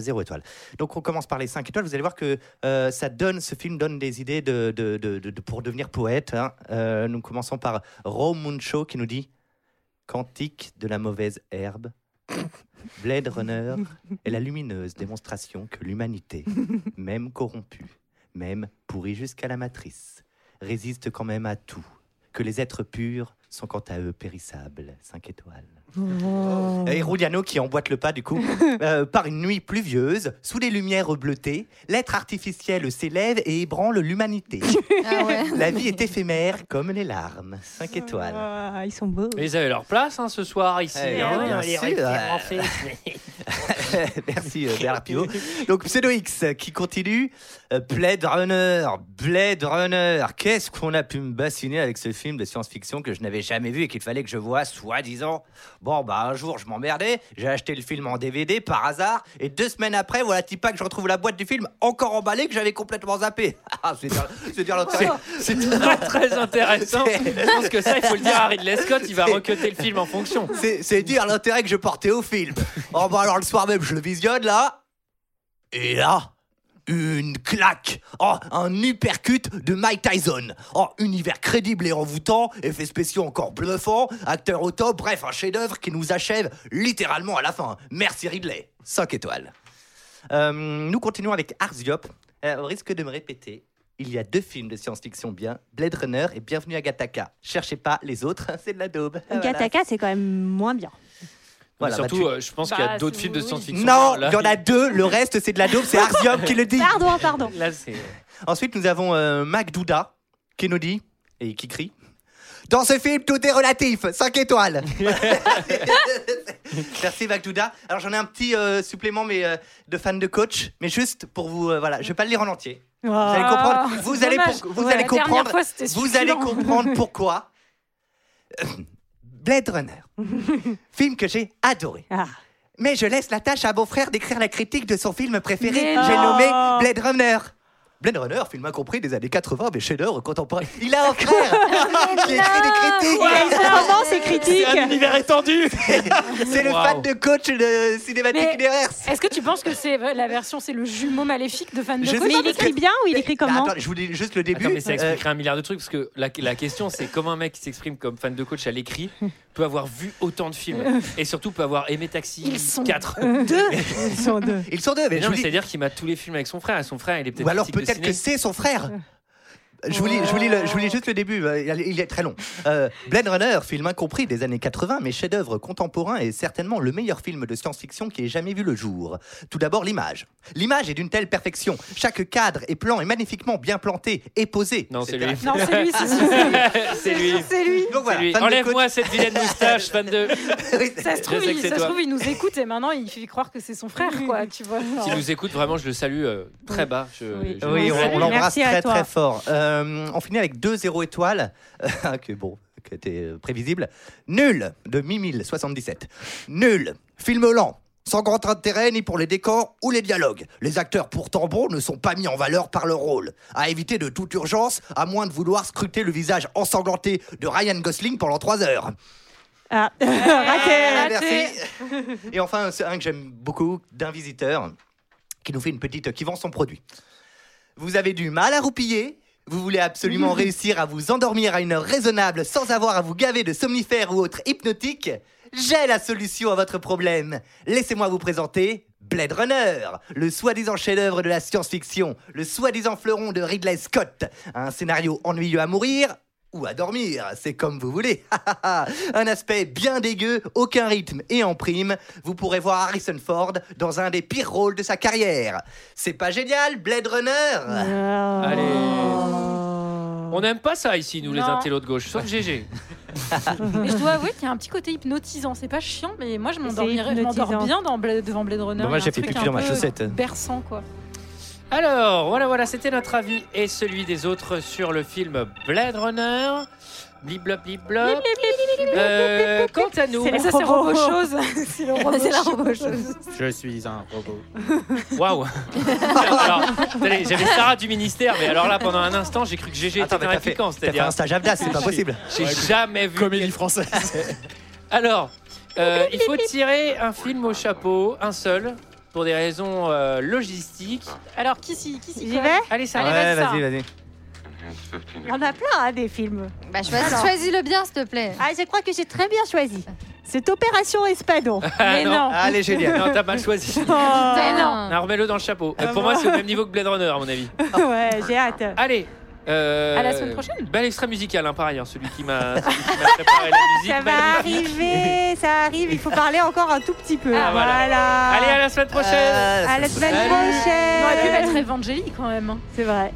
F: 0 étoiles. Donc on commence par les 5 étoiles. Vous allez voir que euh, ça donne, ce film donne des idées de, de- de- de- de- pour devenir poète. hein. Euh, nous commençons par Ro Muncho qui nous dit Cantique de la mauvaise herbe. Blade Runner est la lumineuse démonstration que l'humanité, même corrompue, même pourrie jusqu'à la matrice, résiste quand même à tout, que les êtres purs sont quant à eux périssables. 5 étoiles.
L: Oh.
F: Et Ruliano qui emboîte le pas du coup euh, par une nuit pluvieuse, sous les lumières bleutées, l'être artificiel s'élève et ébranle l'humanité.
G: Ah
F: La vie est éphémère comme les larmes. 5 étoiles.
L: Ah, ils sont beaux.
A: Mais ils avaient leur place hein, ce soir ici.
F: Eh,
A: hein,
F: bien
A: les
F: sûr. Ah.
A: référencés.
F: Merci euh, Bernard Pivot. Donc Pseudo X euh, qui continue. Euh, Blade Runner, Blade Runner. Qu'est-ce qu'on a pu me bassiner avec ce film de science-fiction que je n'avais jamais vu et qu'il fallait que je voie soi-disant. Bon bah un jour je m'emmerdais, j'ai acheté le film en DVD par hasard et deux semaines après voilà type pas que je retrouve la boîte du film encore emballée que j'avais complètement zappé. Ah, c'est dire- c'est dire l'intérêt.
A: C'est très, très intéressant.
F: C'est-
A: Je pense que ça, il faut le dire à Ridley Scott, il va
F: C'est-
A: recuter le film en fonction.
F: C'est c'est dire l'intérêt que je portais au film. Oh bah alors le soir même, je le visionne là. Et là, une claque. Oh, un uppercut de Mike Tyson. Oh, univers crédible et envoûtant, effets spéciaux encore bluffants, acteur au top, bref, un chef-d'œuvre qui nous achève littéralement à la fin. Merci Ridley. 5 étoiles. Euh, nous continuons avec Arziop. Euh, au risque de me répéter, il y a deux films de science-fiction bien, Blade Runner et Bienvenue à Gattaca. Cherchez pas les autres, c'est de la daube. Ah, voilà.
L: Gattaca, c'est quand même moins bien.
A: Voilà, surtout,
F: bah, tu-
A: euh, je pense qu'il y a d'autres films de science-fiction.
F: Non,
A: Là,
F: il y en a deux, le reste c'est de la daube, c'est Arziop qui le dit.
L: Pardon, pardon.
A: Là, c'est.
F: Ensuite, nous avons euh, Mac Douda, qui nous dit et qui crie Dans ce film, tout est relatif, 5 étoiles. Merci Mac Douda. Alors, j'en ai un petit euh, supplément mais, euh, de fan de coach, mais juste pour vous. euh, voilà, je vais pas le lire en entier.
L: Vous
F: allez comprendre,
J: Ah, Oh, c'est
F: vous allez,
J: dommage.
F: pour- vous
J: Ouais,
F: allez
J: la dernière
F: comprendre,
J: fois, c'était
F: vous
J: suffisant.
F: allez comprendre pourquoi. Euh, Blade Runner, film que j'ai adoré.
L: Ah.
F: Mais je laisse la tâche à mon frère d'écrire la critique de son film préféré.
L: Mais
F: J'ai
L: non.
F: nommé Blade Runner. Blade Runner, film incompris des années 80, mais chef-d'œuvre contemporain. Il a un frère qui écrit des critiques.
L: Ouais, c'est vraiment, c'est critique. C'est un
F: univers étendu. c'est le
A: Wow.
F: fan de coach de cinématique
J: Mais
F: derrière.
J: Est-ce que tu penses que c'est la version, c'est le jumeau maléfique de fan de
F: Je
J: Code
F: sais pas, parce que-
L: ou il écrit
F: comment Attends, je vous dis juste le début.
A: Attends, mais ça
F: Euh,
A: expliquerait un milliard de trucs parce que la, la question c'est comment un mec qui s'exprime comme fan de coach à l'écrit peut avoir vu autant de films et surtout peut avoir aimé Taxi 4.
F: Euh,
L: Deux. Ils sont deux.
F: Ils sont deux, mais
A: Mais
F: je
A: non,
F: vous
A: mais
F: dis-
A: c'est-à-dire qu'il m'a tous les films avec son frère et son frère il est peut-être.
F: Ou alors
A: critique de
F: peut-être que
A: ciné.
F: c'est son frère. Je vous, lis, je, vous lis le- je vous lis juste le début, euh, il est- il est très long. Euh, Blade Runner, film incompris des années 80, mais chef-d'œuvre contemporain et certainement le meilleur film de science-fiction qui ait jamais vu le jour. Tout d'abord, l'image. L'image est d'une telle perfection. Chaque cadre et plan est magnifiquement bien planté et posé.
A: Non, c'est lui.
F: etc.
A: Non, c'est lui, c'est sûr, c'est lui. C'est lui.
J: C'est lui.
F: Donc voilà,
A: C'est lui.
F: fan de
A: Enlève-moi
F: coach.
A: cette vilaine moustache, fan de.
J: Ça se trouve,
A: Je sais
J: il,
A: que c'est
J: ça se
A: toi.
J: trouve, il nous écoute et maintenant il fait croire que c'est son frère,
G: Ah,
J: quoi. Tu vois. genre.
A: S'il nous écoute, vraiment, je le salue euh, très bas. Je, je-
F: Oui,
A: je-
F: on, on l'embrasse
J: Merci à
F: très
J: toi.
F: très fort. Euh, on finit avec deux zéro étoiles, que bon, qui était euh, prévisible. Nul de Mimile 77. Nul. Film lent. Sans grand intérêt ni pour les décors ou les dialogues. Les acteurs pourtant bons ne sont pas mis en valeur par leur rôle. À éviter de toute urgence, à moins de vouloir scruter le visage ensanglanté de Ryan Gosling pendant trois heures.
L: Ah,
J: Ah,
F: Ah, Merci. Et enfin, c'est un que j'aime beaucoup, d'un visiteur qui nous fait une petite qui vend son produit. Vous avez du mal à roupiller vous voulez absolument réussir à vous endormir à une heure raisonnable sans avoir à vous gaver de somnifères ou autres hypnotiques J'ai la solution à votre problème. Laissez-moi vous présenter Blade Runner, le soi-disant chef-d'œuvre de la science-fiction, le soi-disant fleuron de Ridley Scott. Un scénario ennuyeux à mourir, ou à dormir, c'est comme vous voulez. un aspect bien dégueu, aucun rythme et en prime, vous pourrez voir Harrison Ford dans un des pires rôles de sa carrière. C'est pas génial, Blade
L: Mmh.
F: Runner
A: Allez.
G: Oh.
A: On n'aime pas ça ici, nous, les
J: Non.
A: intellos de gauche, sauf GG.
J: Mais je dois avouer qu'il y a un petit côté hypnotisant. C'est pas chiant, mais moi je m'endormirais- je
A: hypnotisant.
J: m'endors bien dans Blade- devant Blade Runner.
F: Bah, moi,
J: Il y a
F: j'ai
J: un
F: fait
J: truc
F: pipi
J: un
F: dans ma
J: peu
F: chaussette.
J: Berçant, quoi.
A: Alors, voilà, voilà, c'était notre avis et celui des autres sur le film Blade Runner. Bliblop, bliblop. Euh, quant à nous,
J: Mais ça, c'est robot chose. C'est le robot
A: C'est la
J: robot chose.
K: Je suis un robot.
A: Waouh Alors, attendez, j'avais Sarah du ministère, mais alors là, pendant un instant, j'ai cru que GG était un
F: t'as fait-
A: répliquant.
F: t'as fait un stage Avdas, c'est pas possible.
A: J'ai
F: Ouais,
A: jamais vu. Comédie
K: française.
A: Alors, euh, il faut tirer un film au chapeau, un seul, pour des raisons euh, logistiques.
J: Alors, qui s'y qui s'y
L: J'y
J: colle
L: vais
A: Allez, Sarah.
F: Ouais, vas-y, vas-y.
L: Il y en a plein hein, des films. Bah,
G: choisis-
L: le bien, s'il te plaît. Ah, je crois que j'ai très bien choisi. C'est Opération Espadon.
A: Ah,
F: Allez, génial.
A: Non, t'as mal choisi.
L: Oh. Mais non.
A: Ah, Non, remets-le dans le chapeau. Euh, pour moi, c'est au même niveau que Blade Runner, à mon avis.
L: ouais, j'ai hâte.
A: Allez, Euh,
J: À la semaine prochaine.
A: Bel extrait musical, hein, par ailleurs, celui qui m'a celui qui m'a préparé la musique.
L: Ça
A: magnifique.
L: va arriver, ça arrive. Il faut parler encore un tout petit peu.
A: Ah, voilà. Allez, à la semaine prochaine.
F: Euh, Ah,
L: À la semaine prochaine.
J: On aurait pu mettre Evangélie quand même.
L: C'est vrai.